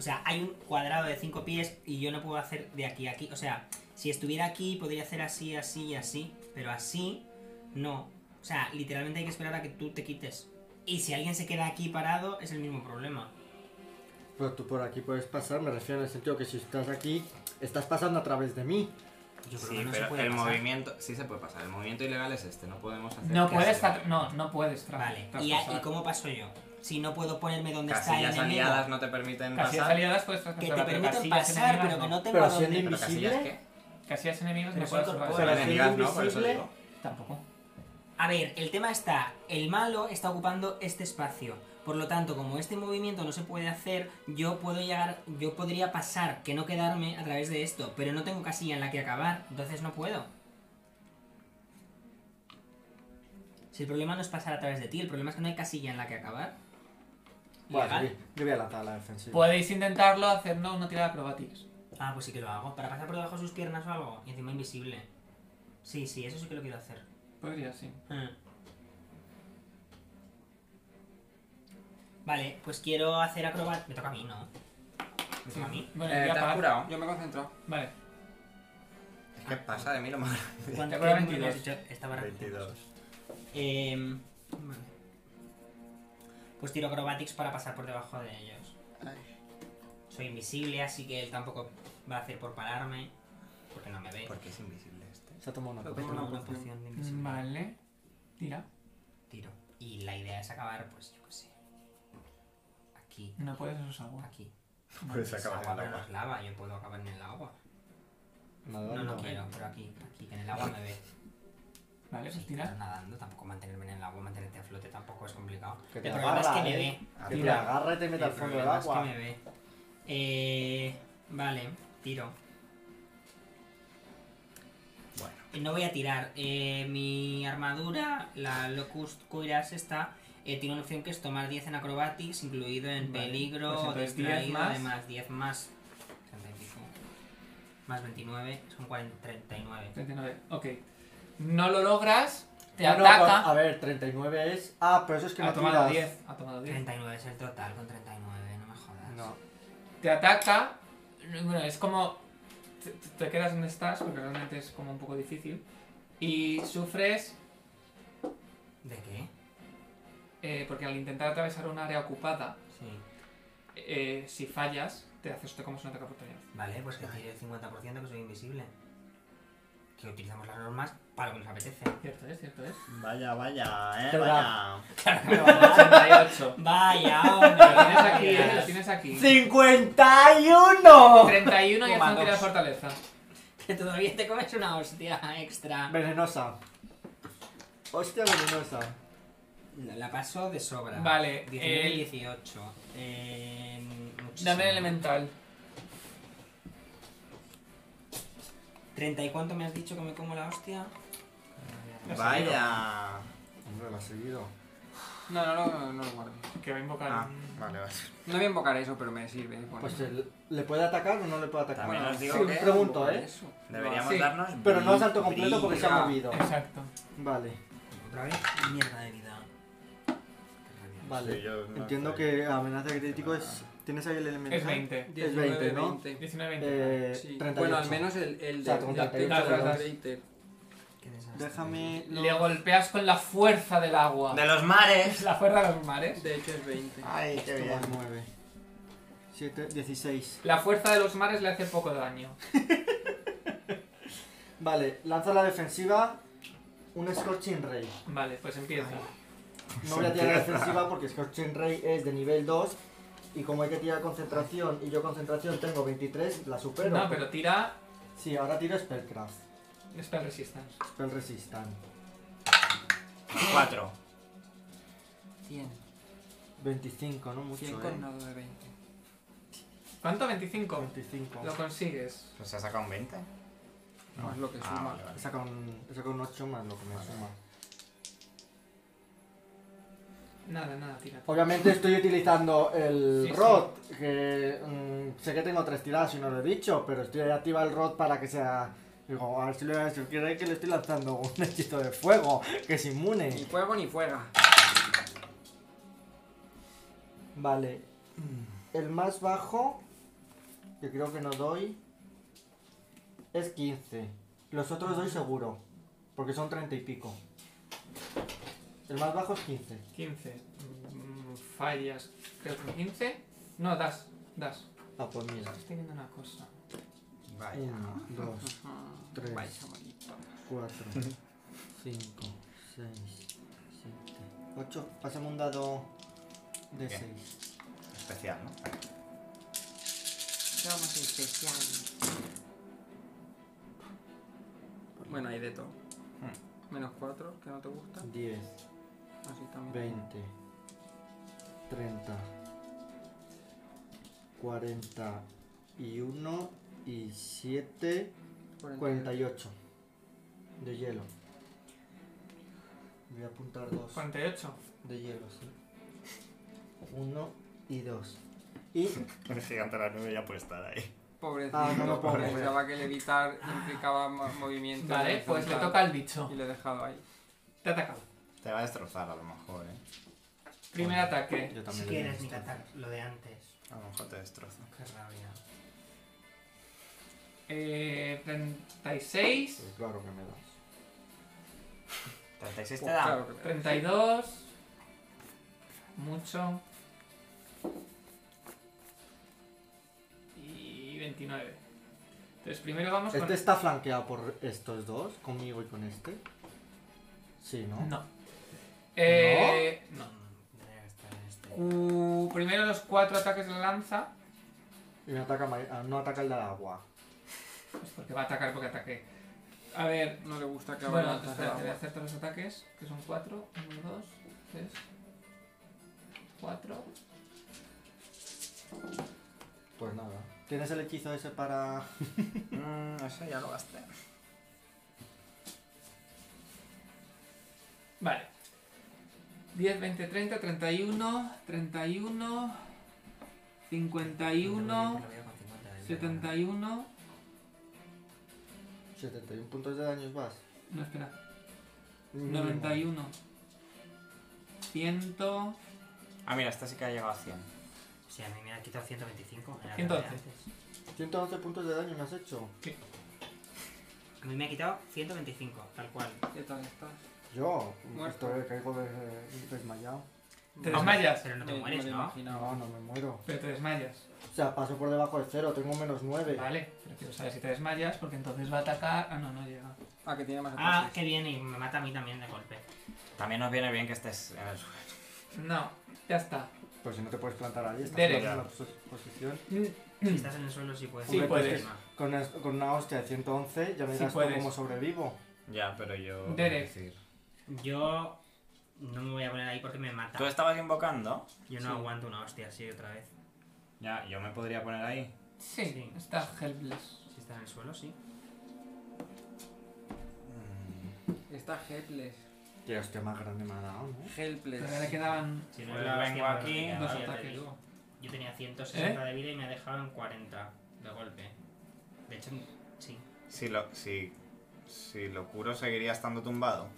E: O sea, hay un cuadrado de 5 pies y yo no puedo hacer de aquí a aquí. O sea, si estuviera aquí podría hacer así, así y así. Pero así, no. O sea, literalmente hay que esperar a que tú te quites. Y si alguien se queda aquí parado, es el mismo problema.
F: Pero tú por aquí puedes pasar, me refiero en el sentido que si estás aquí, estás pasando a través de mí.
E: Yo creo que
C: Sí,
E: no se
C: pero
E: puede
C: el
E: pasar.
C: movimiento. Sí se puede pasar. El movimiento ilegal es este. No podemos hacer.
A: No
C: que
A: puedes.
C: sea-
A: tra- No, no puedes. tra-
E: Vale, ¿Y, a-
A: traspasar.
E: ¿y cómo paso yo? Si no pudo ponerme donde está el
C: Casillas
E: enemigo.
C: aliadas no te permiten
A: Casillas
C: pasar.
A: aliadas puedes
E: Que
A: traspasar.
E: te
A: pero
E: permiten
A: casillas
E: pasar,
A: enemigas
E: pero que no tengo
F: Pero
E: a
F: siendo
E: dónde.
C: Pero casillas
F: invisible,
C: qué?
A: Casillas enemigas
E: Pero
A: no
E: son
A: puedes
E: corpóreas.
C: Pero
A: traspasar.
F: Pero
C: enemigas
F: siendo
C: no, por eso
F: invisible-
C: digo.
A: Tampoco.
E: A ver, el tema está, el malo está ocupando este espacio. Por lo tanto, como este movimiento no se puede hacer, yo puedo llegar, yo podría pasar, que no quedarme a través de esto, pero no tengo casilla en la que acabar, entonces no puedo. Si el problema no es pasar a través de ti, el problema es que no hay casilla en la que acabar.
F: Bueno,
E: Legal.
F: sí, yo voy a lanzar la defensiva.
A: Podéis intentarlo hacernos una tirada de acrobatics.
E: Ah, pues sí que lo hago. Para pasar por debajo de sus piernas o algo. Y encima invisible. Sí, sí, eso sí que lo quiero hacer.
A: Podría, sí.
E: Ah. Vale, pues quiero hacer acrobat... Me toca a mí, ¿no? Me toca a mí.
A: Bueno,
D: Eh,
A: ya
D: ¿Te has
A: para-
D: curado?
B: Yo me he concentrado.
A: Vale.
C: Es que pasa de mí lo más grande.
E: ¿Cuánto
A: Te acuerdas
E: tiempo
A: 22.
E: has hecho? Estaba
C: 22.
E: pues, Eh, vale. Pues tiro acrobatics para pasar por debajo de ellos. Soy invisible, así que él tampoco va a hacer por pararme. Porque no me ve.
C: ¿Por qué es invisible este?
F: Se ha tomado una
B: Se ha
F: cosa.
E: Tomo
B: una
E: una
B: poción.
E: poción de invisibilidad.
A: Vale. Tira.
E: tiro. Y la idea es acabar, pues yo qué sé. Aquí,
A: No puedes usar agua.
E: aquí.
F: Pues
C: Puedes
E: Es
C: acabar en
E: agua,
C: el
E: pero no
C: agua.
E: es lava, yo puedo acabar en el agua.
F: Nada,
E: No, no
F: no.
E: quiero, pero aquí, aquí, que en el agua me ve.
A: Vale,
E: Sí,
A: pues tira.
E: pero nadando, tampoco mantenerme en el agua, mantenerte a flote tampoco es complicado.
F: Que
E: el
F: te
E: problema es que
F: agarra,
E: me
F: eh.
E: ve.
F: Que te
C: Tira.
F: agarra y te mete al
E: El
F: fondo del
E: problema es
F: agua.
E: que me ve. Eh, vale, tiro.
C: Bueno.
E: Eh, No voy a tirar. Eh, mi armadura, la Locust Cuirass está. eh, tiene una opción que es tomar 10 en acrobatics, incluido en
A: Vale,
E: peligro,
A: pues entonces 10
E: distraído,
A: más.
E: además 10 más. 60 y pico. Más 29, son 40, 39.
A: 39. Ok. No lo logras. Te
F: No, no,
A: ataca.
F: con- pues, a ver, 39 es. Ah, pero eso es que
A: ha
F: no
A: tomado
F: tiras.
A: 10. Ha tomado 10.
E: 39 es el total con 39, no me jodas.
F: Ah, No.
A: Te ataca. Bueno, es como. Te, te quedas donde estás, porque realmente es como un poco difícil. Y sufres.
E: ¿De qué?
A: eh, porque al intentar atravesar un área ocupada,
E: Sí.
A: eh, si fallas, te haces esto como si no te oportunidad.
E: Vale, pues que tire el 50% que soy invisible. Que utilizamos las normas para lo que nos apetece.
A: Cierto es, cierto es.
C: Vaya, vaya, eh,
F: Te da.
C: vaya.
E: Vaya,
A: 38.
E: Vaya,
A: Lo tienes aquí,
E: hombre.
A: eh, lo tienes aquí.
F: ¡51!
A: 31 y es una
D: Toma
A: tira de
D: dos.
A: fortaleza.
E: Que todavía te comes una hostia extra.
F: Venenosa. Hostia, venenosa.
E: No, La paso de sobra.
A: Vale,
E: 19 y
A: el-
E: 18. Eh, muchísimo.
A: Dame el elemental.
E: 30 y cuánto me has dicho que me como la hostia?
C: Vaya.
F: Hombre, la ha seguido.
B: No, no, no, no, no lo guardo.
A: Que va a invocar.
C: Ah,
A: un-
C: vale, vale.
B: No voy a invocar eso, pero me sirve. eh,
F: Pues
B: ponerlo.
F: el- ¿le puede atacar o no le puede atacar?
C: También os digo
F: sí,
C: que-
F: pregunto,
B: Invocar
F: ¿eh?
B: eso.
C: Deberíamos
A: Sí.
C: darnos.
F: Pero no es alto
C: salto
F: completo porque se ha movido.
A: Ah. Exacto.
F: Vale,
E: Otra vez, mierda de vida.
F: vale.
C: Sí, yo no
F: Entiendo
C: estoy-
F: que amenaza crítico es. ¿Tienes ahí el elemento?
A: Es 20.
F: Es 20, ¿no?
B: 19,
A: 19, 20.
F: Eh,
B: Sí.
F: 38.
B: Bueno, al menos el, el
F: O sea,
B: de-
F: con
B: el
F: 38,
B: Twitter,
A: ¿verdad?
B: el Twitter.
E: Qué desastre.
F: Déjame.
A: Le golpeas con la fuerza del agua.
C: De los mares.
A: La fuerza de los mares.
B: De hecho es 20.
F: Ah,
C: Ay, qué
F: Esto
C: bien.
F: más 9. 7, 16.
A: La fuerza de los mares le hace poco daño.
F: Vale, lanza la defensiva. Un Scorching Ray.
A: Vale, pues empieza.
F: No voy a tirar la defensiva porque Scorching Ray es de nivel 2. Y como hay que tirar concentración y yo concentración tengo 23, la supero.
A: no, pero tira
F: Sí, ahora tiro Spellcraft.
A: Spell Resistance.
F: Spell Resistant.
C: Cuatro.
B: 100.
F: 25, no mucho.
B: 100
F: ¿eh?
B: con nada de 20.
A: ¿Cuánto? 25.
F: 25.
A: Lo consigues.
C: Pues se ha sacado un 20.
B: Más lo que
C: Ah,
B: suma.
C: vale,
F: He
C: vale.
F: sacado un, he sacado un 8 más lo que me suma.
A: Nada, nada, tira.
F: Obviamente estoy utilizando el
A: Sí, sí.
F: rod, que mm, sé que tengo tres tiradas y no lo he dicho, pero estoy activa el rod para que sea... Digo, a ver si le voy a decir que le estoy lanzando un hechizo de fuego, que es
B: Ni
F: inmune.
B: fuego ni fuera.
F: Vale. El más bajo, que creo que no doy, es 15. Los otros doy seguro, porque son 30 y pico. El más bajo es 15.
A: 15. Mm, fallas. Creo que 15. No, das. Das.
F: Ah, pues mira.
A: Estoy viendo una cosa.
C: Vaya.
F: 1, 2,
B: Ah,
F: Tres.
B: Vaya, chavalito.
F: 4, 5, 6, 7, 8. Pásame un dado de
C: Bien.
F: 6.
C: Especial, ¿no?
D: Somos especiales.
B: Bueno, hay de todo. Menos 4, que no te gusta.
F: 10,
B: Así también.
F: 20, 30, 41 y 7, 48 de hielo. Voy a apuntar dos
A: 48.
F: de hielo, sí. Uno y dos. Y
C: El gigante de la nube ya puede estar ahí.
B: Pobrecito,
F: Ah, no lo puedo mover.
B: pensaba que levitar implicaba mo- movimiento.
A: Vale, pues le
B: horizontal.
A: toca al bicho.
B: Y lo he dejado ahí.
A: Te ha atacado.
C: Te va a destrozar a lo mejor, eh.
A: Primer ataque.
F: yo
E: Si
F: también le
E: quieres,
F: doy
E: ni
F: esto.
E: catar lo de antes.
C: A lo mejor te destroza.
E: Qué rabia.
A: Eh, 36,
F: Pues claro que me das.
A: Este
D: 36 te
B: Pues
D: da.
B: claro que me-
A: 32. Mucho. Y 29. Entonces primero vamos con...
F: Este está flanqueado por estos dos, conmigo y con este. Sí, ¿no?
A: No. Eh, no.
E: Mm, tendría que estar en este.
A: Cu- Primero los cuatro ataques de la lanza.
F: Y me ataca, ma- ah, no ataca el del agua.
A: Pues porque va a atacar porque ataque. A ver,
B: No le gusta que
A: bueno,
B: abra
A: espera, te voy a hacer todos los ataques, que son 4, 1, 2, 3, 4.
F: Pues nada. ¿Tienes el hechizo ese para...?
D: Mm, eso ya lo gasté.
A: Vale. 10, 20, 30, 31, 31, 51,
E: Lo veo con 50 de vida.
A: 71.
F: 71 puntos de daño vas.
A: No, espera.
F: Mínimo.
A: 91. 100.
D: Ah, mira, esta sí que ha llegado a 100.
E: Sí, a mí me ha quitado 125. era lo de
A: 111.
E: antes.
F: 111 puntos de daño me has hecho.
E: A mí me ha quitado 125, tal cual.
B: ¿Qué tal estás?
F: Yo,
B: Muerto.
F: estoy caigo des- desmayado.
A: Te
E: Hombre,
A: desmayas.
E: Pero no te
B: Me-
E: mueres,
B: me lo
E: ¿no?
F: No,
B: imaginaba.
F: no me muero.
A: Pero te desmayas.
F: O sea, paso por debajo de cero, tengo menos 9.
A: Vale, pero quiero saber si te desmayas porque entonces va a atacar. Ah, no, no llega.
B: Ah, que tiene más
E: Ah,
B: ataques.
E: que viene y me mata a mí también de golpe.
D: También nos viene bien que estés en el suelo.
A: No, ya está.
F: Pero si no te puedes plantar allí, estás
A: Derek.
F: en la pos- posición.
E: Si estás en el suelo, sí puedes.
A: Mm. Sí
E: Hombre,
A: puedes.
E: encima.
F: Con, es- con una hostia de 111 ya me
A: Sí
F: dirás tú
A: puedes.
F: cómo sobrevivo.
C: Ya, pero yo.
A: Derek.
C: es decir,
E: Yo no me voy a poner ahí porque me mata.
D: ¿Tú estabas invocando?
E: Yo no aguanto una hostia así otra vez.
C: Ya, yo me podría poner ahí.
A: Sí,
E: Sí.
A: está helpless.
E: Si estás en el suelo, sí.
B: Está helpless.
F: Qué hostia más grande me ha dado, ¿no?
B: Helpless.
A: Todavía le quedaban.
E: Si
D: Pues
E: la
D: vengo
E: hostia,
D: aquí,
E: ya,
A: dos
E: ya te
A: ataques. ¿Eh?
E: digo. Yo tenía 160 de vida y me ha dejado en 40 de golpe. De hecho, sí.
C: Si lo, si, si lo curo, seguiría estando tumbado.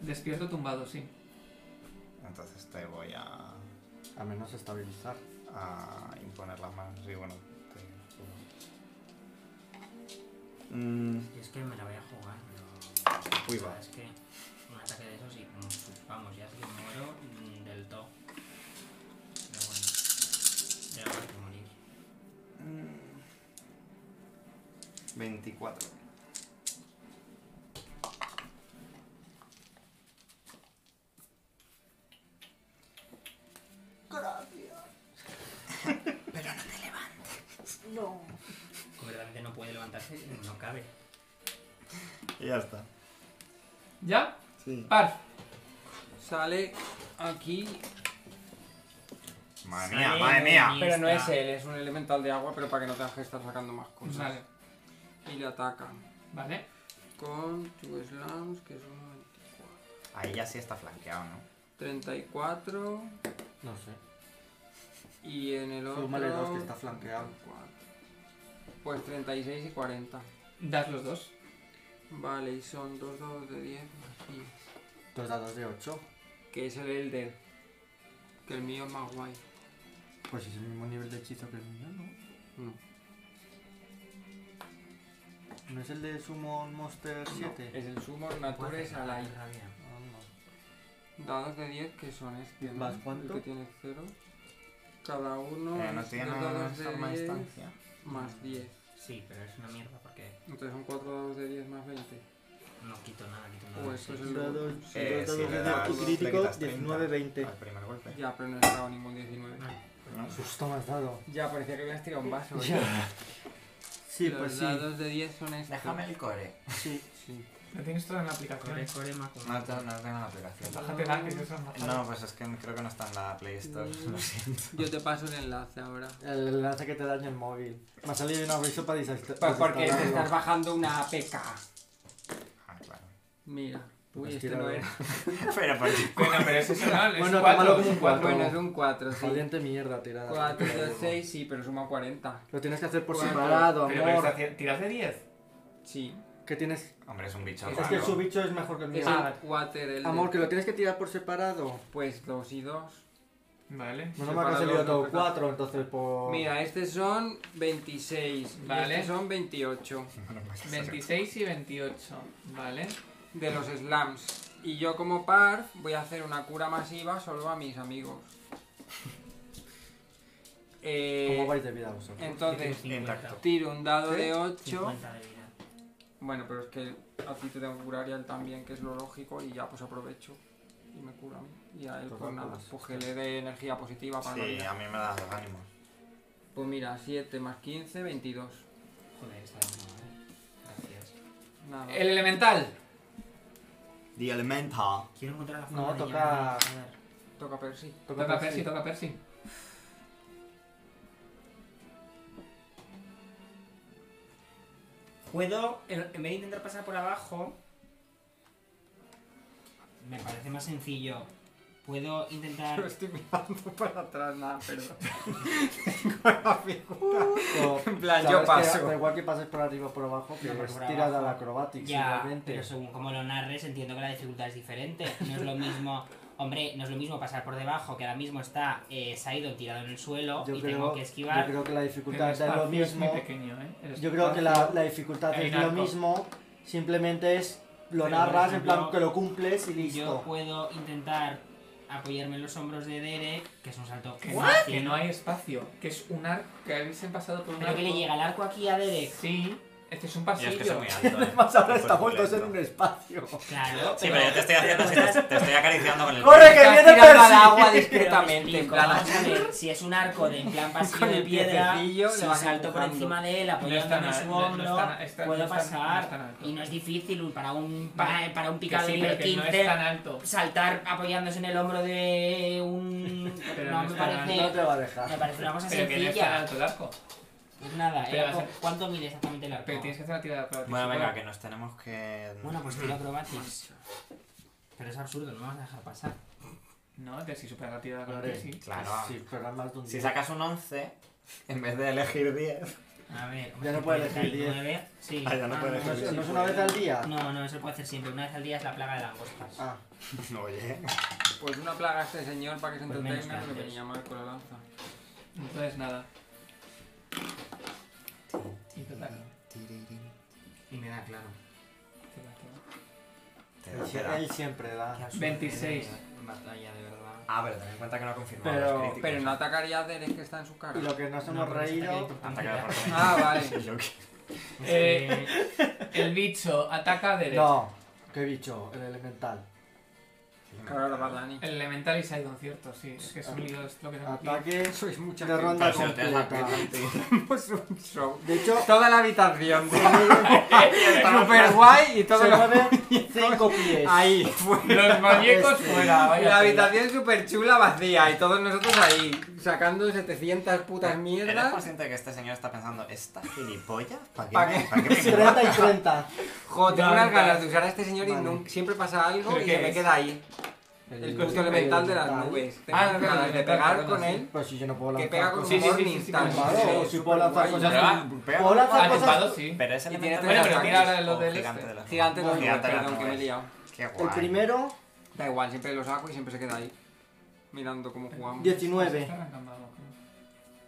A: Despierto tumbado, sí.
C: Entonces te voy a.
F: A menos estabilizar.
C: a imponer las manos. Sí, bueno, te juro. Mm,
E: Y es que me la voy a jugar, pero.
C: Uy,
E: o sea,
C: va.
E: Es que un ataque de esos y. mm, Vamos, ya sé que muero mm, del todo. Pero bueno. Ya voy a morir.
C: mm. 24.
E: Completamente no puede levantarse, no cabe.
C: Y ya está.
A: ¿Ya?
C: Sí.
A: Par.
B: Sale aquí.
C: Madre
E: Sale
C: mía, madre mía.
E: de mi
B: Pero no es
E: esta.
B: él, es un elemental de agua, pero para que no te dejes estar sacando más cosas.
A: Vale,
B: Y le ataca.
A: vale.
B: Con two slams, que es un 24.
C: Ahí ya sí está flanqueado, ¿no?
B: 34.
F: No sé.
B: Y en el otro.
F: Súmale dos, que está flanqueado.
B: 34. Pues 36 y 40.
A: Das los dos.
B: Vale, y son dos dados de 10 más 10.
F: Dos dados de 8.
B: Que es el Elder. Que el mío es más guay.
F: Pues es el mismo nivel de hechizo que el mío, ¿no?
B: No.
F: ¿No es el de Summon Monster 7?
B: Es el Summon Nature Salai.
E: rabia.
F: Ah, no.
B: Dados de 10 que son este. ¿no?
F: ¿Más cuánto?
B: El que tiene 0. Cada uno.
C: Eh, no
B: es
C: tiene
B: dos dados de
C: arma a
B: 10
C: distancia.
B: Más 10.
E: Sí, pero es una mierda porque
B: Entonces son 4 dados de 10 más 20.
E: no quito nada, quito nada.
B: Pues eso es el.
F: Dados-
B: sí.
C: Eh,
F: dos dados
C: si
F: de
C: le das,
F: daño
C: le
F: crítico,
C: quitas Ah. 30
F: 19, 20.
C: Al primer golpe.
B: Ya, pero no he sacado ningún 19.
E: Ah,
C: ¿no?
F: Susto más dado.
B: Ya, parecía que habías tirado un vaso. ¿eh?
F: Sí,
B: Los
F: pues sí.
B: dados de 10 son estos.
D: Déjame el core.
F: Sí.
B: Sí.
A: Lo tienes todo en la aplicación.
E: Core, core, maco.
D: No, te- no tengo la aplicación.
A: Bájate la que es eso, no.
D: No, pues es que creo que no está en la Play Store,
C: Mm.
D: lo siento.
B: Yo te paso el enlace ahora.
F: El enlace que te daña el móvil. Me ha salido un aviso para desastre.
G: Pues porque te estás bajando una APK.
D: Ah, claro.
B: Mira. Uy,
F: Pues
B: este
F: tira
B: no
F: de-
B: era.
D: Pero pues, por
A: Bueno, pero es eso, ¿no? Es
F: Bueno,
A: cuatro.
F: tómalo como un cuatro.
B: Bueno, es un 4, sí.
F: Valiente mierda tirada.
B: 4, 2, 6, sí, pero suma 40.
F: Lo tienes que hacer por
B: Cuatro.
F: separado,
A: Pero, pero
F: amor.
A: está- tiras de 10.
B: Sí.
F: Que tienes...
D: Hombre, es un bicho
F: Es que
D: raro.
F: su bicho es mejor que el mío. Ah,
B: Es el water, el de-
F: Amor, que lo tienes que tirar por separado.
B: Pues 2 y 2.
A: Vale.
F: Menos mal que ha
B: Separado,
F: salido
B: no,
F: todo
B: perfecto.
F: 4, entonces por...
B: Mira, estos son 26.
A: Vale.
B: Y estos son 28.
D: No, no, es-
A: 26 y 28. Vale.
B: De los slams. Y yo como par voy a hacer una cura masiva solo a mis amigos. Eh,
F: ¿Cómo vais de vida vosotros?
B: entonces,
E: Yo tengo 50.
B: tiro un dado
A: ¿Sí?
B: de
F: ¿Eh?
B: 8.
E: 50 de vida.
B: Bueno, pero es que a ti te tengo que curar y a él también, que es lo lógico, y ya pues aprovecho y me cura a mí. Y a él
F: Pues
B: pues
F: va,
B: nada,
F: pues.
B: pues que le dé energía positiva para la
D: Sí,
B: vida.
D: a mí me da los ánimos.
B: Pues mira, 7 más 15, 22.
E: Joder, está bien, ¿no? Gracias.
B: Nada.
F: Ah.
A: El elemental.
C: The Elemental.
E: Quiero encontrar la
F: No,
E: forma de
F: toca-
E: llegar, joder.
B: Toca Percy.
A: Toca Percy, toca Percy.
E: Puedo, en en vez de intentar pasar por abajo, me parece más sencillo. Puedo
B: Pero
E: intentar.
B: estoy mirando para atrás, nada, perdón. Tengo la figura.
F: O-
B: En plan,
F: sabes
B: yo
F: que
B: paso.
F: Da igual que pases por arriba o por abajo, que
E: No, pero
F: es
E: por abajo.
F: tirada la acrobatics,
E: Ya,
F: igualmente.
E: pero según como lo narres, entiendo que la dificultad es diferente. No es lo mismo. Hombre, no es lo mismo pasar por debajo, que ahora mismo está eh, Saidon tirado en el suelo
F: Yo
E: y
F: creo,
E: tengo que esquivar.
F: yo creo que la
A: El
F: dificultad es lo
A: espacio es muy
F: mismo.
A: pequeño, ¿eh? El
F: Yo creo que la,
A: espacio-
F: la dificultad
A: Hay
F: es
A: un
F: lo
A: arco.
F: mismo, simplemente es lo
E: Pero, por
F: narras, en
E: ejemplo,
F: plan que lo cumples y
E: Yo
F: listo.
E: puedo intentar apoyarme en los hombros de Derek, que es un salto
A: Que no, que no hay espacio. Que es un arco. Que habéis pasado por un
E: Pero
A: arco.
E: que le llega el arco aquí a Derek.
A: Sí. Este es un
D: Y
A: pasillo.
D: es que soy muy alto. ¿eh?
F: Más ahora
D: Soy
F: estamos
D: corpulento.
F: todos en un espacio.
E: Claro,
D: Sí, pero yo te estoy haciendo así, te, te estoy acariciando con el
F: ¡Corre, que
B: Estás
F: viene
B: tirando al
F: Percy!
B: agua
E: Pero
B: discretamente,
E: me
B: en
E: explico,
B: plan
E: vamos a ver, si es un arco de en plan pasillo
B: Con
E: de
B: el
E: piedra,
B: piececillo le
E: si
B: vas
E: salto por
B: empujando.
E: encima de él
A: No está
E: apoyándome en
A: nada-
E: su
A: no- no
E: hombro,
A: está na- está-
E: puedo
A: no está-
E: pasar.
A: no está nada alto.
E: y no es difícil para un
A: Vale.
E: para, para un
A: Que
E: picado
A: sí,
E: de
A: pero
E: nivel
A: que no
E: 15
A: es tan alto.
E: saltar apoyándose en el hombro de un
A: Pero
E: no,
A: no
E: me
A: está nada
E: parece
F: No te va a
E: me
F: dejar.
E: parece una cosa
A: Pero que no es tan
E: sencilla.
A: alto el arco.
E: Pues nada, el
A: Pero
E: arco-
A: vas
E: ¿cuánto mide exactamente el arco?
A: Pero tienes que hacer la tirada de prueba.
D: Bueno, venga, que nos tenemos que.
E: Bueno, pues tiro acrobatics. Pero es absurdo, no vamos a dejar pasar.
A: No, te si superas la tirada con
F: Vale.
A: sí.
D: Claro.
F: Sí, pero es más de un
D: Si
F: día.
D: sacas un 11, en vez de elegir 10.
E: A ver,
F: Ya no puede elegir
E: 9. Sí.
D: Ah, ya no puede
F: ¿No es-
D: elegir.
F: no es una vez al día?
E: No, no, eso puede hacer siempre. Una vez al día es la plaga de langostas.
F: Ah,
D: Oye.
B: Pues una plaga a este señor para que se
E: Pues menos
B: entretenga,
E: que
B: pero que
E: antes.
B: venía mal con la lanza.
A: Entonces nada. Y te ataca.
E: Y me da claro.
A: Te da, te
D: Te da,
A: da.
F: él,
D: te
F: sie-
D: da.
F: él siempre da.
E: Qué absurdo
A: 26.
E: que me- eh, En batalla, de verdad.
D: Ah, pero ten en cuenta que no ha confirmado
F: Pero-
D: los críticos.
B: Pero no atacaría a Derek que está en su cara.
F: Y lo que nos hemos
E: No, pero es
F: reído...
E: ataque de
D: Ataque de oportunidad.
E: oportunidad.
B: Ah, vale.
D: Yo qué-
A: Eh, El bicho ataca de
F: No, qué bicho, el elemental.
B: Claro, ahora va Dani.
A: El elemental y Sidon, cierto, sí. Es que es un lío es lo que tengo aquí.
F: Ataque
B: Sois mucha
F: de
B: gente.
F: ronda
D: Pero si lo tienes la
F: completa.
B: Somos un show.
F: De hecho,
B: Toda la habitación. Super guay y todo
F: se
B: lo
F: mueve 5 pies.
B: Ahí, fuera.
A: Los muñecos
F: Este.
A: fuera, vaya.
B: La
A: tela.
B: habitación súper chula vacía y todos nosotros ahí sacando 700
A: Eh,
B: putas
D: ¿Eres
B: mierdas.
D: consciente de que este señor está pensando, esta gilipollas? ¿Para qué?
B: ¿Pa'
D: me-
B: qué?
D: ¿Para qué me
F: 30 y 30.
B: Joder, tengo
A: Vale.
B: unas ganas de usar a este señor y
F: Vale.
B: nunca- siempre pasa algo
A: ¿Pero
B: y
A: qué
B: se me
A: es?
B: queda ahí. El costo elemental de las
F: elemental.
B: nubes. Tengo
A: Ah,
B: unas
A: claro,
B: ganas de
A: elemental,
B: pegar
A: perdón,
B: con
A: sí.
B: él.
F: Pues si yo no puedo
B: Que
F: lanzar
B: pega con
F: cosas.
A: Sí,
B: un
A: sí, sí,
B: morning
A: sí, sí,
B: tan
A: sí,
F: Claro,
B: chulo,
F: sí,
B: súper
F: puedo lanzar
B: guay.
F: cosas.
D: Prueba, prueba.
F: Puedo lanzar
A: Atrapado,
F: cosas.
A: Ah, sí.
D: ah, Pero es
B: Y
D: el
B: tiene
A: tres
D: de
A: ataques.
D: las
A: Tira lo
D: o
A: del
D: gigante
A: este.
D: de las
B: Gigante de las nubes,
D: Gigante de las
B: perdón, que me he
D: nubes.
B: liado.
D: Qué guay.
F: El primero,
B: Da igual, siempre lo saco y siempre se queda ahí. Mirando cómo jugamos.
F: 19.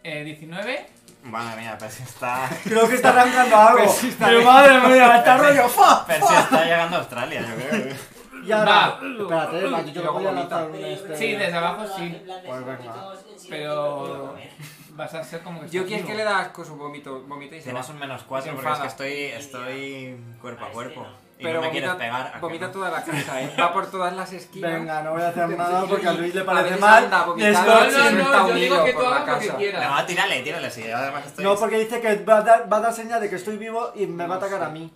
A: Eh, 19.
D: Madre mía, Percy está...
F: Creo que está arrancando algo.
B: Pues
F: Pero madre mía, está rollo. ¡fa!
D: Percy está llegando a Australia, yo creo.
F: Y ahora,
A: Va.
F: espérate, va, yo
B: luego
F: voy a
B: vomita.
F: lanzar un este.
A: Sí, desde abajo sí.
F: Pues venga.
A: Pero. Vas a ser como que.
B: Yo
A: estás
B: quiero que
A: vivo.
B: le da asco su vómito, vomita y se va.
D: Tienes un menos 4
B: Se
D: porque es que
B: enfada.
D: estoy, estoy cuerpo a cuerpo. Y
B: Pero
D: no me quieres
B: vomita,
D: pegar. ¿a que
B: vomita
D: no?
B: toda la casa, ¿eh? Va por todas las esquinas.
F: Venga, no voy a hacer nada porque a Luis le
B: A
F: parece
B: veces
F: mal.
B: anda vomitando.
A: No,
F: Descoche.
A: no,
B: Siempre está
A: no, yo digo
B: unido
A: que
B: por
A: tú
B: la
A: hagas lo que
B: casa. Ah.
A: quieras.
D: No, tírale, tírale, sí. Además estoy...
F: No, porque dice que va a, dar, va a dar señal de que estoy vivo y me va a atacar a mí.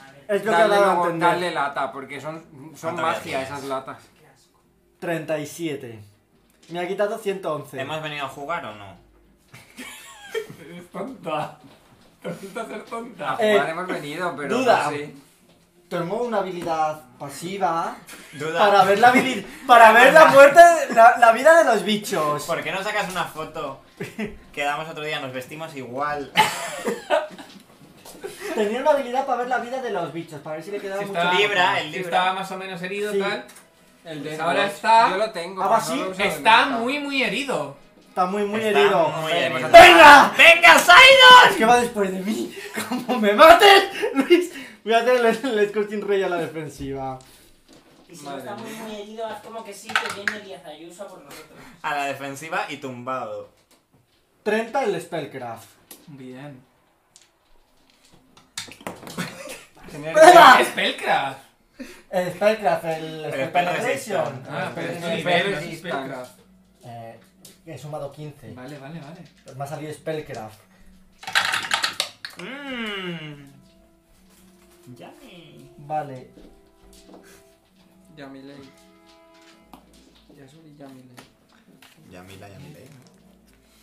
E: A ver,
F: Es lo que ha
B: Dale,
F: dado a
B: luego,
F: entender.
B: dale lata, porque son, son
C: ¿Cuánto
B: magia
C: había?
B: esas latas.
F: 37. Me ha quitado 111.
C: ¿Hemos venido a jugar o no?
A: Eres tonta. Te resulta ser
B: A
A: tonta.
F: Eh,
B: jugar hemos venido, pero
F: duda.
B: no sé.
F: Tengo una habilidad pasiva
C: Duda.
F: para ver la habilidad, para ver la muerte, la, la vida de los bichos.
C: ¿Por qué no sacas una foto? Quedamos otro día, nos vestimos igual.
F: Tenía una habilidad para ver la vida de los bichos, para ver si le quedaba
A: Si
F: mucho.
A: estaba,
C: Libra, el
A: si
C: Libra.
A: estaba más o menos herido,
F: Sí.
A: tal. pues
B: El Death
A: ahora
B: Watch,
A: está-
B: Yo lo tengo.
F: Ahora
B: pero no
F: sí,
B: lo uso de
A: Está
B: nada.
A: muy, muy herido.
F: Está muy muy
C: Está
F: herido.
C: muy
B: Joder,
C: herido.
F: ¡Venga!
C: ¡Venga, Sidon!
F: Es que va después de mí. Como me mates, Luis, voy a hacer el, el Scorching Ray a la defensiva.
E: Y si
B: Madre
E: no está muy, muy herido, haz como que sí, que viene Díaz Ayuso por nosotros.
C: A la defensiva y tumbado.
F: 30 el Spellcraft.
A: Bien.
B: Tener-
F: ¡Venga!
A: Spellcraft.
F: El Spellcraft, el,
C: El Spell
F: Spell Resistance.
C: Resistance.
A: Ah, pero
B: es
A: es
B: nivel,
A: nivel,
B: no
A: no
B: es
A: es
B: instante.
A: Spellcraft.
F: Eh, he sumado 15.
A: Vale, vale, vale.
F: Me ha salido Spellcraft.
C: Mmm. Yummy.
F: Vale.
B: Yamilei. Ya soy Yamilei.
C: Yamila, Yamilei.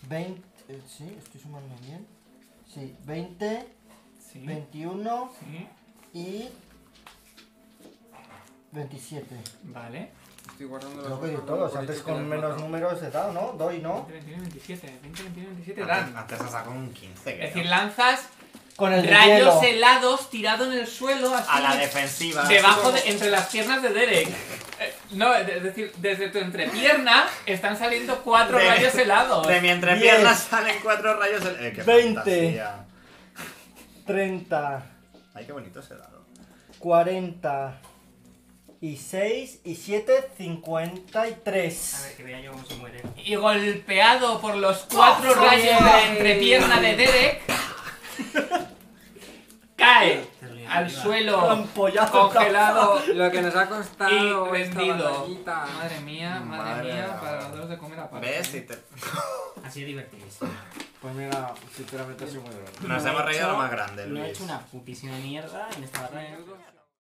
F: 20. eh, sí, estoy sumando bien. Sí, 20,
A: Sí.
F: 21
A: Sí.
F: y 27.
A: Vale.
B: Estoy guardando los
F: Lo que he
B: otros
F: dicho todos,
B: pues por ahí
F: antes
B: que los
F: con menos
B: noto.
F: números he dado, ¿no? Doy, ¿no?
A: 20, 21, 27. 20, 21, 27
C: Antes,
A: dan.
C: antes ha sacado un 15, creo.
A: Es decir, lanzas
F: Con el de
A: rayos
F: hielo.
A: helados tirado en el suelo así.
C: A la defensiva.
A: Debajo, de- entre las piernas de Derek. Eh, No, es de- es decir, desde tu entrepierna están saliendo cuatro
C: De-
A: rayos helados.
C: De mi entrepierna
F: Diez.
C: salen cuatro rayos. el- Eh, qué
F: 20.
C: fantasía.
F: 30,
C: Ay, qué bonito ese dado.
F: 40 y 6 y 7,
E: A ver,
F: 53.
E: que vea yo cómo se muere.
A: Y golpeado por los cuatro rayos de la entrepierna de Derek, cae al suelo
F: Ampollazo,
A: congelado
B: Lo que nos ha costado
A: y
B: esta
A: rendido.
B: batallita.
A: Madre mía,
C: Madre
A: madre mía,
C: mía.
A: para los dos de comer aparte.
C: ¿Ves? Si te-
E: Así es divertidísimo.
F: Pues mira, sinceramente ha sido muy bueno.
C: Nos
E: No he
C: hemos reído
E: hecho-
C: lo más grande,
E: No he
C: Luis.
E: hecho una putísima mierda en esta batalla.